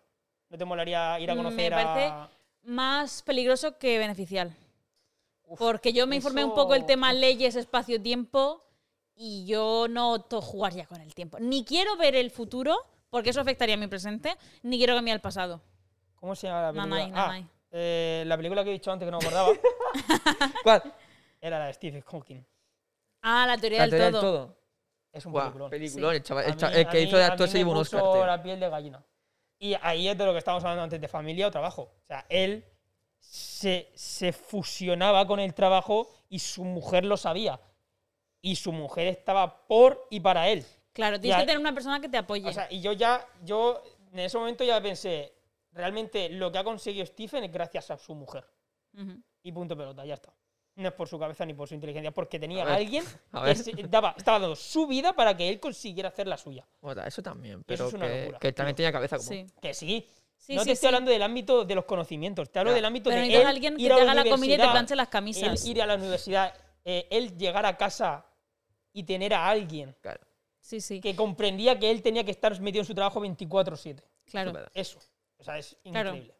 ¿No te molaría ir a
Me
conocer a...?
parece- Más peligroso que beneficial. Porque yo me informé un
eso-
poco el tema leyes, espacio, tiempo y yo no opto jugar ya con el tiempo. Ni quiero ver el futuro porque eso afectaría a mi presente, ni quiero cambiar el pasado.
¿Cómo se llama la película?
Nanai,
Ah,
nanai.
eh, la película que he dicho antes que no me acordaba
¿Cuál?
era la de Stephen Hawking.
Ah, la teoría,
La
del,
teoría del
todo.
todo.
Es un
Buah,
peliculón.
peliculón, el, chaval,
A
el, cha-
mí-
el
a
que
mí-
hizo de
a mí
actor se
me
llevó un
puso
Oscar. tío.
la piel de gallina. Y ahí es de lo que estábamos hablando antes, de familia o trabajo. O sea, él se, se fusionaba con el trabajo y su mujer lo sabía. Y su mujer estaba por y para él.
Claro, tienes
Ya-
que tener una persona que te apoye.
O sea, y yo ya, yo en ese momento ya pensé, realmente lo que ha conseguido Stephen es gracias a su mujer.
Ujú.
Y punto pelota, ya está. No es por su cabeza ni por su inteligencia, porque tenía
A
a,
ver,
alguien
a
que
ver.
se- daba, estaba dando su vida para que él consiguiera hacer la suya.
Bueno, eso también, pero
es una
que,
locura,
que también
tío.
tenía cabeza como.
Sí.
Que sí.
Sí,
no
sí,
te estoy
sí.
hablando del ámbito de los conocimientos, te hablo
Ya.
del ámbito
Pero
de
necesitas
él
alguien que
ir a
te haga la comida y te
universidad,
planche las
él
camisas.
ir a la universidad, eh, él llegar a casa y tener a alguien
Claro,
Sí, sí,
que comprendía que él tenía que estar metido en su trabajo 24/7.
claro.
súper.
Eso. O sea, es
Claro.
increíble.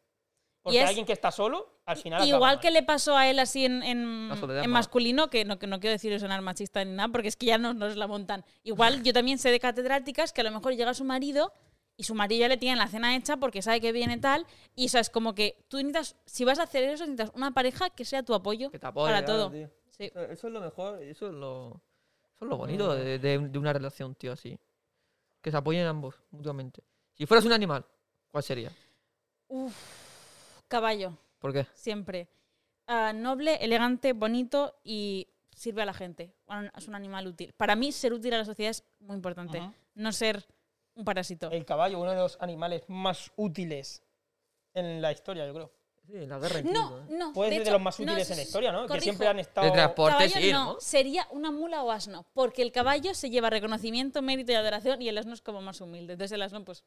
Porque
es-
alguien que está solo, al final. acaba
Igual
mal.
que le pasó a él así en, en,
La soledad
en
mala.
masculino, que no, que no quiero decir sonar machista ni nada, porque es que ya no- nos la montan. Igual yo también sé de catedráticas que a lo mejor llega su marido y su marido ya le tiene la cena hecha porque sabe que viene tal. Y eso es como que tú necesitas, si vas a hacer eso, necesitas una pareja que sea tu apoyo,
Que te apoye,
para
claro,
todo.
tío.
Sí.
Eso, eso es lo mejor, eso es lo, eso es lo
Mm.
bonito de, de- de una relación, tío, así. Que se apoyen ambos mutuamente. Si fueras un animal, ¿cuál sería?
Uf, caballo,
¿Por qué?
siempre. Ah, noble, elegante, bonito y sirve a la gente. Bueno, es un animal útil. Para mí, ser útil a la sociedad es muy importante.
Ujú.
No ser un parásito.
El caballo, uno de los animales más útiles en la historia, yo creo.
Sí, la guerra
¿eh?
No, no.
Puede ser de
hecho,
los más
no,
útiles
sí,
en la
sí,
historia, ¿no? Que
corrijo.
siempre han estado.
De transporte,
Caballo
sí,
no,
¿no?
sería una mula o asno, porque el caballo se lleva reconocimiento, mérito y adoración y el asno es como más humilde. Entonces el asno, pues,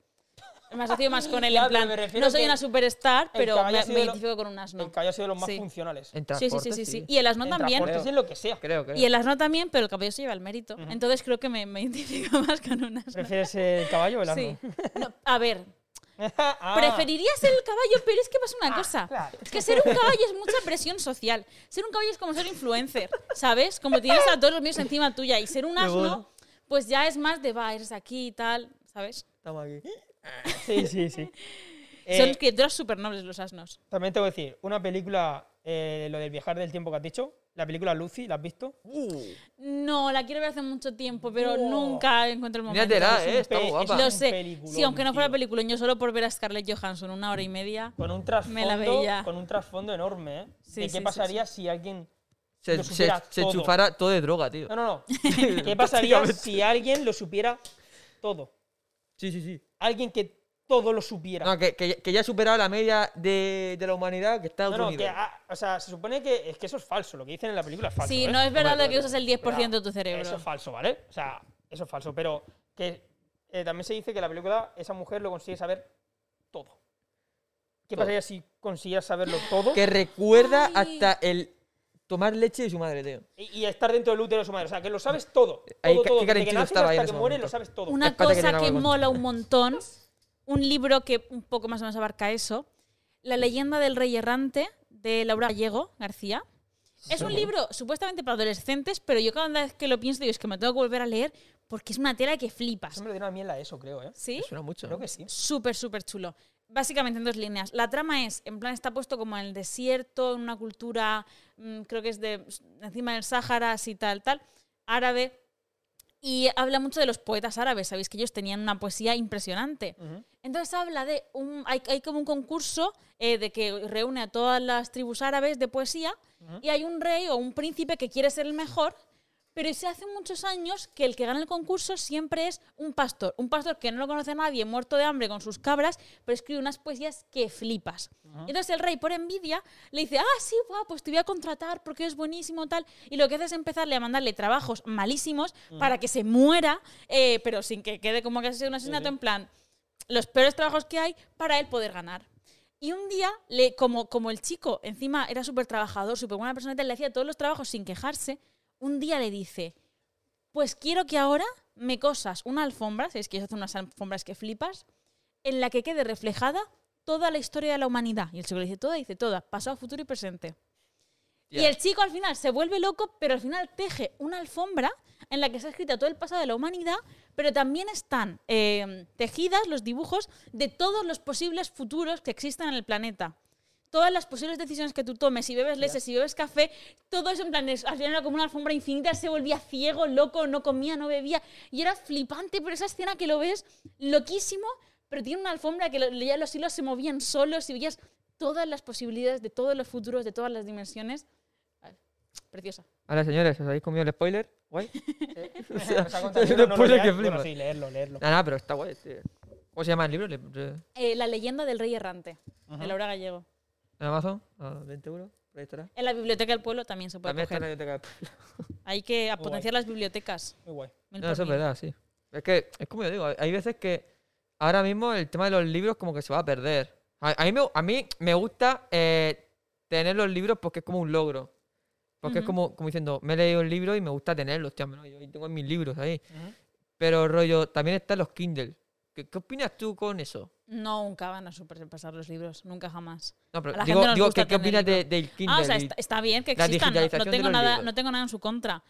me asocio más con él,
Ya,
en
pero
plan,
me refiero
no soy
que
una superstar, pero
caballo
me,
ha sido
me
de lo-
identifico con un asno.
El caballo ha sido de los más
Sí.
funcionales.
En
Sí, sí,
transporte,
sí, sí, sí. Y el asno
En
también.
transportes, en lo que sea.
Creo, creo.
Y el asno también, pero el caballo se lleva el mérito. Entonces creo que me, me identifico más con un asno.
¿Prefieres el caballo o el asno?
Sí. No, a ver,
Ah,
Preferiría ser el caballo, pero es que pasa una cosa.
claro.
Es que ser un caballo es mucha presión social. Ser un caballo es como ser influencer, ¿sabes? Como tienes a todos los míos encima tuya. Y ser un asno, pues ya es más de, va, eres aquí y tal, ¿sabes?
Estamos aquí.
Sí, sí, sí. Eh,
Son criaturas súper nobles los asnos.
También tengo que decir, una película, eh, lo del viajar del tiempo que has dicho, la película Lucy, ¿la has visto?
No, la quiero ver hace mucho tiempo, pero
Wow.
nunca encuentro el momento.
Míratela, eh, está
pe-
muy guapa.
es
Lo
un
sé.
peliculón,
Sí, aunque no fuera
tío.
película, yo solo por ver a Scarlett Johansson una hora y media.
Pues
Con un
Me la
trasfondo,
veía.
con un trasfondo enorme, ¿eh?
Sí,
¿De
sí,
qué
sí,
pasaría si alguien...
Se,
lo
se,
supera
se
todo.
chufara todo de droga, tío.
No, no, no. ¿Qué pasaría si alguien lo supiera todo?
Sí, sí, sí.
Alguien que todo lo supiera.
No, que, que, que ya ha superado la media de, de la humanidad, que está a
No,
otro
no, que,
nivel.
ah, o sea, se supone que es que eso es falso, lo que dicen en la película es falso.
Sí,
¿eh?
no es verdad
Hombre,
lo que usas el 10% de tu
Eso
cerebro.
es falso, ¿vale? O sea, eso es falso, pero que eh, también se dice que la película, esa mujer lo consigue saber todo. ¿Qué
Todo.
pasaría si consiguiera saberlo todo
Que recuerda
Ay.
hasta el tomar leche de su madre, tío.
y, y estar dentro del útero de su madre? O sea, que lo sabes todo.
Ahí,
todo,
qué-
todo, desde que
qué calentito
naces
estaba ahí en
hasta que
ese
muere lo
momento.
sabes todo.
Una
Espérate que
cosa
tengo
que
algo que
mola un montón, un libro que un poco más o menos abarca eso, La leyenda del rey errante de Laura Gallego García. Es un libro supuestamente para adolescentes, pero yo cada vez que lo pienso digo, es que me tengo que volver a leer porque es una tela que
Eso
flipas.
me lo dieron a mí en la ESO, creo, ¿eh?
¿Sí?
Me suena mucho.
Creo
¿no?
que sí.
Súper, súper chulo. Básicamente en dos líneas. La trama es, en plan, está puesto como en el desierto, en una cultura, mm, creo que es de encima del Sáhara, así tal, tal, árabe. Y habla mucho de los poetas árabes, sabéis que ellos tenían una poesía impresionante.
Ujú.
Entonces habla de un. Hay, hay como un concurso eh, de que reúne a todas las tribus árabes de poesía y hay un rey o un príncipe que quiere ser el mejor, pero se hace muchos años que el que gana el concurso siempre es un pastor. Un pastor que no lo conoce nadie, muerto de hambre con sus cabras, pero escribe unas poesías que flipas. Entonces el rey, por envidia, le dice: Ah, sí, guau, pues te voy a contratar porque es buenísimo, tal. Y lo que hace es empezarle a mandarle trabajos malísimos para que se muera, eh, pero sin que quede como que ha sido un asesinato, en plan los peores trabajos que hay para él poder ganar. Y un día, le, como, como el chico encima era súper trabajador, súper buena persona, y tal, le hacía todos los trabajos sin quejarse, un día le dice, pues quiero que ahora me cosas una alfombra, sabéis que ellos hacen unas alfombras que flipas, en la que quede reflejada toda la historia de la humanidad. Y el chico le dice toda, dice toda, pasado, futuro y presente. Y
Hostia.
el chico al final se vuelve loco, pero al final teje una alfombra en la que está escrito todo el pasado de la humanidad, pero también están eh, tejidas los dibujos de todos los posibles futuros que existan en el planeta. Todas las posibles decisiones que tú tomes, si bebes leche, si bebes café, todo eso en plan, es- al final era como una alfombra infinita, se volvía ciego, loco, no comía, no bebía, y era flipante, pero esa escena que lo ves, loquísimo, pero tiene una alfombra que lo- ya los hilos se movían solos y veías todas las posibilidades de todos los futuros, de todas las dimensiones. Preciosa.
Ahora, señores, ¿os habéis comido el spoiler? Guay.
Eh,
O sea,
Nos ha contado
es
el
un
libro, no lo
spoiler que
leáis. Bueno,
flipas.
sí, leerlo, leerlo.
Nada, nada, pero está guay. tío. ¿Cómo se llama el libro? Le- le-
Eh, la leyenda del rey errante, de Laura Gallego.
¿En Amazon? ¿A 20 Ah, euros? Por ahí estará.
En la biblioteca del pueblo también se puede
También está en
coger.
la biblioteca.
Hay que a
Guay.
potenciar las bibliotecas.
Muy guay.
mil
No,
por
eso es
mil.
verdad, sí. Es que, es como yo digo, hay- hay veces que ahora mismo el tema de los libros como que se va a perder. A, a mí, me, a mí me gusta eh, tener los libros porque es como un logro. Porque es
Ujú.
como, como diciendo, me he leído el libro y me gusta tenerlos, tío. me lo- Yo tengo mis libros ahí. Pero rollo, también están los Kindle. ¿Qué, qué opinas tú con eso?
Nunca van a superpasar los libros, nunca jamás.
No, pero
A la
digo,
gente nos
digo
gusta
¿qué, qué
tener
opinas de-
libros.
del Kindle?
Ah, o sea,
y-
está, está bien que
la
existan. No,
digitalización de
tengo
los
nada,
libros.
no tengo nada en su contra.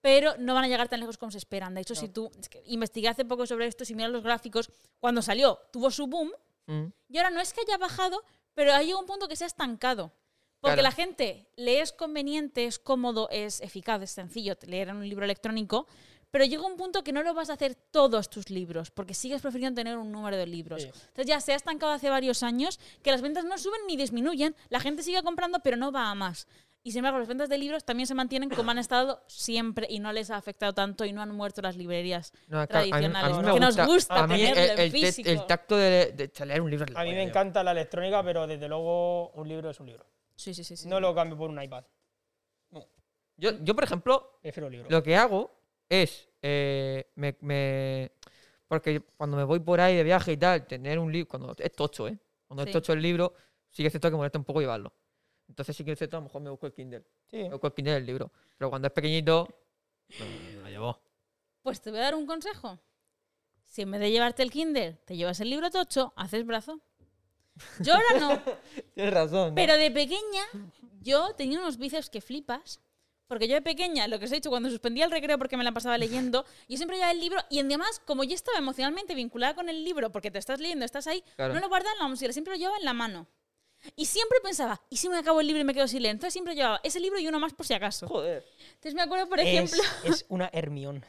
Pero no van a llegar tan lejos como se esperan. De hecho, si tú es que investigué hace poco sobre esto, si miras los gráficos, cuando salió tuvo su boom
Mm.
Y ahora no es que haya bajado, pero ha llegado un punto que se ha estancado. Porque
Claro.
la gente le es conveniente, es cómodo, es eficaz, es sencillo leer en un libro electrónico, pero llega un punto que no lo vas a hacer todos tus libros, porque sigues prefiriendo tener un número de libros.
Sí.
Entonces ya se ha estancado hace varios años, que las ventas no suben ni disminuyen, la gente sigue comprando, pero no va a más. Y sin embargo, las ventas de libros también se mantienen como han estado siempre y no les ha afectado tanto y no han muerto las librerías
No, es que a mí- a mí
tradicionales.
me
que nos
a
gusta
mí
tenerlo
el, el
en
te- el
físico.
tacto de, de- de leer un libro. es la
A mí me
polla, tío.
encanta la electrónica, pero desde luego un libro es un libro.
Sí, sí, sí, sí.
No lo cambio por un iPad.
Yo, yo, por ejemplo,
Prefiero libro.
Lo que hago es. eh, me, me- porque yo- cuando me voy por ahí de viaje y tal, tener un libro. Cuando es tocho, ¿eh? Cuando
Sí.
es tocho el libro, sí que es cierto que me molesta un poco llevarlo. Entonces, sí que es cierto, a lo mejor me busco el Kindle.
Sí.
Me busco el Kindle del libro. Pero cuando es pequeñito. no, no lo llevo.
Pues te voy a dar un consejo. Si en vez de llevarte el Kindle, te llevas el libro tocho, haces brazo. Yo ahora no,
Tienes razón. ¿no?
pero de pequeña yo tenía unos bíceps que flipas. Porque yo de pequeña, lo que os he dicho, cuando suspendía el recreo porque me la pasaba leyendo, yo siempre llevaba el libro y además, como yo estaba emocionalmente vinculada con el libro, porque te estás leyendo, estás ahí,
Claro.
no lo guardaba en la mochila, siempre lo llevaba en la mano. Y siempre pensaba, ¿y si me acabo el libro y me quedo sin leer? Entonces siempre llevaba ese libro y uno más por si acaso.
Joder.
Entonces me acuerdo, por
Es,
ejemplo...
es una Hermión.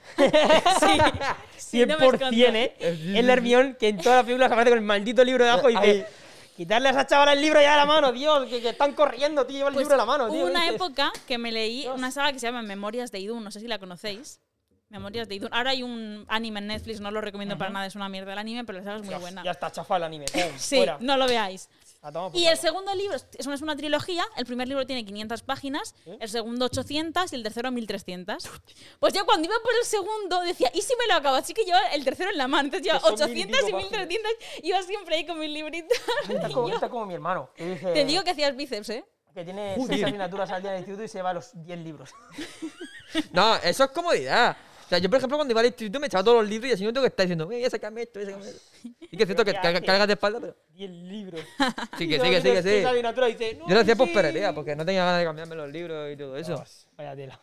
sí, no me
100%,
escondo.
¿eh? Es la Hermión que en todas las películas aparece con el maldito libro debajo y dice: Quitarle a esa chavala el libro ya de la mano, Dios, que, que están corriendo, tío, lleva el
Pues
libro a la mano, tío.
Hubo una
¿qué dices?
época que me leí una saga que se llama Memorias de Idun, no sé si la conocéis. Memorias de Idun. Ahora hay un anime en Netflix, no lo recomiendo para nada, es una mierda el anime, pero la saga es muy
Dios,
buena.
Ya está chafa el anime. pum,
Sí,
fuera.
no lo veáis.
La toma por
Y el
saco.
segundo libro es- es una, es una trilogía. El primer libro tiene 500 páginas,
¿Eh?
el segundo 800 y el tercero 1300. Pues yo cuando iba por el segundo decía, ¿y si me lo acabo? Así que llevaba el tercero en la mano. Entonces llevaba
Que son mil y
800 y
pico
1300. Iba siempre ahí con mi librito.
Está como, está como mi hermano. Que dice,
Te digo que hacías bíceps, ¿eh?
que tiene seis asignaturas al día en el instituto y se lleva los 10 libros.
No, eso es comodidad. O sea, yo, por ejemplo, cuando iba al instituto me echaba todos los libros y así no tengo que estar diciendo, voy a sacarme esto, voy a sacarme esto. Y que es cierto que
¿qué
carga-
haces?
cargas de espalda, pero.
10 libros.
Sí, que sí, que sí, que sí. Yo lo hacía por perrería, porque no tenía ganas de cambiarme los libros y todo eso.
Pues, Vaya tela.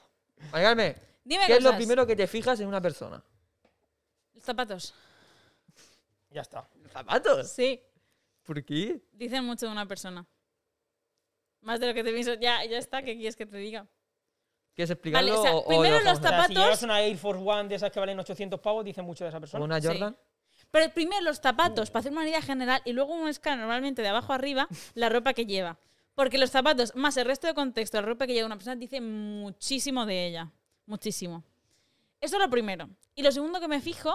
María Carmen,
Dime
¿qué es lo
cosas.
primero que te fijas en una persona?
Los zapatos.
Ya está.
¿Zapatos?
Sí.
¿Por qué?
Dicen mucho de una persona. Más de lo que te pienso. Ya, ya está, ¿qué quieres que te diga?
¿Quieres explicarlo?
Vale, o sea,
o- o
primero
lo dejamos
los
O sea, si
Zapatos.
llevas una Air Force One de esas que valen 800 pavos, dice mucho de esa
así? ¿O
persona.
una
Sí.
Jordan?
Pero primero los zapatos, para hacer una idea general, y luego uno escala normalmente de abajo arriba la ropa que lleva. Porque los zapatos, más el resto de contexto, la ropa que lleva una persona, dice muchísimo de ella. Muchísimo. Eso es lo primero. Y lo segundo que me fijo,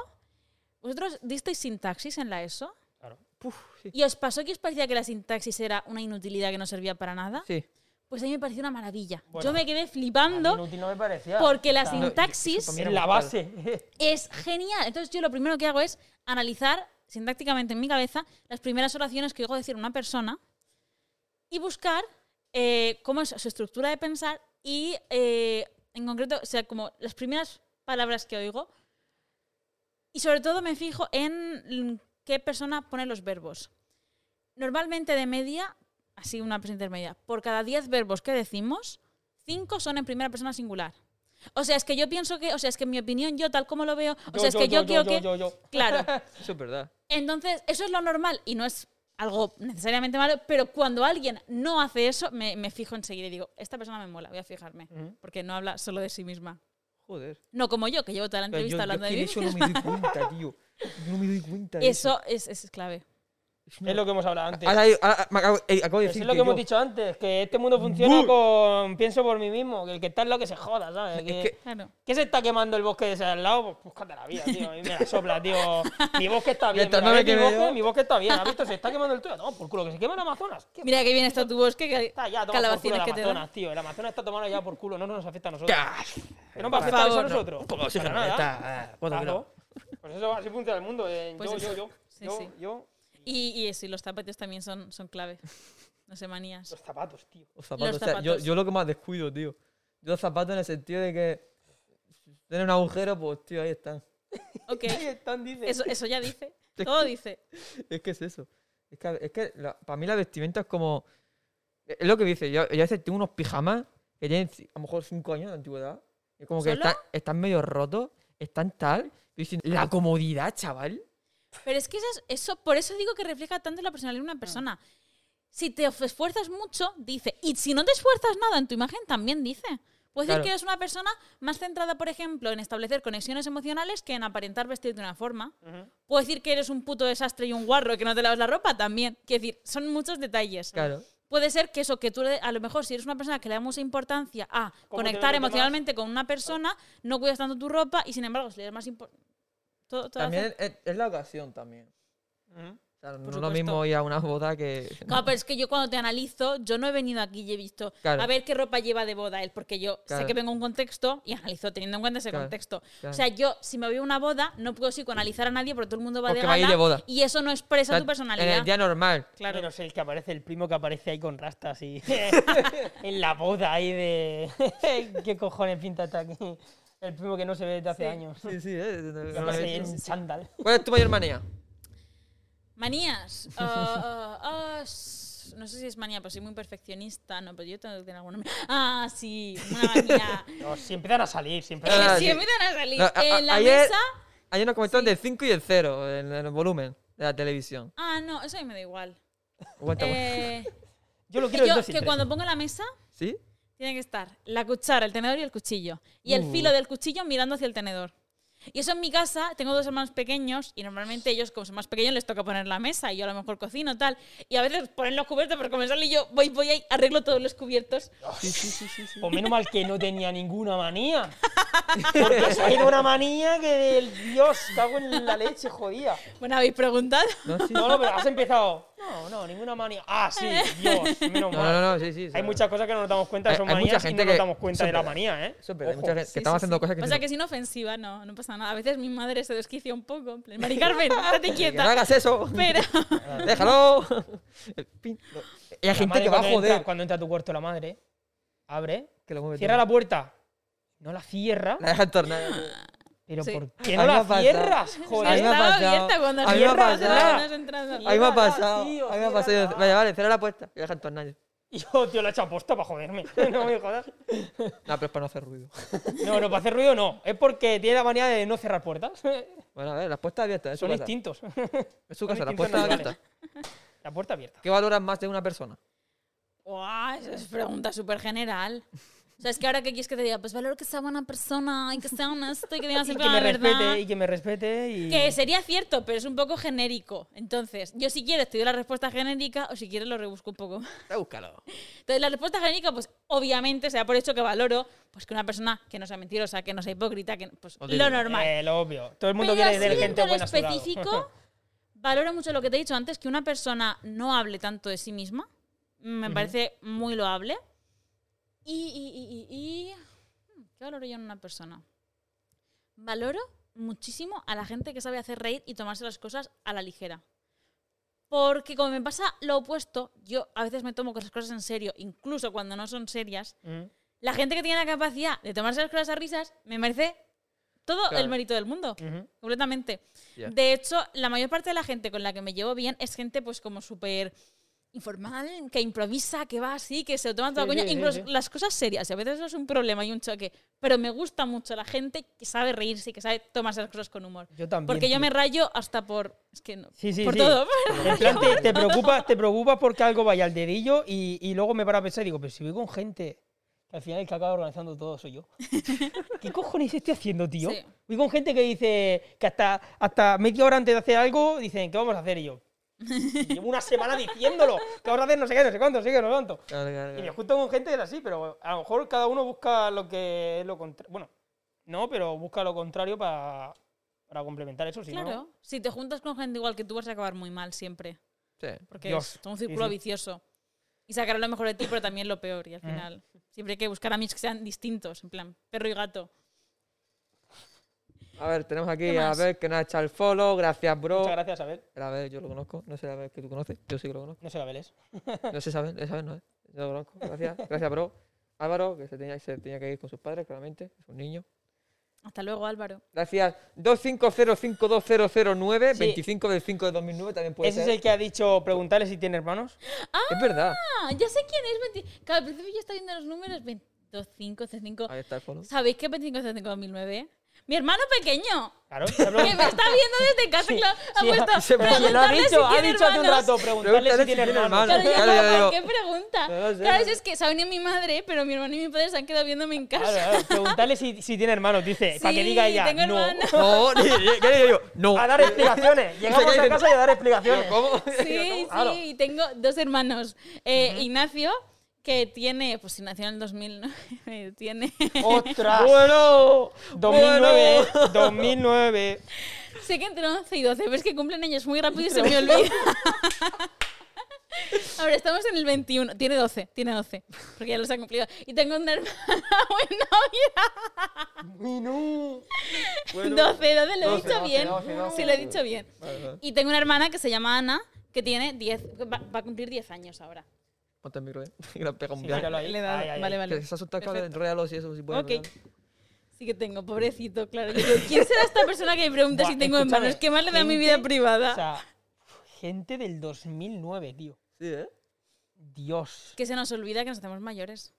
vosotros disteis sintaxis en la ESO
Claro.
Puf, sí.
y os pasó que os parecía que la sintaxis era una inutilidad que no servía para nada.
Sí.
Pues a mí me pareció una maravilla.
Bueno,
Yo me quedé
A mí
flipando
inútil no me parecía.
porque la
O sea,
sintaxis...
para mí
En la base.
es genial. Entonces yo lo primero que hago es analizar sintácticamente en mi cabeza las primeras oraciones que oigo decir una persona y buscar eh, cómo es su estructura de pensar y eh, en concreto, o sea, como las primeras palabras que oigo. Y sobre todo me fijo en qué persona pone los verbos. Normalmente de media, así una persona intermedia, por cada 10 verbos que decimos, Cinco son en primera persona singular. O sea, es que yo pienso que, o sea, es que en mi opinión, yo tal como lo veo, o sea, es que yo, creo que.
yo, yo.
Claro.
Eso es verdad.
Entonces, eso es lo normal y no es algo necesariamente malo, pero cuando alguien no hace eso, me, me fijo enseguida y digo, esta persona me mola, voy a fijarme, porque no habla solo de sí misma.
Joder.
No como yo, que llevo toda la
Yo,
entrevista
yo, yo
hablando
que
de
de
mí.
eso no me doy cuenta, tío. No me doy cuenta de eso.
Eso es, es clave.
Es lo que hemos hablado antes.
Ahora, yo- ahora me acabo, eh, acabo de
Eso
decir
es lo que
que
hemos
yo-
dicho antes, que este mundo funciona
Bu-
con pienso por mí mismo, que el que está al lado que se joda, ¿sabes? Que,
que-
Claro.
¿Qué se está quemando el bosque de ese al lado? Pues búscate la vida, tío. A mí me la sopla, tío. Mi bosque está bien.
Mientras
mira,
no
¿ves
me
mi,
queme
bosque,
yo.
mi bosque está bien. ¿Has visto? Se está quemando el tuyo. No, por culo, que se quema el Amazonas. ¿Qué
Mira que bien está tu bosque, que
Está Ah, ya, toma por culo el
calabacines que te dan.
Amazonas, tío. El Amazonas está tomando ya por culo, no nos afecta a nosotros.
¡Ah!
Que no va a
Por
afectar eso a
favor, no.
nosotros.
Como si
Para
no,
nada.
está, ah, puedo que no.
Claro. Pues eso así funciona el mundo. eh,
Pues
yo,
eso.
yo, yo,
Sí,
yo,
sí.
yo,
Y, y eso, y los zapatos también son, son clave. No sé, manías.
los zapatos, tío.
Los zapatos.
Los
o sea, yo,
zapatos.
yo lo que más descuido, tío. Yo los zapatos en el sentido de que tienen un agujero, pues, tío, ahí están.
Ok,
Ahí están, dice.
eso, eso ya dice. Todo dice.
Es que es eso. Es que, es que para mí la vestimenta es como. e, Es lo que dice. Yo, yo a veces tengo unos pijamas que tienen ci- a lo mejor 5 años de antigüedad. Y como que
¿Solo?
están, están medio rotos, están tal. Y dicen, la comodidad, chaval.
Pero es que eso, es- eso, por eso digo que refleja tanto la personalidad de una persona. Si te esfuerzas mucho, dice. Y si no te esfuerzas nada en tu imagen, también dice. Puede
Claro.
decir que eres una persona más centrada, por ejemplo, en establecer conexiones emocionales que en aparentar vestir de una forma. Puede decir que eres un puto desastre y un guarro y que no te lavas la ropa también. Quiero decir, son muchos detalles.
Claro.
Puede ser que eso, que tú le- a lo mejor si eres una persona que le da mucha importancia
¿Cómo
a
te ven
conectar
los
emocionalmente con una persona, no cuidas tanto tu ropa y sin embargo, si le das más importancia.
También es, es la ocasión también.
Ujú.
O sea, no es lo
supuesto.
mismo ir a una boda que.
Claro, pero es que yo cuando te analizo, yo no he venido aquí y he visto
Claro.
a ver qué ropa lleva de boda él, porque yo sé
Claro.
que vengo a un contexto y analizo teniendo en cuenta ese
Claro,
contexto.
claro.
O sea, yo si me voy a una boda, no puedo psicoanalizar a nadie porque todo el mundo va de
Porque va a ir
gala
de boda.
y eso no
O
expresa
sea,
tu
En
personalidad.
el día normal.
Claro.
Menos el que aparece, el primo que aparece ahí con rastas y en la boda ahí de... ¿Qué cojones pinta está aquí? El primo que no se ve desde hace años.
Sí, sí, eh, no-
Que
no lo
aparece
he
ahí
visto.
en chándal.
¿Cuál es tu mayor manía?
Manías. Ah, ah, ah, s- no sé si es manía, pero soy muy perfeccionista. No, pero yo tengo que tener alguna manía. Ah, sí, una manía.
No, si empiezan a salir, si
Eh,
empiezan a
Ah,
si
sí.
empiezan a salir
No, a- a-
en la
ayer-
mesa.
Ayer nos comentaron del 5 y el 0 en el volumen de la televisión.
Ah, no, eso a mí me da igual.
Aguanta, aguanta.
Eh,
Yo lo
que
quiero en
yo-
dos y
que
tres.
cuando pongo la mesa,
¿Sí?
Tiene que estar la cuchara, el tenedor y el cuchillo. Y
Mm.
el filo del cuchillo mirando hacia el tenedor. Y eso en mi casa, tengo dos hermanos pequeños y normalmente ellos, como son más pequeños, les toca poner la mesa y yo a lo mejor cocino tal. Y a veces ponen los cubiertos para comenzar y yo voy, voy ahí, arreglo todos los cubiertos.
Pues menos mal que no tenía ninguna manía. Porque eso ha ido una manía que del Dios, cago en la leche, jodía.
Bueno, habéis preguntado.
No, sí.
No, no, pero has empezado. No, no, ninguna manía. Ah, sí, Dios, menos
No,
mal.
no, no, sí, sí. o sea,
Hay muchas cosas que no nos damos cuenta,
Hay-
son
hay mucha
manías y
gente
no nos
que-
damos cuenta
eso
de
es
la
verdad.
manía, ¿eh?
Eso es verdad, hay
Ojo.
mucha gente que
Sí,
estamos
sí,
haciendo
sí.
cosas que.
O sea que es inofensiva, no, no pasa nada. A veces mi madre se desquicia un poco. en plan, Mari Carmen, estate
Que no
quieta.
hagas eso.
Pero
Déjalo. Pin. Y hay
La
gente
madre
que va a
cuando
joder.
entra- cuando entra a tu cuarto la madre, abre,
que lo mueve
cierra
todo.
la puerta. No la cierra,
La deja entornada.
pero
Sí.
¿por qué
A
no
mí me
la
ha pasado.
cierras?
A mí me
Joder.
ha
estaba
pasado.
abierta cuando
A mí me ha
cierras,
pasado.
ahora no has entrado.
Ahí me ha
Ciérrala,
pasado. Ahí
tío,
me ha pasado.
ciérrala.
Vaya, vale, cierra la puerta. Y la deja entornada.
Y Yo, tío, la he hecho aposta para joderme. No me jodas.
No, pero es para no hacer ruido.
No, no, para hacer ruido no. Es porque tiene la manía de no cerrar puertas.
Bueno, a ver, las puertas abiertas. Es su
Son
casa.
distintos.
Es su casa, las
distintos
puertas
animales.
abiertas.
La puerta abierta.
¿Qué valoras más de una persona?
Guau, esa es pregunta súper general. O sea, es que ahora que quieres que te diga, pues valoro que sea buena persona y que sea honesto y que diga
Y
siempre
que me
la verdad.
respete, y que me respete. Y...
Que sería cierto, pero es un poco genérico. Entonces, yo si quieres te doy la respuesta genérica o si quieres lo rebusco un poco.
Búscalo.
Entonces, la respuesta genérica, pues obviamente sea por hecho que valoro pues que una persona que no sea mentirosa, que no sea hipócrita, que pues,
Odile.
lo normal.
Eh, lo obvio. Todo el mundo
Pero
quiere tener
siendo
gente
en
buena a su lado.
específico, valoro mucho lo que te he dicho antes, que una persona no hable tanto de sí misma. Me parece muy loable. Y, y- y- y- y- hmm, ¿Qué valoro yo en una persona? Valoro muchísimo a la gente que sabe hacer reír y tomarse las cosas a la ligera. Porque como me pasa lo opuesto, yo a veces me tomo las cosas en serio, incluso cuando no son serias.
Mm.
La gente que tiene la capacidad de tomarse las cosas a risas me merece todo
Claro.
el mérito del mundo
Ujú.
completamente.
Ya.
De hecho, la mayor parte de la gente con la que me llevo bien es gente pues como súper informal, que improvisa, que va así, que se lo toma toda
Sí,
coña.
sí, sí,
Incluso
sí.
las cosas serias, y a veces eso es un problema y un choque. Pero me gusta mucho la gente que sabe reírse y que sabe tomarse las cosas con humor.
Yo también.
Porque yo
tío.
me rayo hasta por. Es que no.
Sí, sí,
por
sí.
todo.
En plan, te, te preocupas, te preocupas porque algo vaya al dedillo y, y luego me paro a pensar y digo, pero si voy con gente, que al final el que acaba organizando todo soy yo. ¿Qué cojones estoy haciendo, tío?
Sí.
Voy con gente que dice que hasta, hasta media hora antes de hacer algo dicen, ¿qué vamos a hacer? Y yo, llevo una semana diciéndolo, ¿qué vamos a hacer? No sé qué, no sé cuánto, no sé qué, no sé cuánto.
Claro, claro,
Y me
claro.
junto con gente que era así, pero a lo mejor cada uno busca lo que es lo contrario. Bueno, no, pero busca lo contrario para, para complementar eso, si no,
claro. Si te juntas con gente igual que tú, vas a acabar muy mal siempre.
Sí.
Porque
Dios,
es todo un
sí,
círculo
sí. Mm.
vicioso. Y sacar lo mejor de ti, pero también lo peor. Y al final, siempre hay que buscar amigos que sean distintos. En plan, perro y gato.
A ver, tenemos aquí
¿Qué
a
más?
ver que nos ha echado el follow. Gracias, bro.
Muchas gracias, Abel.
A ver, yo lo conozco. No sé a ver que tú conoces. Yo sí que lo conozco.
No sé, Abel es.
No sé, saben, saben, no, ¿eh? Yo lo conozco. Gracias, gracias, bro. Álvaro, que se tenía, se tenía que ir con sus padres, claramente, es un niño.
Hasta luego, Álvaro.
Gracias. 2505209,
Sí.
25 del 5 de 2009, también puede
Ese
ser.
es el que ha dicho preguntarle si tiene hermanos.
Es verdad.
Ah, ya sé quién es. 20 Claro, al principio yo estaba viendo los números. 25, 05.
Ahí está el follow.
¿Sabéis qué es 25, 05, 2009? Mi hermano pequeño.
Claro, se ha
Que me
preguntado.
está viendo desde casa.
Sí,
claro, ha
sí,
puesto.
se me-
Oye, lo ha
"Preguntarle
dicho,
si
ha
tiene
dicho hace un
hermanos".
rato, preguntarle si tiene hermanos.
hermanos.
Claro, yo
Claro, yo
no,
digo-
¿qué pregunta?
No lo sé,
claro,
no
si es que se ha unido mi madre, pero mi hermano y mi padre se han quedado viéndome en
Claro,
casa.
claro, preguntarle si, si tiene hermanos, dice, para que
Sí,
diga ella,
tengo
no.
hermanos.
No, ni- ni- ¿qué le digo? No.
A dar explicaciones. Llegamos a casa y a dar explicaciones.
¿Cómo?
Sí,
Claro.
sí, y tengo dos hermanos. Eh, Ignacio, que tiene, pues si nació en el 2000, ¿no? Eh, tiene...
¡Ostras!
Bueno,
2009, 2009.
sé que entre 11 y 12, pero es que cumplen años muy rápido y se me olvida. Ahora estamos en el 21, tiene 12, tiene 12, porque ya los ha cumplido. Y tengo una hermana muy novia.
Bueno.
12, 12, lo
12,
he dicho
12,
bien.
12, 12.
Sí, lo he dicho bien.
Vale, vale.
Y tengo una hermana que se llama Ana, que tiene 10, va, va a cumplir 10 años ahora.
Ponte el micro, eh. Que le pega un
Sí,
viaje.
míralo ahí.
Le he dado-
Ahí, ahí, ahí.
vale, vale.
Que se ha soltado el cable,
Perfecto.
enróllalos y eso, si puedes.
Ok.
enrollarlo.
Sí que tengo, pobrecito, claro. Yo digo, ¿Quién será esta persona que me pregunta
Buah,
si tengo hermanos?
escúchame,
¿Qué más le da a mi
gente,
vida privada?
O sea, gente del 2009, tío.
Sí, ¿eh?
Dios,
que se nos olvida que nos hacemos mayores.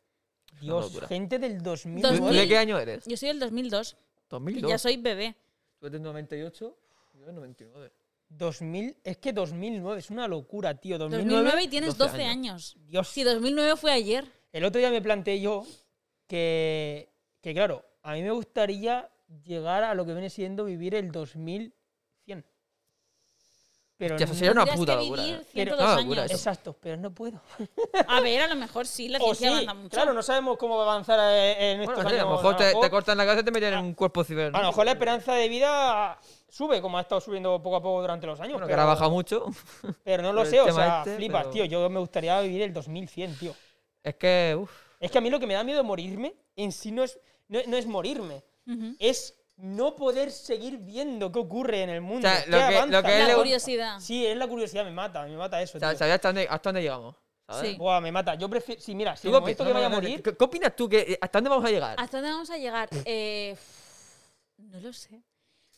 Dios,
locura.
gente del
¿Tú-
2009.
tú
2000.
¿De qué año eres?
Yo soy del 2002, que
2002.
ya soy bebé.
Tú eres 98, yo de 99.
2000, es que 2009 es una locura, tío. 2009,
2009 y tienes
12
12, años.
Dios.
Si 2009 fue ayer.
El otro día me planteé yo que, que, claro, a mí me gustaría llegar a lo que viene siendo vivir el 2100. Pero
Hostia,
no-
eso sería una
Tendrías
puta
que
locura.
vivir
¿eh?
102
Una
años.
locura, eso.
Exacto, pero no puedo.
A ver, a lo mejor sí, la
O
ciencia
sí,
avanza mucho.
claro, no sabemos cómo va a avanzar eh, en
Bueno,
estos
sí, a
años.
lo mejor te, te
mejor-
cortan la cabeza y te meten en un cuerpo ciber.
a lo mejor la esperanza de vida sube, como ha estado subiendo poco a poco durante los años.
Bueno, que
pero,
ahora ha bajado mucho.
pero no lo
pero el
sé, o
tema
sea,
este,
flipas,
pero-
tío. Yo me gustaría vivir el 2100, tío.
Es que, uff.
Es que a mí lo que me da miedo morirme en sí no es, no, no es morirme, es no poder seguir viendo qué ocurre en el mundo.
O sea,
qué
lo que- lo
avanza,
que
qué
a él le
La
avanza.
curiosidad.
Sí, es la curiosidad, me mata, me mata eso. tío.
¿Sabías hasta dónde, hasta dónde llegamos? ¿sabes?
Sí.
Buah, me mata. Yo prefiero. Sí, mira, si
¿Tú
en
qué
el
opinas?
momento que
No,
vaya a
no, no,
morir.
¿Qué, qué opinas tú? Que, ¿Hasta dónde vamos a llegar?
¿Hasta dónde vamos a llegar? Eh, no lo sé.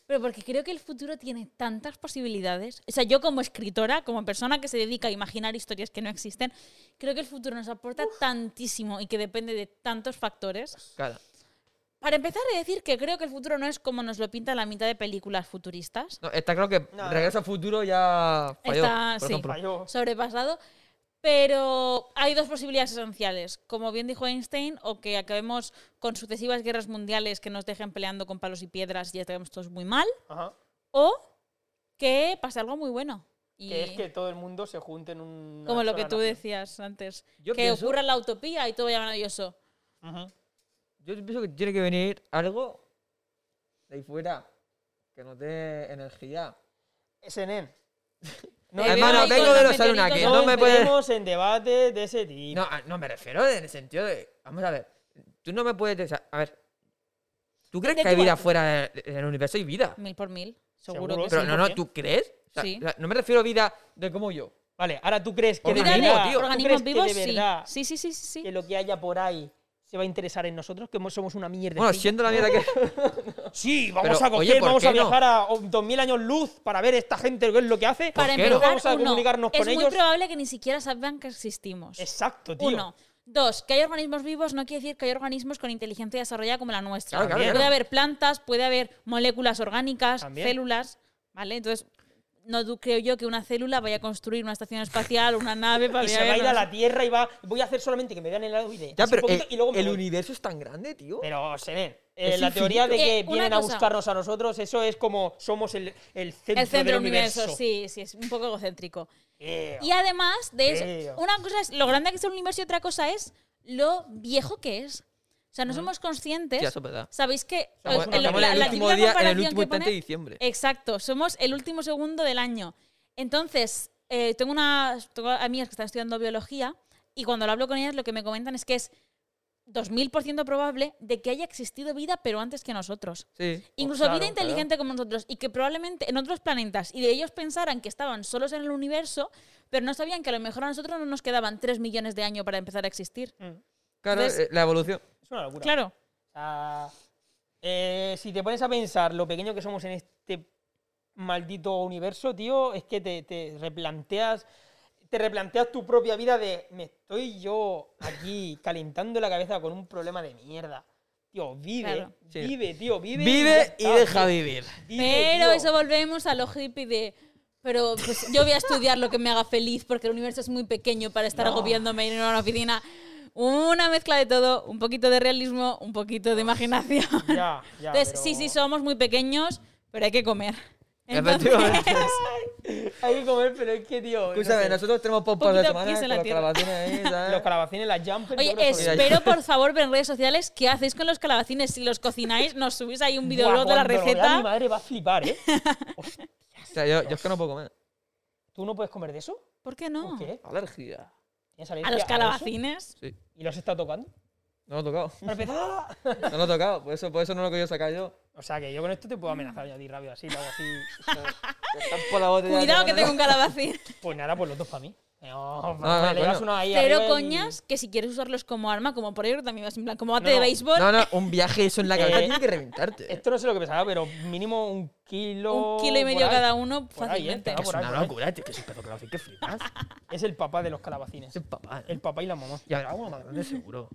Pero porque creo que el futuro tiene tantas posibilidades. O sea, yo como escritora, como persona que se dedica a imaginar historias que no existen, creo que el futuro nos aporta tantísimo y que depende de tantos factores.
Claro.
Para empezar, he de decir que creo que el futuro no es como nos lo pinta la mitad de películas futuristas.
No, está claro que
no.
Regreso al Futuro ya falló,
Está-
por
sí.
ejemplo.
Falló.
sobrepasado. Pero hay dos posibilidades esenciales. Como bien dijo Einstein, o que acabemos con sucesivas guerras mundiales que nos dejen peleando con palos y piedras y estemos todos muy mal,
Ajá.
o que pase algo muy bueno. Y
Que es que todo el mundo se junte en un.
como lo que tú decías antes,
Yo
que
pienso-
ocurra la utopía y todo vaya maravilloso.
Yo pienso que tiene que venir algo de ahí fuera que nos dé energía.
SNN.
Te veo
Hermano,
ahí con
vengo
los
de los alumnos
meteoritos
aquí.
de-
No me puedes.
entremos en debates de ese tipo.
No, ah, no, me refiero en el sentido de. Vamos a ver. Tú no me puedes. o sea, a ver. ¿Tú crees
De
que hay
tu
vida
parte.
fuera de- en el universo? Hay vida.
Mil por mil, seguro,
Seguro.
que
Pero
sí.
no, no, ¿tú crees? O sea,
Sí.
o sea, no me refiero a vida de como yo.
Vale, ahora tú crees que. de
Vida de
Organismos,
verdad-
tío.
¿tú
organismos
crees que de
vivos, sí.
verdad
sí. Sí, sí, sí, sí.
que lo que haya por ahí se va a interesar en nosotros, que mo- somos una mierda.
Bueno, siendo la mierda que.
Sí, vamos
Pero,
a coger,
oye, ¿por
vamos
qué
a
no?
viajar a oh, 2000 años luz para ver esta gente qué es lo que hace.
Para
qué
empezar,
no?
vamos a
uno,
comunicarnos
es
con
muy
ellos.
probable que ni siquiera sepan que existimos.
Exacto, tío.
Uno. Dos, que hay organismos vivos no quiere decir que hay organismos con inteligencia desarrollada como la nuestra.
Claro, claro,
puede
claro.
haber plantas, puede haber moléculas orgánicas,
También.
células, ¿vale? Entonces, no du- creo yo que una célula vaya a construir una estación espacial o una nave para
Y se
viajar,
va a ir a
no
la Tierra y va. Voy a hacer solamente que me vean el lado y de-
Ya,
así
pero
un poquito
eh,
y luego me
el
voy.
universo es tan grande, tío.
Pero, Seren,
Es
eh, la teoría de
infinito.
que
Eh, una
vienen a
cosa.
buscarnos a nosotros, eso es como somos el, el
sé.
centro,
el centro
del
del universo.
universo.
sí, sí, es un poco egocéntrico.
Eh,
Y además de
Tío.
eso, una cosa es lo grande que es el universo y otra cosa es lo viejo que es. O sea, no somos conscientes.
Tía, eso es verdad.
Sabéis que
Somos
os-
una-
el-
estamos
la,
en el
la
último día-
típica
en el
comparación
último
que
instante
pone-
de diciembre.
Exacto, somos el último segundo del año. Entonces, eh, tengo unas tengo amigas que están estudiando biología y cuando lo hablo con ellas lo que me comentan es que es 2000% probable de que haya existido vida pero antes que nosotros.
Sí.
Incluso
Pues claro,
vida inteligente como nosotros y que probablemente en otros planetas y de ellos pensaran que estaban solos en el universo, pero no sabían que a lo mejor a nosotros no nos quedaban 3 millones de años para empezar a existir.
mm,
Claro,
Entonces-
eh, la evolución.
es una locura.
Claro.
O sea, eh, si te pones a pensar lo pequeño que somos en este maldito universo, tío, es que te, te replanteas. Te replanteas tu propia vida de me estoy yo aquí calentando la cabeza con un problema de mierda. Tío, vive,
Claro.
Sí.
vive, tío, vive.
Vive,
ya
y
está, tío.
deja vivir.
Vive,
Pero
tío.
eso volvemos a lo hippie de. Pero pues, yo voy a estudiar lo que me haga feliz porque el universo es muy pequeño para estar agobiándome en una oficina. Una mezcla de todo, un poquito de realismo, un poquito de imaginación.
Ya, ya,
Entonces,
pero-
sí, sí, somos muy pequeños, pero hay que comer. Entonces,
Efectivamente.
Hay que comer, pero es que, tío. no
Escúchame,
sé.
nosotros tenemos pompas de
Poquito
semana
pies
con
en la
los
tierra.
calabacines ahí, ¿sabes?
Los calabacines, las jumpers.
Oye,
yo creo que son-
espero por favor ver en redes sociales qué hacéis con los calabacines. Si los cocináis, nos subís ahí un videoblog
Buah,
de la
cuando lo vea Mi
receta.
madre va a flipar, ¿eh?
O sea, yo, yo es que no puedo comer.
¿Tú no puedes comer de eso?
¿Por qué
¿Por
no?
qué?
Alergia.
¿Tienes
A
alergia
los
eso?
calabacines.
Sí.
¿Y los está tocando?
No lo he tocado.
Para empezar.
No lo he tocado. Por eso, por eso no lo he querido sacar yo.
O sea, que yo con esto te puedo amenazar yo a ti rápido, así, luego así.
Están por la botella.
Cuidado que
tomando.
tengo un calabacín.
Pues nada, pues los dos para mí. No,
no,
le llevas
Ah, coño.
uno ahí
Pero
arriba y-
coñas, que si quieres usarlos como arma, como proyecto, también vas en plan, como bate
No,
de
no.
béisbol,
No, no, un viaje eso en la cabeza
Eh,
tiene que reventarte.
Esto no sé lo que pesaba, pero mínimo un kilo.
un kilo y
por
medio
ahí.
cada uno
Por ahí, ¿eh?
fácilmente.
Pegado por ahí, por ahí.
tío, que es un pedo calabacín, que flipas.
Es el papá de los calabacines.
Es papá. ¿eh?
El papá y la mamá.
Y habrá uno más grande seguro.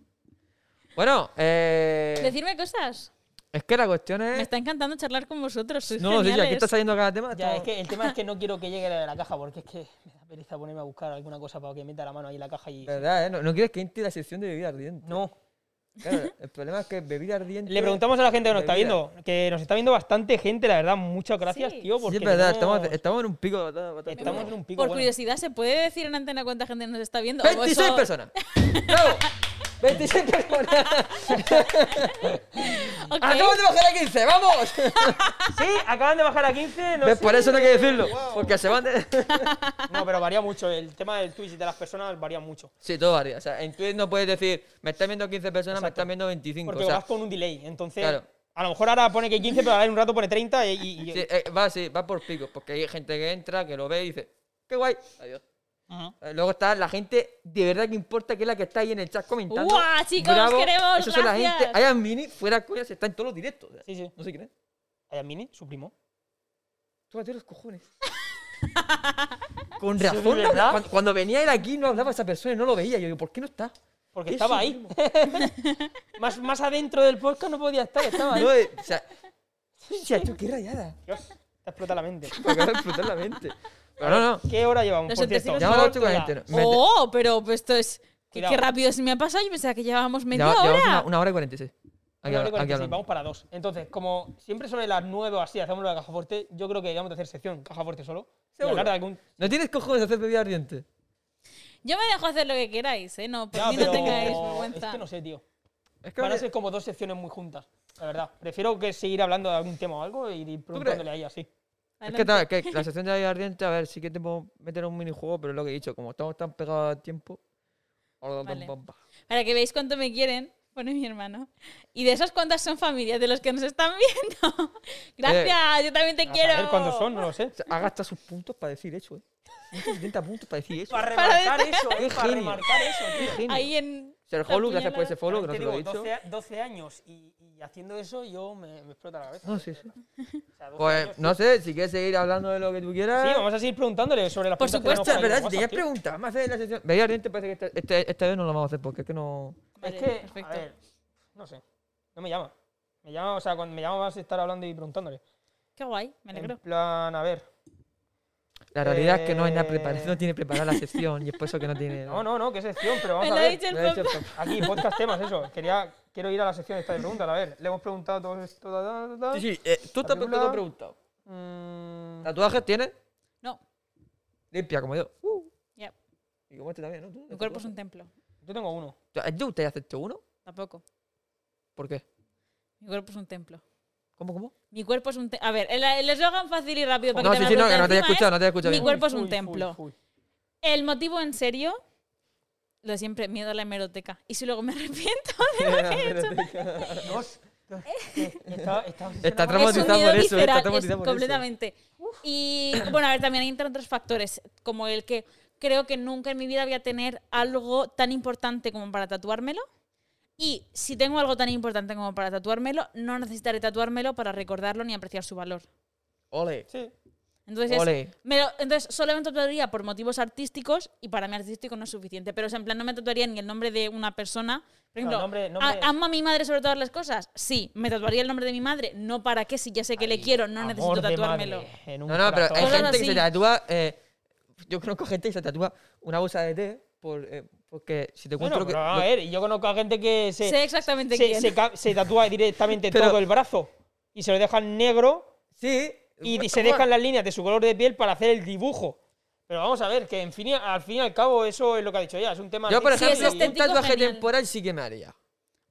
Bueno, eh,
Decirme cosas.
es que la cuestión
Me
Eh.
es...
está encantando charlar con vosotros. sois
No, sí, sí, aquí
geniales.
está saliendo cada tema.
Ya,
estamos-
es que el tema es que no quiero que llegue la de la caja, porque es que me da pereza ponerme a buscar alguna cosa para que meta la mano ahí en la caja y.
¿Verdad, eh? No, no quieres que entre la sección de bebida ardiente.
No.
Claro, el problema es que bebida ardiente...
Le preguntamos a la gente que nos está
Bebida.
viendo, que nos está viendo bastante gente, la verdad, muchas gracias,
Sí.
tío, porque
Sí, es verdad,
tenemos-
estamos, estamos en un pico bastante- bastante
estamos
bueno.
en un pico
Por
bueno.
curiosidad, ¿se puede decir en antena cuánta gente nos está viendo? O eso-
26 personas. ¡Bravo! 26 personas.
Ok.
Acabamos de bajar a 15, vamos.
Sí, acaban de bajar a 15, no
¿Ves?
sé-
Por eso no hay que decirlo. Porque se van de...
No, pero varía mucho, el tema del Twitch y de las personas varía mucho.
Sí, todo varía. O sea, en Twitch no puedes decir, me están viendo 15 personas, me están viendo 25.
Porque
o sea,
vas con un delay, entonces
claro.
a lo mejor ahora pone que 15, pero ahora en un rato pone 30 y... y- y-
sí, eh, va, sí, va por picos. Porque hay gente que entra, que lo ve y dice, qué guay. Adiós.
Ajá.
Eh, Luego está la gente de verdad que importa, que es la que está ahí en el chat comentando.
¡Guau, chicos, queremos,
Eso son la
gracias!
gente. Hayan Mini, fuera coñas, está en todos los directos. o sea,
Sí, sí.
No sé quién es.
Vaya Mini, su primo.
Tómate los cojones. Con razón,
¿verdad?
no- cuando, cuando venía él aquí no hablaba esa persona y no lo veía. Yo digo, ¿por qué no está?
Porque
Es
estaba
su
ahí.
primo.
más, más adentro del podcast no podía estar, estaba ahí.
No, eh, o sea, hostia, tú, qué rayada.
Dios, te explota la mente.
Me acaba de explotar la mente. Pero no, no.
¿Qué hora llevamos,
Los
por cierto?
entresijos
Llama a la
Una
8.40. Me-
Oh, pero pues, esto es... Qué,
Cuidado.
qué rápido se me ha pasado. Yo pensaba que llevábamos media
Lleva-
hora.
llevamos una, una hora y 46. Aquí,
Una hora y
habla- aquí
46,
hablando.
vamos para dos. Entonces, como siempre sobre las nueve o así hacemos la caja fuerte, yo creo que deberíamos de hacer sección caja fuerte solo. y
Seguro.
hablar de algún...
¿No tienes cojones de hacer bebida ardiente?
Yo me dejo hacer lo que queráis, ¿eh? No, por
Ya,
mí no
pero
tengáis vergüenza.
Es que no sé, tío.
Es que
Van a
vale-
ser como dos secciones muy juntas, la verdad. Prefiero que seguir hablando de algún tema o algo y ir preguntándole ahí así.
Es
Adelante.
que, tal, que la sección de bebida ardiente, a ver, sí que te puedo meter un minijuego, pero es lo que he dicho, como estamos tan pegados a tiempo. ahora
Vale.
pam, pam.
Para que veáis cuánto me quieren, pone mi hermano. Y de esas cuántas son familias de los que nos están viendo.
Eh,
Gracias, yo también te
A
quiero.
saber cuándo son, no lo sé.
O sea, ha gastado sus puntos para decir eso, ¿eh? Muchos 70 puntos para decir eso.
Para
Para
remarcar eso, eh,
Qué
para
genio.
remarcar eso, tío.
Qué genio.
Ahí en.
Ser
la
Holu, gracias por
puñalada.
ese follow, que no
Te
te lo he
digo,
dicho.
12, a- 12 años y, y Y haciendo eso yo me, me explota la cabeza.
No, sí, sí.
O sea, dos
Pues
años-
no sé, si quieres seguir hablando de lo que tú quieras.
Sí, vamos a seguir preguntándole sobre las
Por
preguntas que
supuesto,
tenemos por
Hostia, es verdad,
ahí
si
en
tenías
WhatsApp, tío.
preguntas, más de la sesión. Veía Oriente, parece que este, este, esta vez no lo vamos a hacer porque es que no.
Es
Vale,
que,
perfecto.
a ver, no sé, no me llama. Me llama, o sea, cuando me llama vas a estar hablando y preguntándole.
Qué guay, me
En
alegro.
plan, a ver.
La realidad es que no hay nada
Eh.
preparado, no tiene preparada la sesión y es por eso que no tiene.
No, no, no, qué sección, pero vamos
Me lo
a
ha
ver.
dicho el
Lo he hecho
papá.
por-
Aquí, podcast temas, eso. Quería, quiero ir a la sección esta de preguntas, a ver. Le hemos preguntado todo esto, da, da, da, da.
Sí, sí, eh, tú te has
Arregla.
preguntado.
Mm,
¿Tatuajes tienes?
No,
Limpia, como yo. Uh,
ya.
y como este también, ¿no? ¿Tú,
Mi cuerpo es un templo.
yo tengo uno.
¿A ti usted hace uno?
Tampoco.
¿Por qué?
Mi cuerpo es un templo.
¿Cómo, cómo?
Mi cuerpo es un templo. A ver, el- el eslogan fácil y rápido. para
No,
te
sí,
me
sí, no,
la
que no te he
pregunta
escuchado,
encima
no te he escuchado
mi
bien.
cuerpo- es un templo.
uy.
es, El motivo en serio, lo de siempre, miedo a la hemeroteca. Y si luego me arrepiento,
Dios, Dios, eh, estaba- estaba
Está
obsesionado.
es un
traumatizado
miedo
por eso, eh,
visceral,
está
es
traumatizado por eso.
completamente. Y bueno, a ver, también hay otros factores, como el que creo que nunca en mi vida voy a tener algo tan importante como para tatuármelo. Y si tengo algo tan importante como para tatuármelo, no necesitaré tatuármelo para recordarlo ni apreciar su valor.
Ole.
Sí.
Entonces, es-
Ole.
me lo- entonces solo me tatuaría por motivos artísticos y para mí artístico no es suficiente. Pero o sea, en plan, no me tatuaría ni el nombre de una persona.
No,
Por ejemplo,
nombre-
¿a-
nombre-
¿amo a mi madre sobre todas las cosas? Sí, me tatuaría el nombre de mi madre. No para qué, si ya sé que le quiero, no
Amor
necesito
de madre
tatuármelo.
en un
No, no, pero hay
corazón.
Cosas
gente que se
así.
tatúa. eh, yo conozco gente que se tatúa una bolsa de té por, eh, porque si te
Bueno,
cuento lo que.
pero eh. a
lo-
ver, yo conozco a gente que se,
sé exactamente
se-
quién.
se ca- se tatúa directamente
Pero-
todo el brazo y se lo dejan negro
Sí. Pues,
y
bueno,
se
bueno,
dejan las líneas de su color de piel para hacer el dibujo. Pero vamos a ver, que en fin, y- al fin y al cabo eso es lo que ha dicho ella, es un tema...
Yo, por
Sí, es
artístico
ejemplo, un
estético,
tatuaje
genial.
temporal sí que me haría.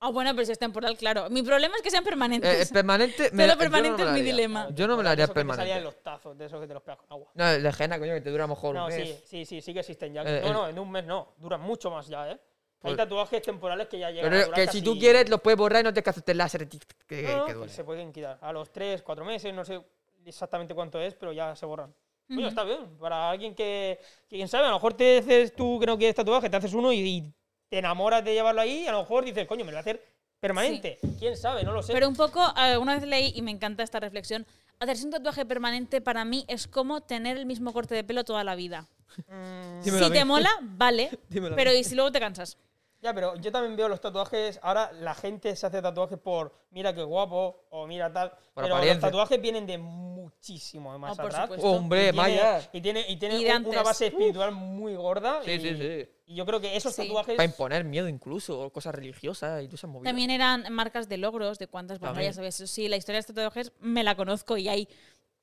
Ah, bueno, pero si es temporal, claro. Mi problema es que sean
Eh,
permanentes.
permanente.
Todo
yo no
permanente
me lo
es mi
haría.
dilema.
Yo no me
Bueno,
la haría
eso que te salían
permanente.
los tazos de esos que te los pegas con agua.
No, el de henna, coño, que te dura a lo mejor
No,
un
sí,
mes.
sí, sí, sí que existen ya.
Eh,
no,
el-
no, en un mes no, duran mucho más ya, ¿eh? Hay
Pues-
tatuajes temporales que ya llegan a
Pero
durar
que si tú
casi-
quieres, los puedes borrar y no tienes que hacerte el láser. tic, tic, Que,
No,
Eh, que
pues
duele.
se pueden quitar. A los 3, 4 meses, no sé exactamente cuánto es, pero ya se borran. Coño, está bien. Para alguien que, que, quién sabe, a lo mejor te haces tú que no quieres tatuaje, te haces uno y, y te enamoras de llevarlo ahí y a lo mejor dices, coño, me lo voy a hacer permanente. Quién sabe, no lo sé.
Pero un poco, alguna vez leí y me encanta esta reflexión. Hacerse un tatuaje permanente para mí es como tener el mismo corte de pelo toda la vida.
Mm,
Dímelo a
si
mí.
te mola, vale.
Dímelo a
pero y si luego te cansas.
ya, pero yo también veo los tatuajes. Ahora la gente se hace tatuajes por mira qué guapo o mira tal. pero los
apariencia.
tatuajes vienen de muchísimo más
Ah, por
atrás.
supuesto.
Hombre,
y tiene-
vaya.
Y tiene, y tiene
Y de
un- una
antes.
base espiritual muy gorda.
Sí,
y,
sí, sí.
y yo creo que esos
Sí.
tatuajes.
Para imponer miedo incluso, o cosas religiosas y tú esas movidas.
También eran marcas de logros, de cuántas
También.
batallas había. Eso sí, la historia de los tatuajes me la conozco y hay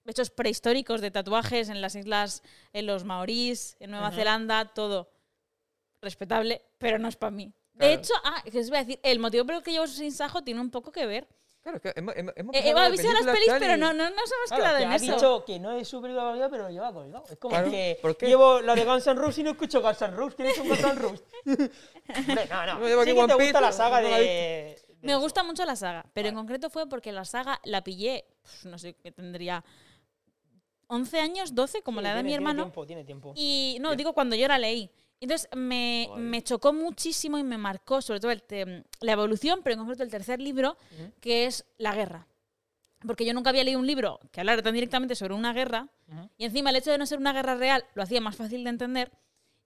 hechos prehistóricos de tatuajes en las islas, en los maorís, en Nueva Zelanda, todo. Respetable, pero no es para mí. De
Claro.
hecho, ah, que os iba a decir, el motivo por el que llevo sin sajo tiene un poco que ver.
Claro, es que hemos, hemos, hemos
Eh,
pasado
hemos
de
visto las
películas,
pelis,
tal,
pero
y-
no, no, no nos hemos
Claro,
quedado
que
en
ha
eso.
dicho que no es su película favorita, pero lo lleva colgado. Es como
Claro,
que
¿por qué?
llevo la de Guns N' Roses y no escucho Guns N' Roses. ¿Quién es un Guns N' Roses? Hombre, no, no.
No llevo
Sí
aquí
que
One
te
Piece,
gusta la
no
saga
la
de,
he
de
Me
eso.
gusta mucho la saga, pero en concreto fue porque la saga la pillé, pues, no sé, que tendría 11 años, 12, como
Sí,
la edad de
tiene-
mi hermano.
Tiene tiempo, tiene tiempo.
Y no, digo cuando yo la leí. Entonces me, me chocó muchísimo y me marcó, sobre todo el te- la evolución, pero en concreto el tercer libro, que es La guerra. Porque yo nunca había leído un libro que hablara tan directamente sobre una guerra,
Ujú.
y encima el hecho de no ser una guerra real lo hacía más fácil de entender,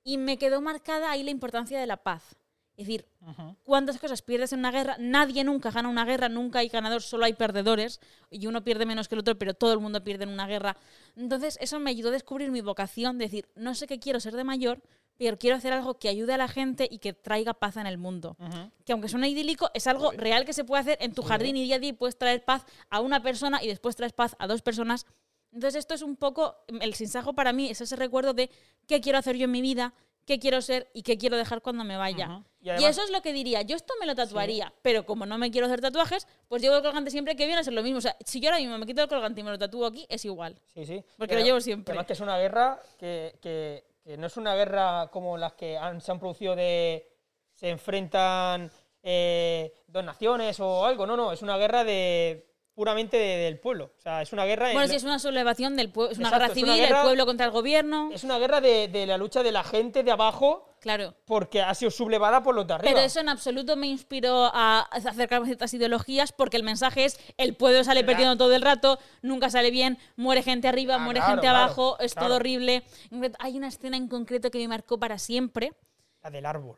y me quedó marcada ahí la importancia de la paz. Es decir,
Ujú.
cuántas cosas pierdes en una guerra. Nadie nunca gana una guerra, nunca hay ganador, solo hay perdedores. Y uno pierde menos que el otro, pero todo el mundo pierde en una guerra. Entonces, eso me ayudó a descubrir mi vocación, decir, no sé qué quiero ser de mayor, pero quiero hacer algo que ayude a la gente y que traiga paz en el mundo.
Ujú.
Que aunque suene idílico, es algo real que se puede hacer en tu jardín y día a día y puedes traer paz a una persona y después traes paz a dos personas. Entonces esto es un poco, mm, el sinsajo para mí es ese recuerdo de qué quiero hacer yo en mi vida, qué quiero ser y qué quiero dejar cuando me vaya.
Ujú. Y
Y,
además-
eso es lo que diría, yo esto me lo tatuaría, pero como no me quiero hacer tatuajes, pues llevo el colgante siempre que viene a ser lo mismo. O sea, si yo ahora mismo me quito el colgante y me lo tatúo aquí, es igual.
Sí, sí.
Porque
Y
lo
adem-
llevo siempre.
Además que es una guerra que, que- que no es una guerra como las que han- se han producido de... Se enfrentan eh, dos naciones o algo. No, no. Es una guerra de puramente de- del pueblo. O sea, es una guerra... en
Bueno,
la-
si es una sublevación del pueblo, es una
Exacto,
guerra
es una
civil,
guerra-
el pueblo contra el gobierno.
Es una guerra de, de la lucha de la gente de abajo
Claro.
porque ha sido sublevada por los de arriba.
Pero eso en absoluto me inspiró a acercarme a ciertas ideologías porque el mensaje es el pueblo sale perdiendo todo el rato, nunca sale bien, muere gente arriba,
Ah,
muere
claro,
gente
claro,
abajo, es
claro.
todo horrible. En concreto, Hay una escena en concreto que me marcó para siempre.
La del árbol.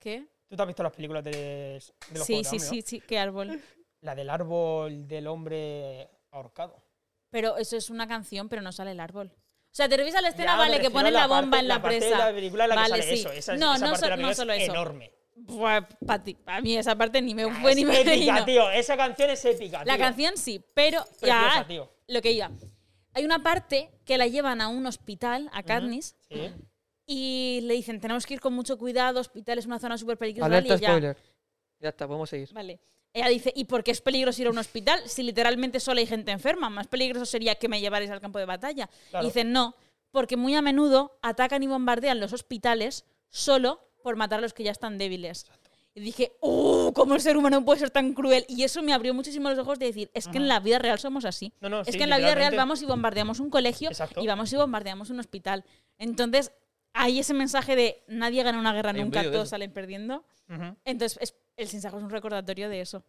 ¿Qué?
¿Tú te has visto las películas de, de los
Sí,
Juegos
sí,
del Hambre,
sí, sí, qué árbol.
no? La del árbol del hombre ahorcado.
Pero eso es una canción, pero no sale el árbol. O sea, te revisas la escena,
Ya, me
Este vale, que
refiero
ponen
a
la, bomba
parte-
en la,
parte
presa.
de la película en la que
vale,
sale
sí.
eso. Esa,
no,
esa
no,
parte
so-
de la
no
película
solo
es
eso.
enorme. Ah,
Buah, pa' ti- a mí esa parte ni me fue
Es
ni me reí,
épica,
no.
tío. Esa canción es épica,
La
tío.
canción sí, pero
Preciosa,
ya
tío.
lo que iba. Hay una parte que la llevan a un hospital, a Katniss,
Sí.
y le dicen, tenemos que ir con mucho cuidado, hospital es una zona súper peligrosa. tal", y
Alerta
ella-
spoiler. Ya está, podemos seguir.
Vale. Ella dice, ¿y por qué es peligroso ir a un hospital si literalmente solo hay gente enferma? Más peligroso sería que me llevarais al campo de batalla.
Claro.
Y dicen, no, porque muy a menudo atacan y bombardean los hospitales solo por matar a los que ya están débiles. Y dije, ¡uh! ¿Cómo el ser humano puede ser tan cruel? Y eso me abrió muchísimo los ojos de decir, es que en la vida real somos así.
No, no,
es
sí,
que en la vida real
literalmente.
vamos y bombardeamos un colegio
Exacto.
y vamos y bombardeamos un hospital. Entonces, hay ese mensaje de nadie gana una guerra
Hay un
nunca,
vídeo de
todos
eso.
salen perdiendo.
Ujú.
Entonces, es- el sinsajo es un recordatorio de eso.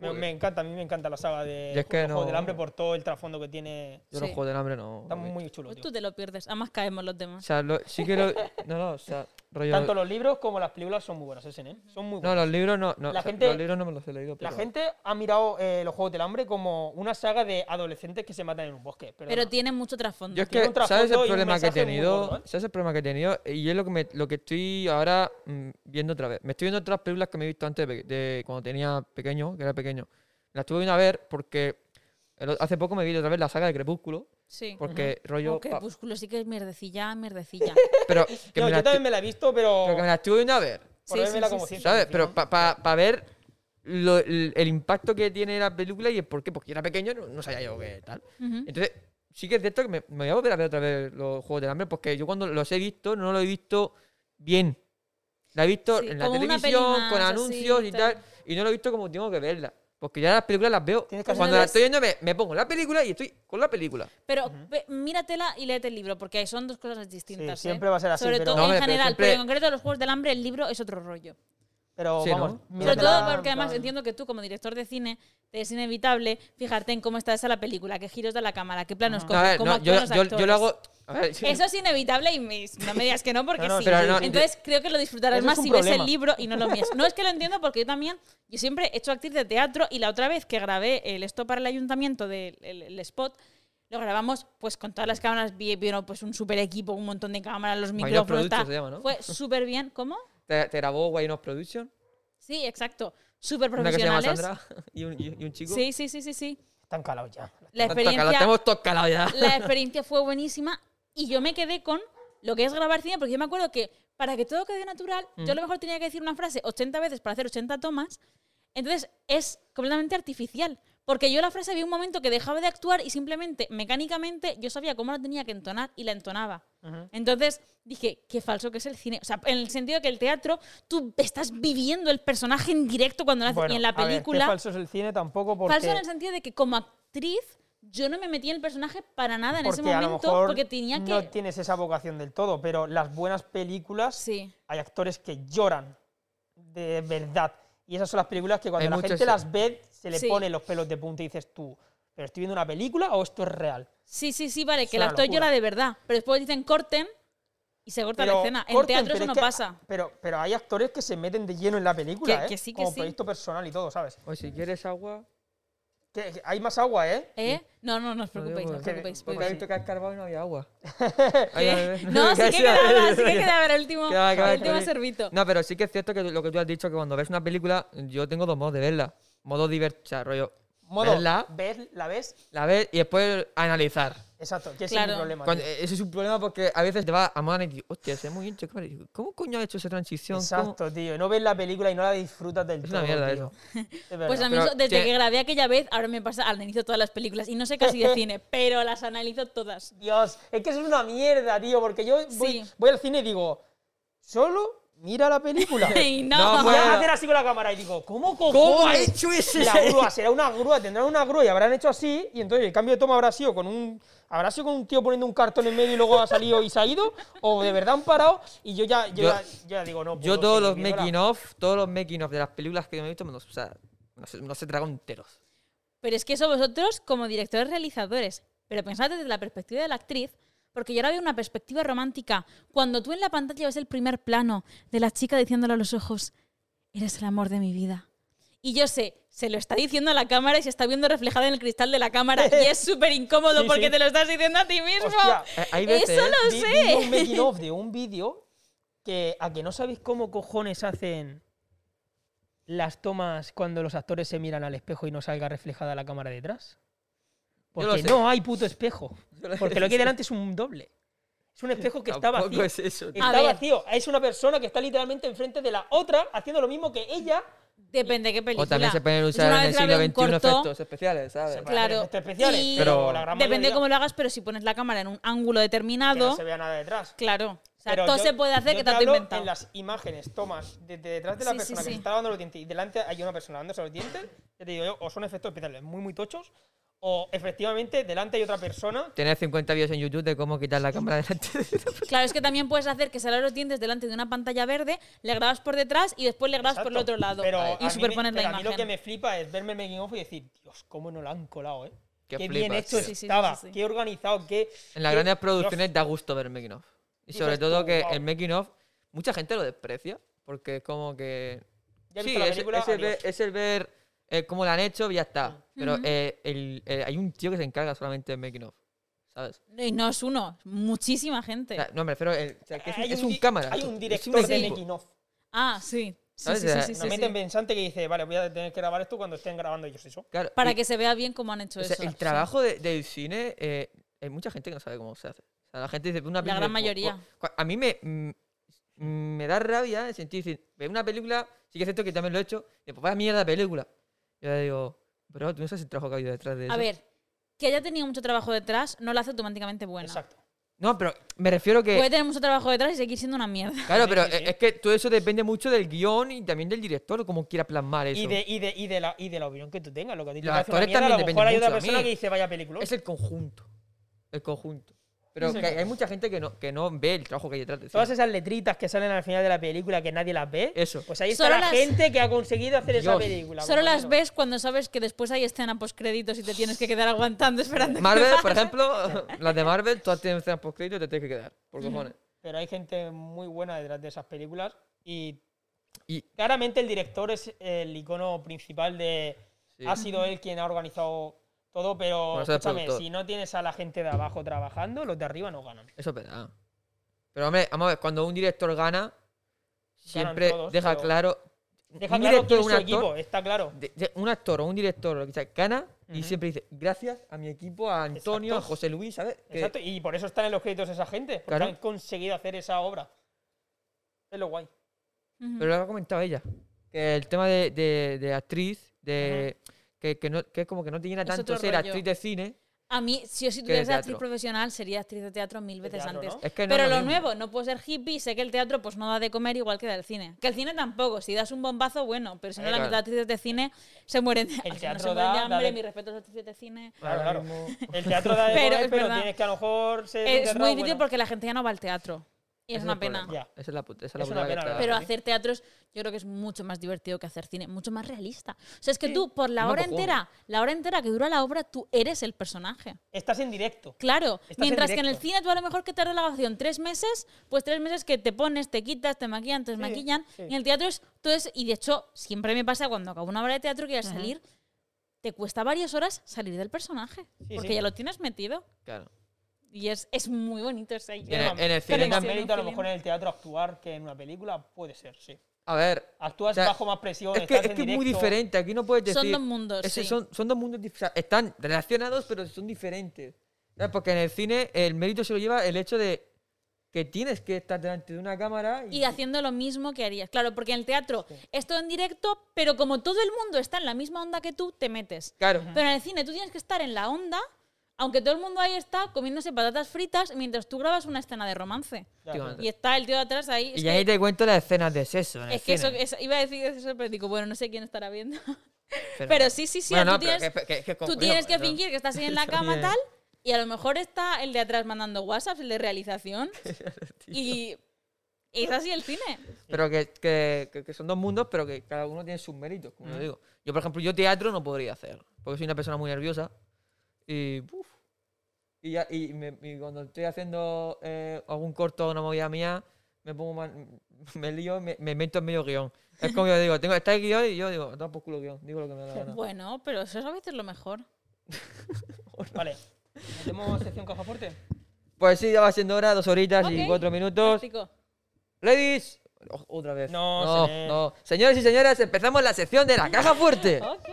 me, me encanta, a mí me encanta la saga de
Y es que
Los Juegos
no-
del Hambre por todo el trasfondo que tiene.
Yo los
Sí.
juegos del hambre no.
Está
vi.
muy chulo,
Pues
tío.
tú te lo pierdes, además caemos los
O
demás.
sea, lo- sí que lo. No, no, o sea, rollo.
Tanto los libros como las películas son muy buenas, ese, ¿eh? Son muy
No,
buenas.
los libros no. no
La
o sea,
gente-
los libros no me los he leído.
la
pero-
gente ha mirado eh, los Juegos del Hambre como una saga de adolescentes que se matan en un bosque. perdona.
Pero tiene mucho trasfondo.
Yo es
tío.
Tiene
que,
un trasfondo
¿sabes
y
el
un
problema que he
mensaje muy
tenido?
gordo, ¿eh?
¿Sabes el problema que he tenido? Y es lo que, me, lo que estoy ahora mm, viendo otra vez. Me estoy viendo otras películas que me he visto antes de, pe- de cuando tenía pequeño, que era pequeño. Las estuve viendo a ver porque el o- hace poco me vi otra vez la saga de Crepúsculo.
Sí.
Porque
Oh,
rollo. pa-
crepúsculo sí que es mierdecilla, mierdecilla.
pero que
No,
me la
yo también
estu-
me la he visto, pero.
pero que me la estuve viendo a ver.
por
Sí,
ahí me
sí,
la
sí,
como
sí.
ciencia
¿Sabes?
ficción,
Pero
¿no?
para ver lo- el, el impacto que tiene la película y el por qué. Porque yo era pequeño, no, no sabía yo qué tal.
Ujú.
Entonces, sí que es cierto que me, me voy a volver a ver otra vez los Juegos del Hambre, porque yo cuando los he visto, no los he visto bien. La he visto
Sí,
en la
como una
televisión,
peli
con
más,
anuncios
así,
y
tal.
tal, y no lo he visto como tengo que verla. Porque ya las películas las veo.
Tienes que
Cuando las
hacer-
estoy viendo, me, me pongo la película y estoy con la película.
Pero ve- míratela y léete el libro, porque son dos cosas distintas.
Sí,
¿eh?
siempre va a ser así,
Sobre
pero-
todo
No,
en
hombre, pero
general,
siempre-
pero en concreto los Juegos del Hambre, el libro es otro rollo.
Pero
Sí, ¿no?
vamos.
Sobre
Sobre
míratela,
todo
en
porque además
plan-
entiendo que tú, como director de cine, te es inevitable fijarte en cómo está esa la película, qué giros da la cámara, qué planos
a
coge,
ver,
cómo
no,
actúan
yo,
los
yo- yo lo
actores.
hago. a ver, sí.
Eso es inevitable y me- no me digas que no, porque
No, no,
sí.
pero
no, yo-
Entonces creo que lo disfrutarás
Eso es
más
un
si ves
problema.
el libro y no lo mías. No es que lo entiendo porque yo también, yo siempre he hecho actriz de teatro y la otra vez que grabé el esto para el ayuntamiento del el- el spot, lo grabamos pues con todas las cámaras, vi- vieron pues un super equipo, un montón de cámaras, los
Guaynos
micrófonos,
Productions
tal.
se llama, ¿no?
fue súper bien. ¿Cómo?
Te, te grabó Guaynos Production,
Sí, exacto. Súper
una que se llama
profesionales.
Sandra y un, y- y un chico.
sí, sí, sí, sí, sí.
Están calados ya.
La
Tanto calado,
experiencia,
tenemos todos calados ya.
la experiencia fue buenísima y yo me quedé con lo que es grabar cine, porque yo me acuerdo que para que todo quede natural, yo
Mm.
a lo mejor tenía que decir una frase 80 veces para hacer 80 tomas, entonces es completamente artificial. Porque yo la frase había un momento que dejaba de actuar y simplemente, mecánicamente, yo sabía cómo la tenía que entonar y la entonaba. Entonces dije, qué falso que es el cine. O sea, en el sentido que el teatro, tú estás viviendo el personaje en directo cuando lo haces.
Bueno,
y en la
a ver, qué
película.
falso es el cine tampoco porque.
Falso en el sentido de que como actriz yo no me metí en el personaje para nada en ese
porque a lo
momento
mejor
porque tenía que...
no tienes esa vocación del todo, pero las buenas películas
Sí.
hay actores que lloran de verdad. Y esas son las películas que cuando
Hay
la
muchos-
gente las ve se le
Sí.
ponen los pelos de punta y dices tú, ¿pero estoy viendo una película o esto es real?
Sí, sí, sí, vale, que el
una
actor
locura.
llora de verdad, pero después dicen corten y se corta la
Pero,
escena. En
corten,
teatro
pero
eso
es
no
que-
pasa.
Pero, pero hay actores que se meten de lleno en la película,
Que-
¿eh?
que sí, que
Como
sí.
proyecto personal y todo, ¿sabes?
O si quieres agua.
Que- que hay más agua, ¿eh?
¿Eh? No, no, no os
Lo
preocupéis,
digo,
no os
que-
preocupéis.
porque
voy
hay
bien.
que has carbado y no había agua. Ahí va,
¿Qué?
bebé.
Pues No, sí que
Casi
quedaba,
había-
sí que quedaba el último,
Quedaba, quedaba,
el último
quedaba.
servito.
No, pero sí que es cierto que lo que tú has dicho, que cuando ves una película, yo tengo dos modos de verla. Modo divertido, rollo.
Modo,
Verla,
¿ves? ¿La ves?
la ves y después analizar.
Exacto, que ese es
Claro.
mi problema.
Cuando-
tío.
eh, ese es un problema porque a veces te va a moda y dices, hostia, se ve muy bien, qué padre". Digo, ¿Cómo coño ha hecho esa transición? ¿Cómo?".
Exacto, tío. No ves la película y no la disfrutas del
Es
todo.
una mierda
tío.
eso.
Es verdad.
Pues a mí
Pero
eso, desde
tiene-
que grabé aquella vez, ahora me pasa al analizo todas las películas y no sé casi de cine, pero las analizo todas.
Dios, es que eso es una mierda, tío. Porque yo voy,
Sí.
voy al cine y digo, solo mira la película.
Ay, no.
No,
Y van
bueno.
a hacer así con la cámara y digo, ¿cómo cojones?
¿Cómo ha hecho ese?
La grúa, será una grúa, tendrán una grúa y habrán hecho así. Y entonces el cambio de toma habrá sido con un ¿Habrá sido un tío poniendo un cartón en medio y luego ha salido y se ha ido? ¿O de verdad han parado? Y yo ya, yo
Yo-
ya, yo ya digo, no.
Yo
puedo
todos los
seguir viéndola.
making of, todos los making of de las películas que yo me he visto, me los, o sea, no se, no se tragan enteros.
Pero es que eso vosotros, como directores realizadores, pero pensad desde la perspectiva de la actriz, porque yo ahora veo una perspectiva romántica. Cuando tú en la pantalla ves el primer plano de la chica diciéndole a los ojos, eres el amor de mi vida. Y yo sé, se lo está diciendo a la cámara y se está viendo reflejado en el cristal de la cámara. y es súper incómodo
Sí,
porque
sí.
te lo estás diciendo a ti mismo.
Hostia,
Eh, Hay veces,
Eso lo
Vi- vi
sé.
un making of de un vídeo que a que no sabéis cómo cojones hacen las tomas cuando los actores se miran al espejo y no salga reflejada la cámara detrás.
lo
Porque
sé.
no hay puto espejo.
Yo lo
Porque
sé.
lo que hay delante es un doble. Es un espejo que está
Tampoco
vacío.
es eso. tío.
A
Está
ver.
vacío. Es una persona que está literalmente enfrente de la otra haciendo lo mismo que ella.
Depende de qué película.
O también se pueden
Yo
usar
una
en el
vez grabé
siglo
un
XXI
corto,
efectos especiales, ¿sabes?
puede. hacer efectos especiales,
y
pero la
gran
depende
mayoría-
de cómo lo hagas, pero si pones la cámara en un ángulo
Que
determinado,
no se vea nada detrás.
claro. O sea,
Pero
todo
yo-
se puede hacer
yo
que
te
tanto
hablo
inventado.
En las imágenes, tomas desde detrás de la
Sí, sí,
persona que
sí.
se está lavando los dientes y delante hay una persona lavándose los dientes, ya te digo yo, o son efectos especiales muy, muy tochos, o efectivamente delante hay otra persona.
Tener 50 vídeos en YouTube de cómo quitar la cámara delante de
Claro, es que también puedes hacer que se lave los dientes delante de una pantalla verde, le grabas por detrás y después le grabas por el
Exacto.
otro lado. eh,
Pero a mí
y
me-
superpones la
pero A mí lo que
imagen.
me flipa es verme el making of y decir, Dios, cómo no la han colado, ¿eh?
Qué
Qué, bien
flipas,
hecho
tío.
Sí, sí, sí,
estaba,
sí, sí.
qué organizado, qué...
En las
qué-
grandes
Dios,
producciones da gusto ver el making of. Y
Dices
sobre todo
tú,
que
"Guau".
el making of, mucha gente lo desprecia, porque es como que...
Ya he
sí,
visto la
es,
película,
es el ver,
adiós.
es el ver, eh, cómo la han hecho y ya está. Pero eh, el- eh, hay un tío que se encarga solamente del making of, ¿sabes?
Y no es uno, muchísima gente.
O sea, no, me refiero... el- o sea, que es, un,
Hay
es un
di-
cámara.
Hay
tío.
un
Es
director de
equipo.
making of.
Ah, sí. Sí,
¿Sabes?
sí, sí,
Eh,
sí,
no
Una
sí,
mente
sí.
pensante que dice, vale, voy a tener que grabar esto cuando estén grabando ellos eso.
Claro,
Para
y-
que se vea bien cómo han hecho
o sea,
eso.
el
Sí.
trabajo de- del cine, eh, hay mucha gente que no sabe cómo se hace. O sea, la gente dice, una
La
película
gran
de-
mayoría.
o- o- a mí me, mm, mm, me da rabia en el sentido de decir, ver una película, sí que es cierto que también lo he hecho, y pues vaya mierda de película. Yo le digo, bro, tú no sabes el trabajo que ha habido detrás de eso.
A ver, que haya tenido mucho trabajo detrás no lo hace automáticamente buena.
Exacto.
No, pero me refiero
Puede
que.
tener mucho trabajo detrás y seguir siendo una mierda.
Claro,
Sí,
pero
sí, sí.
¿eh?
e- es que todo eso depende mucho del guión y también del director, cómo quiera plasmar eso.
Y de, y, de, y, de la, y de la opinión que tú tengas, lo que a ti te
Los
parece una
actores
mierda,
también
a lo
dependen
mejor hay otra
mucho de
persona
mí.
que dice vaya película.
Es el conjunto. El conjunto. Pero que hay hay mucha gente que no, que no ve el trabajo que hay detrás de
Todas
cine.
esas letritas que salen al final de la película que nadie las ve,
Eso.
pues ahí está
Solo
la
las-
gente que ha conseguido hacer esa
Dios.
película. pues,
Solo las
compañero.
ves cuando sabes que después hay escena postcréditos y te tienes que quedar aguantando esperando. que
Marvel,
pase.
por ejemplo, las de Marvel, todas tienen escenas post-crédito y te tienes que quedar. Por cojones.
Pero hay gente muy buena detrás de esas películas y
Y
claramente el director es el icono principal de...
Sí.
Ha sido él quien ha organizado todo, pero
Bueno, eso es
escúchame,
productor.
si no tienes a la gente de abajo trabajando, los de arriba no ganan.
eso es verdad. Pero hombre, vamos a ver, cuando un director gana, siempre
todos,
deja
pero-
claro.
Deja
un
claro
director,
quién es
un
su equipo,
actor,
está claro.
de- de- un actor o un director, lo que sea, gana y
Ujú.
siempre dice, gracias a mi equipo, a Antonio, a
Exacto.
José Luis, ¿sabes? Que-
Exacto, y por eso están en los créditos esa gente, porque
Claro.
han conseguido hacer esa obra. Es lo guay.
Ujú.
Pero lo ha comentado ella. Que el tema de, de- de actriz, de que, que no, que es como que no te llena
Es
tanto
otro
ser
rollo.
actriz de cine.
A mí, si yo si
de
tuviera que ser actriz
teatro.
profesional, sería actriz de teatro mil veces
teatro,
antes.
¿no?
Es que no
Pero
es lo
lo,
mismo.
nuevo, no puedo ser hippie, sé que el teatro pues no da de comer igual que da el cine. Que el cine tampoco, si das un bombazo, bueno, pero si no,
Eh,
la
claro.
mitad de actrices de cine se mueren de,
El
no se
teatro
mueren de
da- da
hambre,
de-
mi respeto a las actrices de cine.
Claro,
Ahora
claro.
mismo-
El teatro da de
Pero
pero,
es
pero
verdad.
tienes que a lo mejor ser un
Es
teatro
muy difícil
bueno.
porque la gente ya no va al teatro. Y
ese
es una
el
pena.
problema. Esa es la puta. Esa es la
Es una
putada que
pena, la
está-
verdad.
Pero
sí.
hacer teatros yo creo que es mucho más divertido que hacer cine, mucho más realista. O sea, es que tú por la
no me
hora
cojones.
entera, la hora entera que dura la obra, tú eres el personaje.
Estás en directo.
Claro,
Estás en
mientras que en el
directo.
cine tú a lo mejor que tarda la grabación tres meses, pues tres meses que te pones, te quitas, te maquillan, te desmaquillan.
sí.
Y en el teatro es todo eso. Y de hecho, siempre me pasa cuando acabo una obra de teatro que al salir te cuesta varias horas salir del personaje.
Sí,
porque
sí.
ya lo tienes metido.
Claro.
Y es, es muy bonito ese
Y en el-
Tiene
idea.
más-
en el
tiene
cine
más
también.
mérito a lo mejor en el teatro actuar que en una película, puede ser, sí.
A ver.
Actúas
o sea,
bajo más presión,
Es que,
estás
es
en
que es muy
directo.
diferente. Aquí no puedes decir.
Son dos mundos,
Ese-
sí.
son, son dos mundos dif- o sea, Están relacionados, pero son diferentes. ¿Sabes? Porque en el cine el mérito se lo lleva el hecho de que tienes que estar delante de una cámara y,
Y haciendo lo mismo que harías. Claro, porque en el teatro es todo en directo, pero como todo el mundo está en la misma onda que tú, te metes.
Claro.
Pero en el cine tú tienes que estar en la onda, aunque todo el mundo ahí está comiéndose patatas fritas mientras tú grabas una escena de romance.
Ya,
Tío,
pero-
Y está el tío de atrás ahí.
Y
Es
ya
que,
ni te cuento las escenas de sexo. en el
es que eso,
cine.
eso- iba a decir eso, pero digo, bueno, no sé quién estará viendo.
Pero-
Pero sí, sí, sí.
Bueno, no,
tú
pero
tienes
que- que- que- que-
tú
bueno,
tienes que
bueno.
fingir que estás ahí en la
Está
cama
bien.
tal, Y a lo mejor está el de atrás mandando WhatsApps, el de realización. y, y es así el cine.
Pero que, que- que- que son dos mundos, pero que cada uno tiene sus méritos, como yo digo. Yo, por ejemplo, yo teatro no podría hacer, porque soy una persona muy nerviosa. Y, uf. y, ya- y me- y cuando estoy haciendo eh, algún corto o una movida mía, me pongo mal- me lío, me, me invento en medio guión. Es como yo digo, tengo, está el guión y yo digo, toma por culo el guión, digo lo que me da la gana.
Bueno, pero eso es a veces lo mejor.
Vale. ¿Metemos sección caja fuerte?
Pues sí, ya va siendo hora, dos horitas y
Ok,
cuatro minutos.
Práctico.
Ladies, o- otra vez.
No,
no,
señor.
no. Señores y señoras, empezamos la sección de la caja fuerte.
Ok.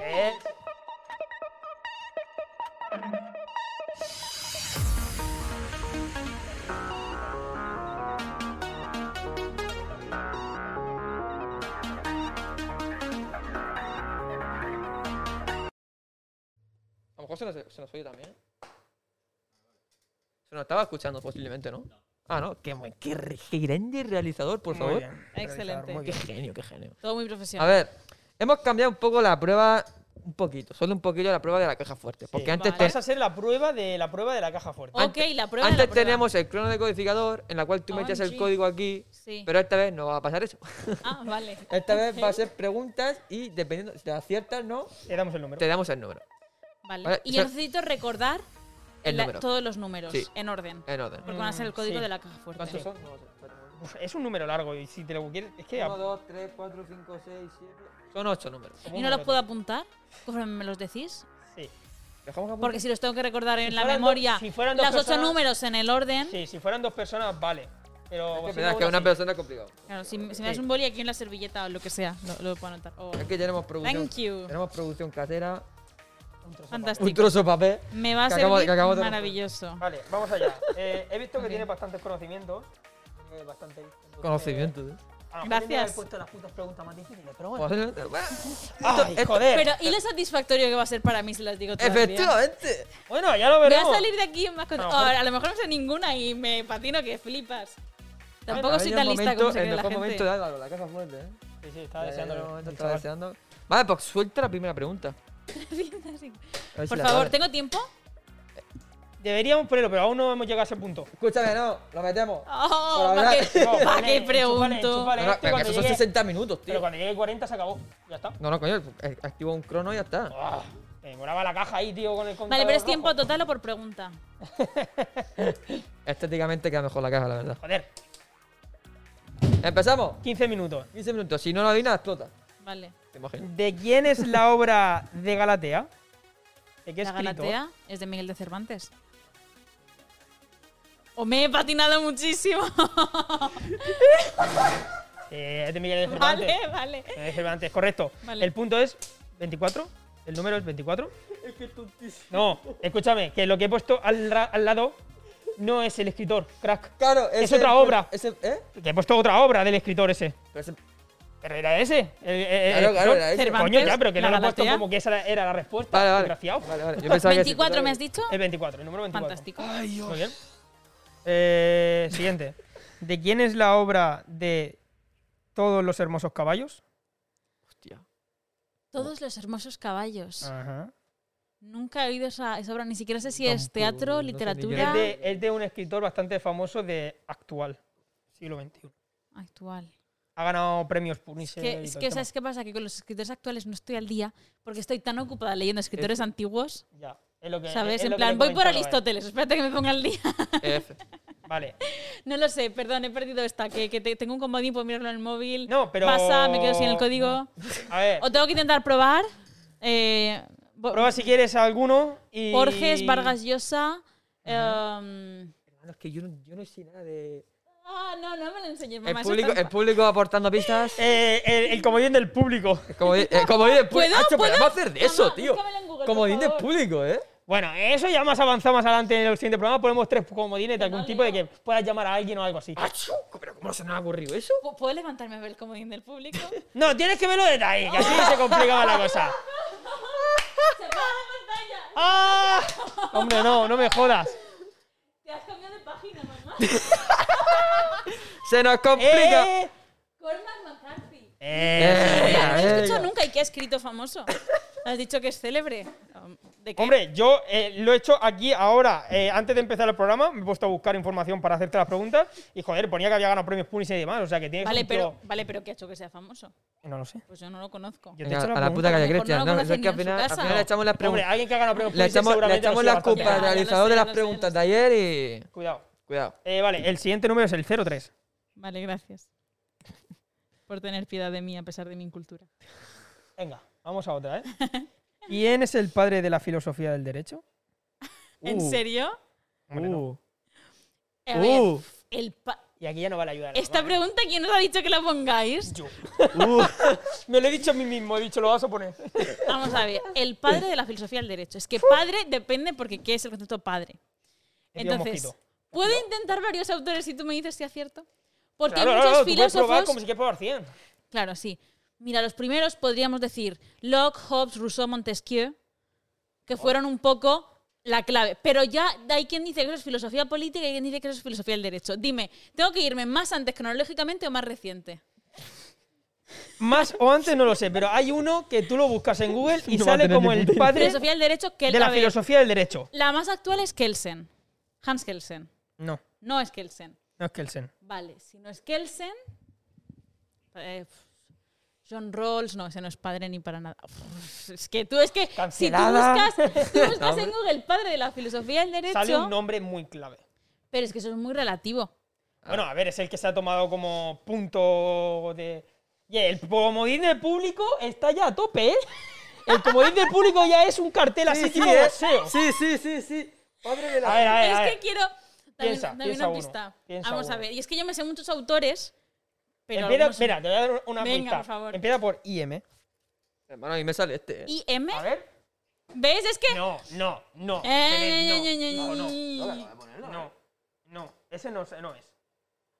A lo mejor se nos, se nos oye también. Se nos estaba escuchando posiblemente, ¿no? Ah, no. Qué, buen- qué re- qué grande realizador, por favor.
Excelente.
Qué genio, qué genio.
Todo muy
A
profesional.
ver, hemos cambiado un poco la prueba, un poquito, solo un poquito la prueba de la caja fuerte. Porque antes,
Vale.
te-
Vas a ser la prueba de la prueba de la caja fuerte.
Ok, la prueba.
antes
la prueba.
teníamos el crono decodificador en la cual tú metías el
OMG.
código aquí,
Sí.
pero esta vez no va a pasar eso.
Ah, vale.
Esta vez va a ser preguntas y dependiendo si te aciertas no,
Te damos el número.
te damos el número.
Vale.
Vale,
Y
o
yo
sea,
necesito recordar
el
la-
número.
todos los números
Sí. Eh,
en orden.
En orden.
Porque van a ser el
Mm,
código
sí.
de la caja fuerte.
¿Cuántos
Sí.
son? No,
Uf, es un número largo y si te lo quieres. Es que.
1, 2, 3, 4, 5, 6, 7. Son 8 números.
como
¿Y
un
no los
número-
puedo apuntar? Conforme me los decís.
Sí.
Dejamos
Porque si los tengo que recordar en la
fueran dos-
memoria,
si fueran dos
las ocho
personas-
números en el orden.
Sí, si fueran dos personas, vale. Pero.
Es que,
siendo
es que una
sí.
persona es complicado.
Claro, si, si me das un boli aquí en la servilleta o lo que sea, lo, lo puedo anotar. Oh, O-
Es que tenemos producción.
Thank you.
Tenemos producción casera.
Un trozo de
Un
Fantástico.
trozo de papel.
Me va a
que
ser
acabo- que acabo de-
maravilloso.
papel. Vale, vamos allá. Eh, he visto que
Ok.
tienes bastantes conocimientos. Eh, bastante. Ah, entonces-
Conocimiento.
A lo
¿eh?
mejor
Gracias.
tenía que haber puesto las putas preguntas más difíciles, pero bueno.
Posiblemente- Bueno, Pues, ah,
Ay, joder.
Pero, ¿y lo satisfactorio que va a ser para mí si las digo todas bien?
Efectivamente.
Bueno, ya lo
Voy a
veremos.
salir de aquí más
A
contenta.
lo
O
mejor-
A lo mejor no sé ninguna y me patino que flipas. Tampoco
Ha
soy
habido
tan
un
lista
momento-
como se
El
cree la
mejor
gente.
momento de Álvaro, la caja fuerte. ¿eh?
Sí, sí, estaba
Ya, ya, ya,
deseándolo.
momento
el
estaba
chaval.
deseando. Vale, pues suelta la primera pregunta. A ver si
Por
la
favor,
sabes.
¿tengo tiempo?
Deberíamos ponerlo, pero aún no hemos llegado a ese punto.
Escúchame, no, lo metemos.
Oh,
Por
¿Para
hablar.
qué,
No,
pa'
ponle,
qué
enchúfale,
pregunto?
enchúfale
No, no,
este
pero que
cuando
esos son
llegue-
60 minutos,
Pero
tío.
cuando llegue 40 se acabó. Ya está.
No, no, coño, eh, activo un crono y ya está.
Ah, me moraba la caja ahí, tío, con el contador
Vale, pero es tiempo
rojo.
total o por pregunta.
Estéticamente queda mejor la caja, la verdad.
Joder,
Empezamos.
15 minutos.
15 minutos. Si no lo adivinas, explota.
Vale.
Te imagino.
¿De quién es la obra de Galatea? ¿De qué
La
escritor?
Galatea es de Miguel de Cervantes. O me he patinado muchísimo.
Eh, es de Miguel de Cervantes.
vale, vale.
Miguel de Cervantes, correcto.
Vale.
El punto es 24. El número es 24. Es que tontísimo. No, escúchame, que lo que he puesto al, ra- al lado no es el escritor, crack.
Claro,
Es
ese-
otra obra.
Ese, ¿Eh?
Que he puesto otra obra del escritor ese.
Pero ese-
Pero era ese. El- el- el
Claro, claro,
escritor.
era ese.
Coño, ya, pero que
¿La
no lo he puesto
Galatea?
como que esa era la respuesta.
Vale, vale.
desgraciado.
Vale, vale. Yo pensaba que se
24 me has
trataba
dicho.
El 24, el número 24.
Fantástico.
Muy bien. Eh, siguiente. ¿De quién es la obra de Todos los hermosos caballos?
de- Hostia.
Todos los hermosos caballos.
Ah.
Ajá.
Nunca he oído esa, esa obra, ni siquiera sé si es
Tampoco,
teatro,
no sé ni
literatura,
Es de, es de un escritor bastante famoso de actual, siglo XXI.
actual.
Ha ganado premios Pulitzer.
Que-
y
es
todo
que,
el tema.
¿sabes qué pasa? Que con los escritores actuales no estoy al día porque estoy tan ocupada leyendo escritores antiguos,
Ya, es lo que-
¿sabes?
es
En
lo que
plan,
le
voy por
comentaba, eh.
Aristóteles, espérate que me ponga al día.
eh, F.
Vale.
no lo sé, perdón, he perdido esta, que, que te- tengo un comodín, puedo mirarlo en el móvil.
No, pero-
Pasa, me quedo sin el código.
A ver,
O tengo que intentar probar. eh, bo-
prueba si quieres alguno. Y...
Borges, Vargas Llosa. em,
Hermano, es que yo no, yo no sé nada de.
Ah, no, no me lo enseñes, mamá.
El
eso
público,
es tan
el público aportando pistas.
Eh, el, el comodín del público.
Como, di- eh, como di- el
¿Puedo?
público. Hacho,
¿Puedo?
pero vamos a hacer de eso,
Mamá,
tío.
búscamelo en Google,
Como
por
dice el
favor.
público, ¿eh?
Bueno, eso ya más avanzado más adelante en el siguiente programa. Ponemos tres comodines de algún tipo de que puedas llamar a alguien o algo así.
¡Acho! ¿Pero cómo no se nos ha ocurrido eso?
¿Pu- ¿Puedo levantarme a ver el comodín del público? ¡Se
No, tienes que verlo desde ahí, que así se complica más la cosa.
apaga la pantalla!
¡Ah! Hombre, no, no me jodas.
Te has cambiado de página, mamá.
¡Se nos complica!
¡Eh!
Cormac McCarthy.
¡Eh!
Eh,
Mira, no lo he
venga.
escuchado nunca y que ha escrito famoso. Has dicho que es célebre. Um, ¿De qué?
Hombre, yo eh, lo he hecho aquí ahora, eh, antes de empezar el programa, me he puesto a buscar información para hacerte las preguntas y joder, ponía que había ganado premios Punis y demás, o sea que tienes
Vale, pero, vale, pero ¿qué ha hecho que sea famoso?
No lo sé.
Pues yo no lo conozco.
Yo te he
Venga,
hecho la
a la
pregunta.
puta calle
A lo mejor
Cristian.
no
No,
lo
es que
conocen
al final,
ni en su
al
casa.
final le echamos las
Hombre,
preguntas.
alguien que ha ganado premios
Le
Punis
echamos, le
seguramente
echamos
lo
la
sepa bastante.
culpa al
Ya, lo
realizador
sé,
de las
lo sé,
preguntas
lo
de
sé.
ayer y.
Cuidado.
Cuidado.
Eh, vale, el siguiente número es el 03.
Vale, gracias. Por tener piedad de mí a pesar de mi incultura.
Venga, vamos a otra, ¿eh? ¿Quién es el padre de la filosofía del derecho?
¿En
Uh,
serio?
hombre, no.
Uh.
A ver,
Uh.
el pa-
Y aquí ya no vale ayudar.
esta
vale.
pregunta, ¿quién os ha dicho que la pongáis?
Yo.
Uh.
Me lo he dicho a mí mismo, he dicho, lo vas a poner.
Vamos a ver, el padre de la filosofía del derecho. Es que padre depende porque ¿qué es el concepto padre?
He pillado un
Entonces,
mosquito.
¿puedo intentar varios autores si tú me dices si acierto? Porque
Claro,
hay
claro,
muchos
claro, tú puedes probar
filósofos...
como si quieres probar 100.
Claro, sí. Mira, los primeros podríamos decir Locke, Hobbes, Rousseau, Montesquieu, que fueron un poco la clave. Pero ya hay quien dice que eso es filosofía política y hay quien dice que eso es filosofía del derecho. Dime, ¿tengo que irme más antes cronológicamente o más reciente?
Más o antes no lo sé, pero hay uno que tú lo buscas en Google y
No va a
sale
tener
como
ni
el
puta idea.
padre
Filosofía del derecho que
de la
a ver,
filosofía del derecho.
la más actual es Kelsen. Hans Kelsen.
No,
No es Kelsen.
no es Kelsen.
Vale, si no es Kelsen. eh, John Rawls, no, ese no es padre ni para nada. Uf, Es que tú, es que
Cancelada.
si tú buscas, tú buscas en Google el padre de la filosofía del
Sale un
derecho,
nombre muy clave.
pero es que eso es muy relativo.
Ah.
Bueno, a ver, es el que se ha tomado como punto de. Y el comodín del público está ya a tope, ¿eh? El comodín del público ya es un cartel así tipo
eh.
boxeo.
sí, sí, sí, sí. Padre de
A ver, a ver, a
Pero es
ver.
que quiero. También,
eh, Piensa,
también
piensa
una
uno,
pista.
piensa
Vamos a
uno.
ver, y es que yo me sé muchos autores, pero.
Empieza,
algunos son-
espera, te voy a dar una
Venga,
pista.
por favor. ¿Eh?
Empieza por IM.
Hermano, a mí me sale este. eh.
¿Y M?
A ver.
¿Ves? Es que.
No, no, no.
Eh,
Belén, no,
no, no,
no,
no, no.
no,
¿eh?
no, no. Ese no, es- no es.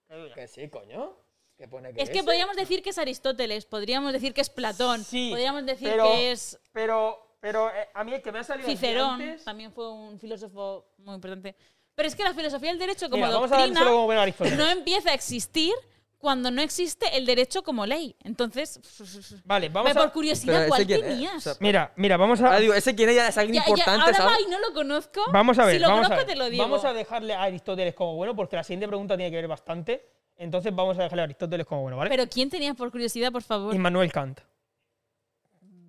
Te digo ya.
Que sí, coño. Que pone
Es que
ese.
podríamos decir que es Aristóteles, podríamos decir que es Platón,
Sí,
podríamos decir
pero-
que es
Pero, pero eh, a mí el que me ha salido aquí
Cicerón
antes-
también fue un filósofo muy importante. Pero es que la filosofía del derecho como
Mira, vamos a
doctrina
dárselo como bueno a Aristóteles.
no empieza a existir cuando no existe el derecho como ley. Entonces,
Vale, vamos
por
a.
Pero
curiosidad,
ese
¿cuál
quién es?
tenías?
O sea,
Mira, mira, vamos a.
Ahora Ah, digo, ese quién es ya es alguien
Ya- ya,
importante,
ahora va
¿sabes?
y no lo conozco.
Vamos a ver,
si lo
vamos, a
conozco,
ver.
te lo digo.
vamos a dejarle a Aristóteles como bueno, porque la siguiente pregunta tiene que ver bastante. Entonces vamos a dejarle a Aristóteles como bueno, ¿vale?
Pero ¿quién tenías por curiosidad, por favor?
Y Manuel Kant.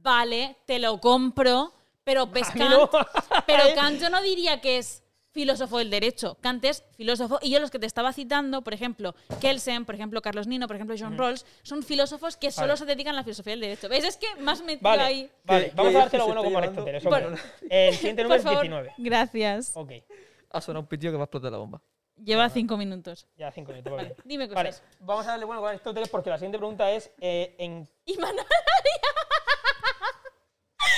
Vale, te lo compro, pero ves
mí
Kant.
no.
Pero Kant yo no diría que es filósofo del derecho. Kant es filósofo. Y yo los que te estaba citando, por ejemplo, Kelsen, por ejemplo, Carlos Nino, por ejemplo, John Rawls, son filósofos que solo
Vale.
se dedican a la filosofía del derecho. ¿Ves? Es que más metido
Vale,
ahí.
vale,
Que-
vamos
que
a dárselo
se
bueno
está
como
llevando-
Aristóteles.
Por-
hombre. El siguiente número Oh,
por
es
favor,
19.
gracias.
Ok,
Ha sonado Ah, un pitido que va a explotar la bomba.
Lleva cinco minutos.
ya cinco minutos. va bien.
Dime
Vale,
cosas.
vamos a darle bueno con Aristóteles porque la siguiente pregunta es eh, en
Y Manuel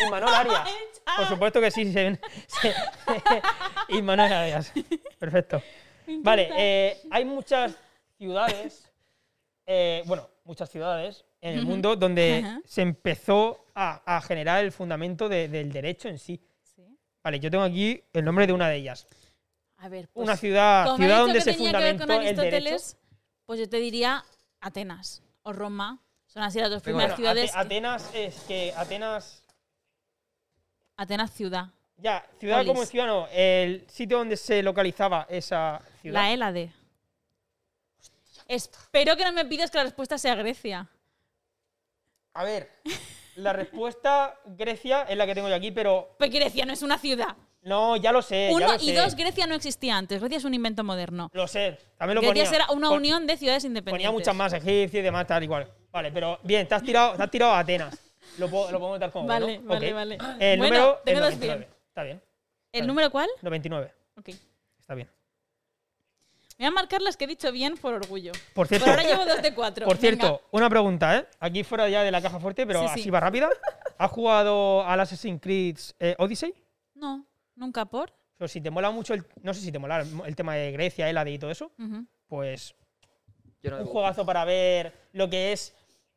y Manuel Arias.
Chao.
Por supuesto que sí, sí, se ven. se- y Manuel Arias. Perfecto. Vale, eh, hay muchas ciudades, eh, bueno, muchas ciudades en el mundo donde
Ajá.
se empezó a, a generar el fundamento de- del derecho en sí.
Sí.
Vale, yo tengo aquí el nombre de una de ellas.
A ver, pues,
Una ciudad,
como
Ah, ciudad
he dicho
donde
que
se
tenía que ver con
fundamentó el derecho.
Aristóteles, pues yo te diría Atenas o Roma. Son así las dos
Pero
primeras
Bueno,
ciudades.
Ate- Atenas es que Atenas
Atenas ciudad.
ya, ciudad
Polis.
como ciudad no, el sitio donde se localizaba esa ciudad.
La E, la D. Espero que no me pidas que la respuesta sea Grecia.
A ver, la respuesta Grecia es la que tengo yo aquí, pero
Porque Grecia no es una ciudad.
no, ya lo sé. Eh, ya
Uno
lo
y
sé.
dos, Grecia no existía antes. Grecia es un invento moderno.
Lo sé. También lo
Grecia
ponía.
era una
Pon-
unión de ciudades independientes.
Ponía muchas más, egipcias y demás, tal y cual. Vale, pero bien, te has tirado, te has tirado a Atenas. Lo puedo, lo puedo notar como.
Vale,
bueno.
vale,
Ok. Eh,
vale.
El
Bueno,
número
tengo
el
dos
99.
bien.
Está bien.
¿El número cuál?
99.
Ok.
Está bien.
Voy a marcar las que he dicho bien por orgullo.
Por
Por
cierto,
ahora llevo dos de cuatro.
por
Venga.
cierto, una pregunta, ¿eh? Aquí fuera ya de la caja fuerte, pero
Sí, sí.
así va rápida. ¿Has jugado al Assassin's Creed eh, Odyssey?
No, nunca por.
Pero si te mola mucho el. No sé si te mola el, el tema de Grecia, el AD y todo eso,
Ujú.
pues
Yo no
un juegazo para ver lo que es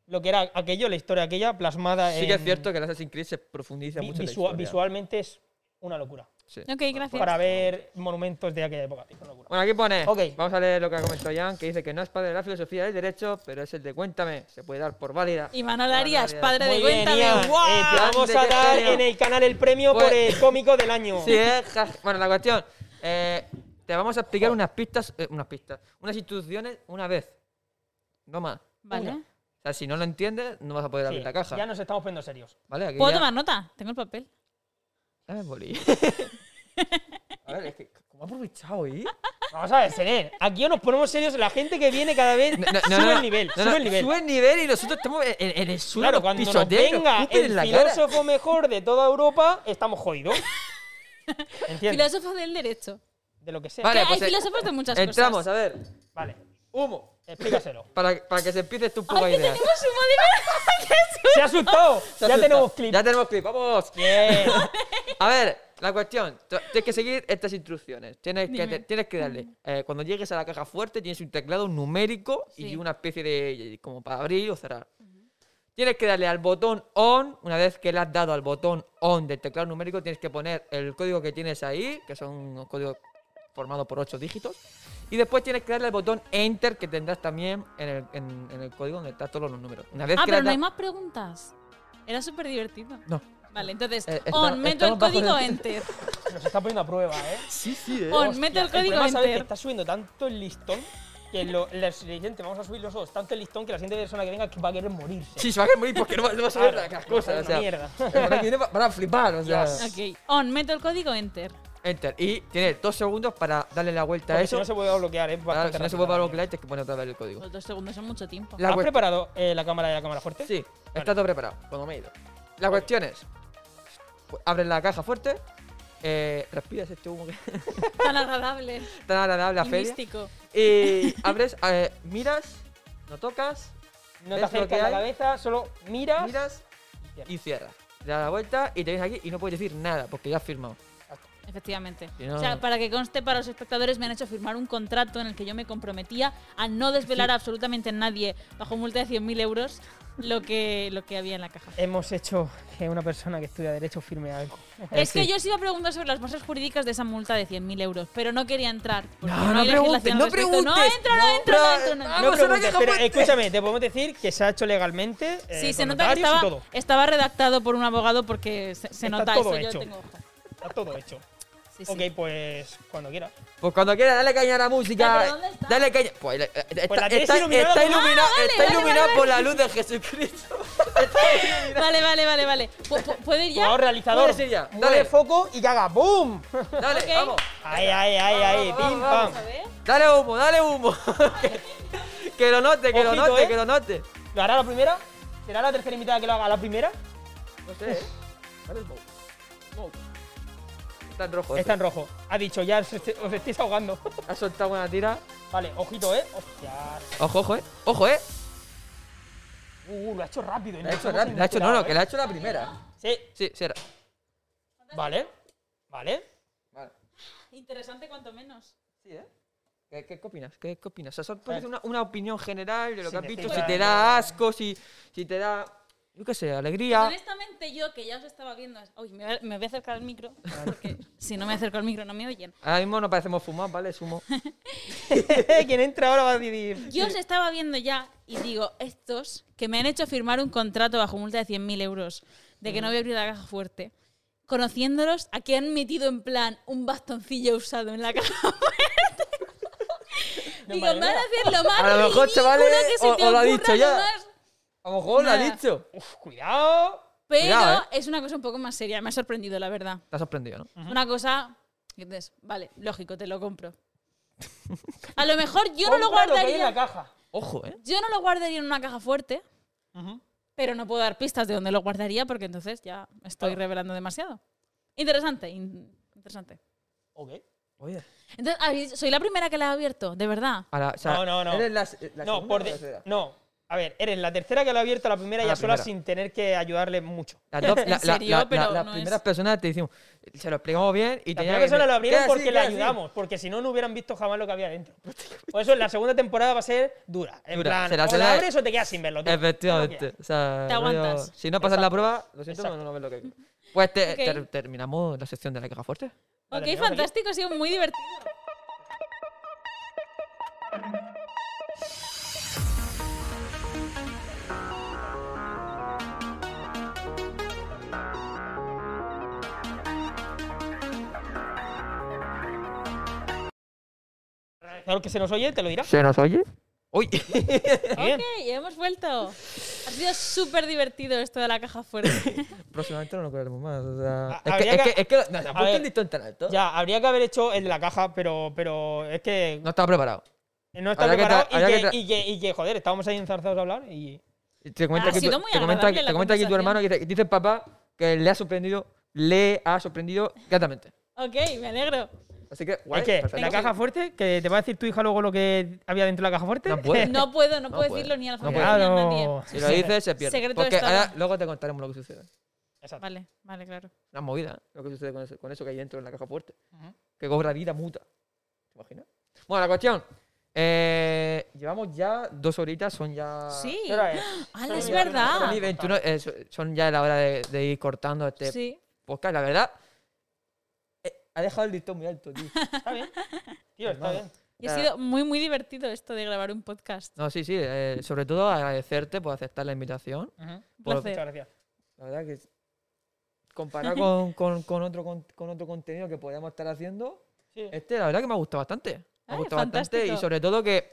lo que era aquello, la historia aquella plasmada
Sí que es
en-
cierto que el Assassin's Creed se profundiza
vi-
mucho en la
visua-
historia.
visualmente es una locura.
Sí.
Ok, gracias.
para ver monumentos de aquella época, tío. qué locura.
Bueno, aquí pone.
Ok.
Vamos a leer lo que ha comentado Jan, que dice que no es padre de la filosofía del derecho, pero es el de cuéntame. Se puede dar por válida.
Y Manuel Arias,
Manuel Arias.
padre de
Muy bien,
Cuéntame.
Ian.
¡Guau!
Eh, te vamos a
Grande,
dar
genio.
en el canal el premio
Pues-
por el cómico del año.
Sí, eh, ja- Bueno, la cuestión. eh, te vamos a explicar unas pistas. eh, unas pistas. Unas instituciones una vez. No más.
Vale.
O sea, si no lo entiendes, no vas a poder
Sí,
abrir la caja.
Ya nos estamos poniendo serios.
¿Vale? Aquí
¿Puedo
ya-
tomar nota? Tengo el papel.
Dame el boli. a ver, es que. ¿Cómo ha aprovechado, eh?
Vamos a ver, Sener, aquí nos ponemos serios. La gente que viene cada vez sube el nivel,
no, no,
sube el nivel.
Sube el nivel y nosotros estamos en, en- en el suelo.
Claro,
nos
cuando nos
pisotean y nos
venga
escupen en
el
la cara.
filósofo mejor de toda Europa, estamos jodidos. ¿Entiendes?
Filósofos del derecho.
De lo que sea.
Vale,
Que
pues,
hay
eh,
filósofos de muchas
Entramos,
cosas.
a ver.
Vale,
Humo.
explícaselo.
Para, para que se empiece tu poca
¡Ay, que
idea.
tenemos humo de verdad! ¡Qué susto!
¡Se ha asustado!
Se
Ya
asusta.
tenemos clip.
Ya tenemos clip, vamos.
Bien.
A ver, la cuestión. T- Tienes que seguir estas instrucciones. Tienes que,
Dime.
tienes que darle. eh, cuando llegues a la caja fuerte, tienes un teclado numérico y
Sí.
una especie de. como para abrir o cerrar. Tienes que darle al botón on. Una vez que le has dado al botón on del teclado numérico, tienes que poner el código que tienes ahí, que son unos códigos formados por 8 dígitos. Y después tienes que darle al botón enter, que tendrás también en el, en- en el código donde están todos los números. Una vez
Ah,
que le
pero
has
no hay
da-
más preguntas. Era súper divertido.
No.
Vale, entonces,
Eh, está-
on, meto el
estamos bajo
código
de-
enter.
Nos está poniendo a prueba, ¿eh?
Sí, sí, eh.
On, meto el
Hostia,
código
problema, ¿sabes? Que
enter.
está subiendo tanto el listón que lo, la siguiente, vamos a subir los dos, tanto el listón que la siguiente persona que venga que va a querer morirse.
Sí, se va a querer morir porque no va, no va a saber las cosas. O sea,
mierda.
Para que viene va- van a flipar, o sea.
Yes.
Ok, on, meto el código enter.
Enter. Y tienes dos segundos para darle la vuelta a
Porque si
eso.
no se puede bloquear, ¿eh?
Ahora,
Bastante
si no se
rápido,
vuelve a
la
bloquear, tienes que poner otra vez el código.
Los dos segundos son mucho tiempo.
La
¿Has
cuest-
preparado eh, la cámara y la cámara fuerte?
Sí, está todo preparado, cuando me he ido. La cuestión es: pu- abres la caja fuerte, eh, respiras este humo que
Tan agradable
tan agradable a
y
Feria.
místico.
Y abres, eh, miras, no tocas,
No
¿Ves
te
lo
acercas
que
la
hay?
cabeza, solo miras.
miras y cierras. Le das la vuelta y te vienes aquí y no puedes decir nada porque ya has firmado.
Efectivamente.
Si no-
O sea, para que conste para los espectadores, me han hecho firmar un contrato en el que yo me comprometía a no desvelar a absolutamente nadie bajo multa de 100.000 euros lo que, lo que había en la caja.
Hemos hecho que una persona que estudia Derecho firme algo.
Eh,
Es que
sí.
yo os iba a preguntar sobre las bases jurídicas de esa multa de 100.000 euros, pero no quería entrar. porque
No, no
hay legislación al
preguntes,
respecto.
no
No
preguntes.
entro, no,
No,
entro, no,
no,
entro. no entro.
vamos.
No
Persona
preguntes,
que
pero
fue-
escúchame, te podemos decir que se ha hecho legalmente. eh,
Sí, se
con
nota que
notarios y
estaba,
todo.
estaba redactado por un abogado porque se, se
Está
nota
todo
eso. Yo
hecho.
tengo ojo.
Está todo hecho.
Sí, sí.
Ok, pues cuando quiera.
Pues cuando quieras, dale caña a la
Ya,
música.
pero ¿dónde está?
Dale caña. Pues, eh, está,
Pues la
está,
tienes iluminada
está
con-
ilumina-
Ah, vale,
está
vale,
iluminada
vale,
por la luz de Jesucristo.
Vale, vale, vale, vale. Pu- pu- ¿Puedo ir ya?
Jugador realizador.
Puedes ir ya,
mueve
dale.
foco y que haga ¡boom!
Dale,
Ok.
vamos.
Ahí, ahí, ahí, ahí.
Vamos,
Pim,
vamos,
pam.
A ver.
Dale humo, dale humo. que, que lo note, que
Ojito,
lo note,
eh.
que lo note.
¿Lo hará la primera? ¿Será la tercera invitada que lo haga la primera?
No sé, eh. Dale smoke. Smoke. Está en rojo. eh.
Está en
eso.
rojo. Ha dicho, ya os, est- os estáis ahogando.
Ha soltado una tira.
vale, ojito, ¿eh? Hostias.
Ojo, ojo, eh. Ojo, eh.
Uh, lo ha hecho rápido. ¿eh?
La ha hecho
Nos
rápido.
hemos
La ha hecho, no,
enterado,
no, que
¿eh?
la ha hecho la primera.
Sí,
Sí, cierra.
vale. Vale.
Vale.
Interesante cuanto menos.
Sí, ¿eh? ¿Qué, qué- qué opinas? ¿Qué, qué opinas? O sea, solo puedes una, una opinión general de lo que
Sin
has visto.
decir
Si te
nada.
da asco, si, si te da, yo qué sé, alegría.
Honestamente, yo que ya os estaba viendo. Uy, me voy a- me voy a acercar al micro. Porque si no me acerco al micro, no me oyen.
Ahora mismo no parecemos fumados, ¿vale? Es humo.
Quien entra ahora va a decidir.
Yo os estaba viendo ya y digo, estos que me han hecho firmar un contrato bajo multa de 100.000 euros de
Mm.
que no voy a abrir la caja fuerte, conociéndolos, a que han metido en plan un bastoncillo usado en la caja fuerte.
De
digo, me van a
marinera.
hacer lo más
A lo mejor,
ridículo
chavales,
que se
o-
te
o lo ha
ocurra,
dicho ya.
lo más-
A lo mejor lo ha
Nada.
dicho.
Uf, cuidado.
Pero
Cuidado, eh.
es una cosa un poco más seria, me ha sorprendido, la verdad.
Te ha sorprendido, ¿no?
Es Una cosa que dices, vale, lógico, te lo compro. A lo mejor yo no lo
Compra que hay en
guardaría.
la caja.
Ojo, ¿eh?
yo no lo guardaría en una caja fuerte,
Ujú.
pero no puedo dar pistas de dónde lo guardaría porque entonces ya estoy
Claro.
revelando demasiado. Interesante, in- interesante.
Ok.
Oye.
Entonces, ¿habéis- soy la primera que la ha abierto, de verdad.
A la- o sea,
No, no, no.
eres la- la
No,
segunda
por
o la
de-
tercera?
No. A ver, eres la tercera que lo ha abierto la primera
A
ya
la
sola
primera.
sin tener que ayudarle mucho.
Las dos-
¿En
la- la-
serio?
la- la-
Pero
las
no
primeras
es-
personas te decimos, se lo explicamos bien
La
y tenía
primera persona lo
decir,
abrieron
"Queda así,
porque le
queda así".
ayudamos, porque si no, no hubieran visto jamás lo que había dentro. Por eso, la segunda temporada va a ser dura. En
Dura,
plan,
será-
o la
será-
abres o te quedas sin verlo. tú.
Efectivamente. O sea,
Te
rollo,
aguantas.
si no pasas la
Exacto.
prueba, lo siento,
Exacto.
no, no ves lo que. Pues te-
Ok.
ter- terminamos la sección de la caja fuerte.
¿La
Ok,
terminamos aquí?
fantástico, ha sido muy divertido.
Claro que se nos oye, te lo dirá.
¿Se nos oye?
Uy,
Bien.
Ok, hemos vuelto. Ha sido súper divertido esto de la caja fuerte.
Próximamente no lo cobraremos más. O sea,
Ah,
es, que,
habría
es
que-
que, es que nos ha puesto
ver.
el listón tan alto.
Ya, habría que haber hecho el de la caja, pero, pero es que
No estaba preparado.
no está
habría que
preparado
tra-
y,
habría
que,
que tra-
y, que, y que, joder, estábamos ahí enzarzados a hablar y...
Te
Ah,
comenta,
Ha
aquí, tu,
sido muy
te comenta,
agradable
te
la
comenta aquí tu
conversación.
hermano que dice, dice papá que le ha sorprendido, le ha sorprendido gratamente.
ok, me alegro.
Así que, guay,
es que
perfecto.
la caja fuerte, que te va a decir tu hija luego lo que había dentro de la caja fuerte.
No puede.
No puedo,
No
no, puedo
puede,
decirlo ni al
no
no
puede.
a nadie.
Claro.
Si lo dices, se pierde.
Secreto de
Porque
Estado.
ahora, luego te contaremos lo que sucede.
Exacto.
Vale, vale, claro.
Una movida, ¿eh? lo que sucede con eso, con eso que hay dentro en la caja fuerte. Que cobra vida muta. ¿Te imaginas? Bueno, la cuestión. eh, llevamos ya dos horitas, son
Ah,
ya.
Sí.
¿Qué hora es?
¡Hala, Ah, es
Son ya-
Son y
verdad!
21, eh, so- son ya la hora de, de ir cortando este
Sí.
podcast. La verdad, eh, ha dejado el listón muy alto, tío.
Está bien. Tío, está bien.
Y
Ah.
ha sido muy, muy divertido esto de grabar un podcast.
No, sí, sí. eh, sobre todo agradecerte por aceptar la invitación.
Un
Por-
Muchas
placer.
gracias.
La verdad que es- comparado con, con- con otro, con, con otro contenido que podíamos estar haciendo,
Sí.
este la verdad que me ha gustado bastante. Me ha
Ah,
gustado bastante y
fantástico.
sobre todo que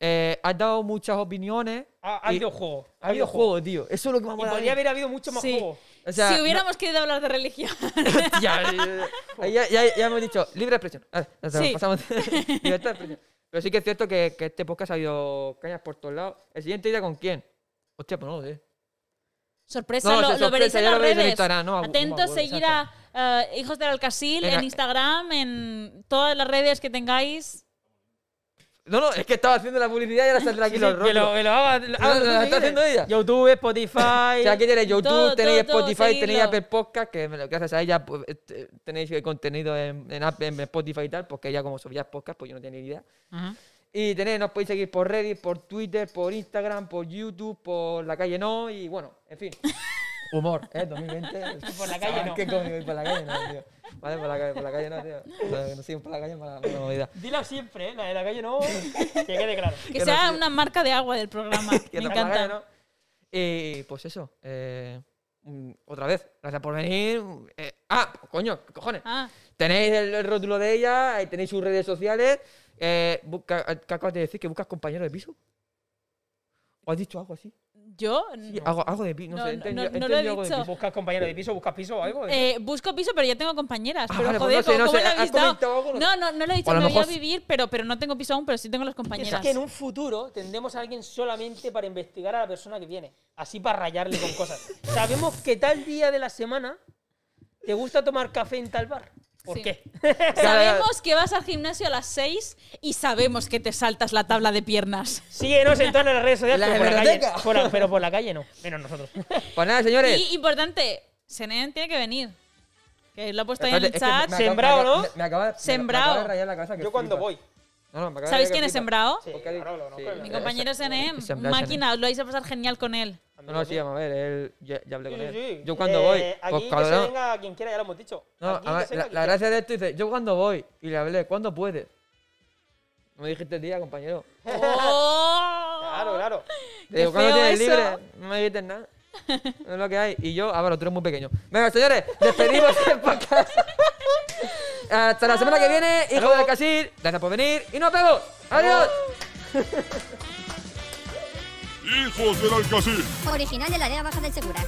eh, has dado muchas opiniones.
Ha, ha
y-
habido juego.
Ha habido juego, tío. Eso es lo que me ha
Y
molado.
podría haber habido mucho más
Sí.
juego.
O sea,
si hubiéramos querido hablar de religión.
no- ya, eh, ahí ya, ya- ya hemos dicho, libre expresión. A ver, ya está,
Sí.
pasamos. Libertad de expresión. Pero sí que es cierto que, que este podcast ha habido cañas por todos lados. ¿El siguiente día con quién? Hostia, pues no lo sé.
Sorpresa,
No,
lo,
sí,
lo
sorpresa,
veréis en
ya
las
lo veréis en
redes.
Instagram, no me acu- no me
Atentos,
acuerdo,
seguir a eh, Hijos del Alcasil
Venga,
en
eh.
Instagram, en todas las redes que tengáis.
No, no, es que estaba haciendo la publicidad y ahora saldrá aquí
Sí,
los
que
rollos.
lo, que lo haga. lo-
No,
haga
no,
lo
lo
que
está haciendo
quieres.
ella.
YouTube, Spotify.
O sea, aquí tenéis YouTube,
Todo,
tenéis
todo, todo,
Spotify, tenéis
seguidlo.
Apple Podcast, que me lo que haces a ella, pues, eh, te- tenéis el contenido en, en Apple- en Spotify y tal, porque ella como subía podcast, pues yo no tenía ni idea. Y tenéis, nos podéis seguir por Reddit, por Twitter, por Instagram, por YouTube, por la calle no, y bueno, en fin. Humor, ¿eh? 2020.
por la calle
¿Sabes
no.
qué cómico? Y por la calle no, tío. Vale, por la, calle- por la calle no, tío. O sea, que Nos siguen por la calle para la movida.
Dila siempre, ¿eh? la de la calle no. que quede claro.
Que
Que
sea
no sé.
una marca de agua del programa.
Que
Me
no para nada,
encanta.
¿no? Eh, pues eso. eh, mm, otra vez, gracias por venir. eh, ah, coño, ¿qué cojones.
Ah,
Tenéis el, el rótulo de ella, eh, tenéis sus redes sociales. Eh, busca- ¿Qué acabas de decir? ¿Que buscas compañero de piso? ¿O has dicho algo así?
yo
Sí, ah,
no.
algo, algo de piso. No,
No,
sé,
no,
he entendido-
no, no
he
lo he
entendido algo de
dicho.
piso.
¿Buscas compañero de piso? ¿Buscas piso o algo?
Eh, busco piso, pero ya tengo compañeras.
pues Ah,
pero
vale, pues
joder,
no sé, no
¿cómo- ¿cómo
sé,
lo
¿has
habéis dado?
comentado algo?
No, no, no lo he dicho,
O a lo
me voy a
mejor-
vivir, pero, pero no tengo piso aún, pero sí tengo las
es
compañeras.
que en un futuro tendremos a alguien solamente para investigar a la persona que viene. Así para rayarle con cosas. Sabemos que tal día de la semana te gusta tomar café en tal bar. ¿Por
Sí.
qué?
Sabemos que vas al gimnasio a las 6 y sabemos que te saltas la tabla de piernas.
Síguenos en todas las redes sociales,
La
pero por la, calle,
hemeroteca.
por la- pero por la calle no. Menos nosotros.
Pues nada, señores.
Y importante, Senen tiene que venir. Que lo he puesto ahí en
Espérate,
el
es que me-
chat.
me acaba-
Sembrado,
me
¿no?
acaba- me- me acaba- me- me acaba de
Sembrado.
rayar la cabeza que
Yo cuando voy.
flipas. No, no, me acaba de
¿Sabéis
rayar que
quién
flipas.
es Sembrado?
Sí,
Porque-
ahora lo conozco,
sí.
el-
Mi
Eh,
compañero
esa-
Senem,
esa- esa-
máquina, os lo vais a pasar genial con él.
No, no, sí, vamos a ver, él, ya, ya hablé
Sí,
con
sí,
él.
sí.
Yo cuando
Eh,
voy,
Aquí
pues,
que
cabrón,
se venga quien quiera, ya lo hemos dicho.
No,
Aquí
a
que
ver,
se venga
la,
quien
la
quiera.
gracia de esto dice, yo cuando voy y le hablé, ¿cuándo puede? No me dijiste el día, compañero.
¡Oh!
Claro, claro.
Te digo,
Qué
¿cuándo
feo
tienes
eso".
libre? No me dijiste nada. No es lo que hay. Y yo, ah, bueno, tú eres muy pequeño. Venga, señores, despedimos el podcast. Hasta la semana que viene, hijo del Casil. Gracias por venir y nos vemos. Adiós.
¡Hijos del Alcacil!
Original de la área baja del Segura.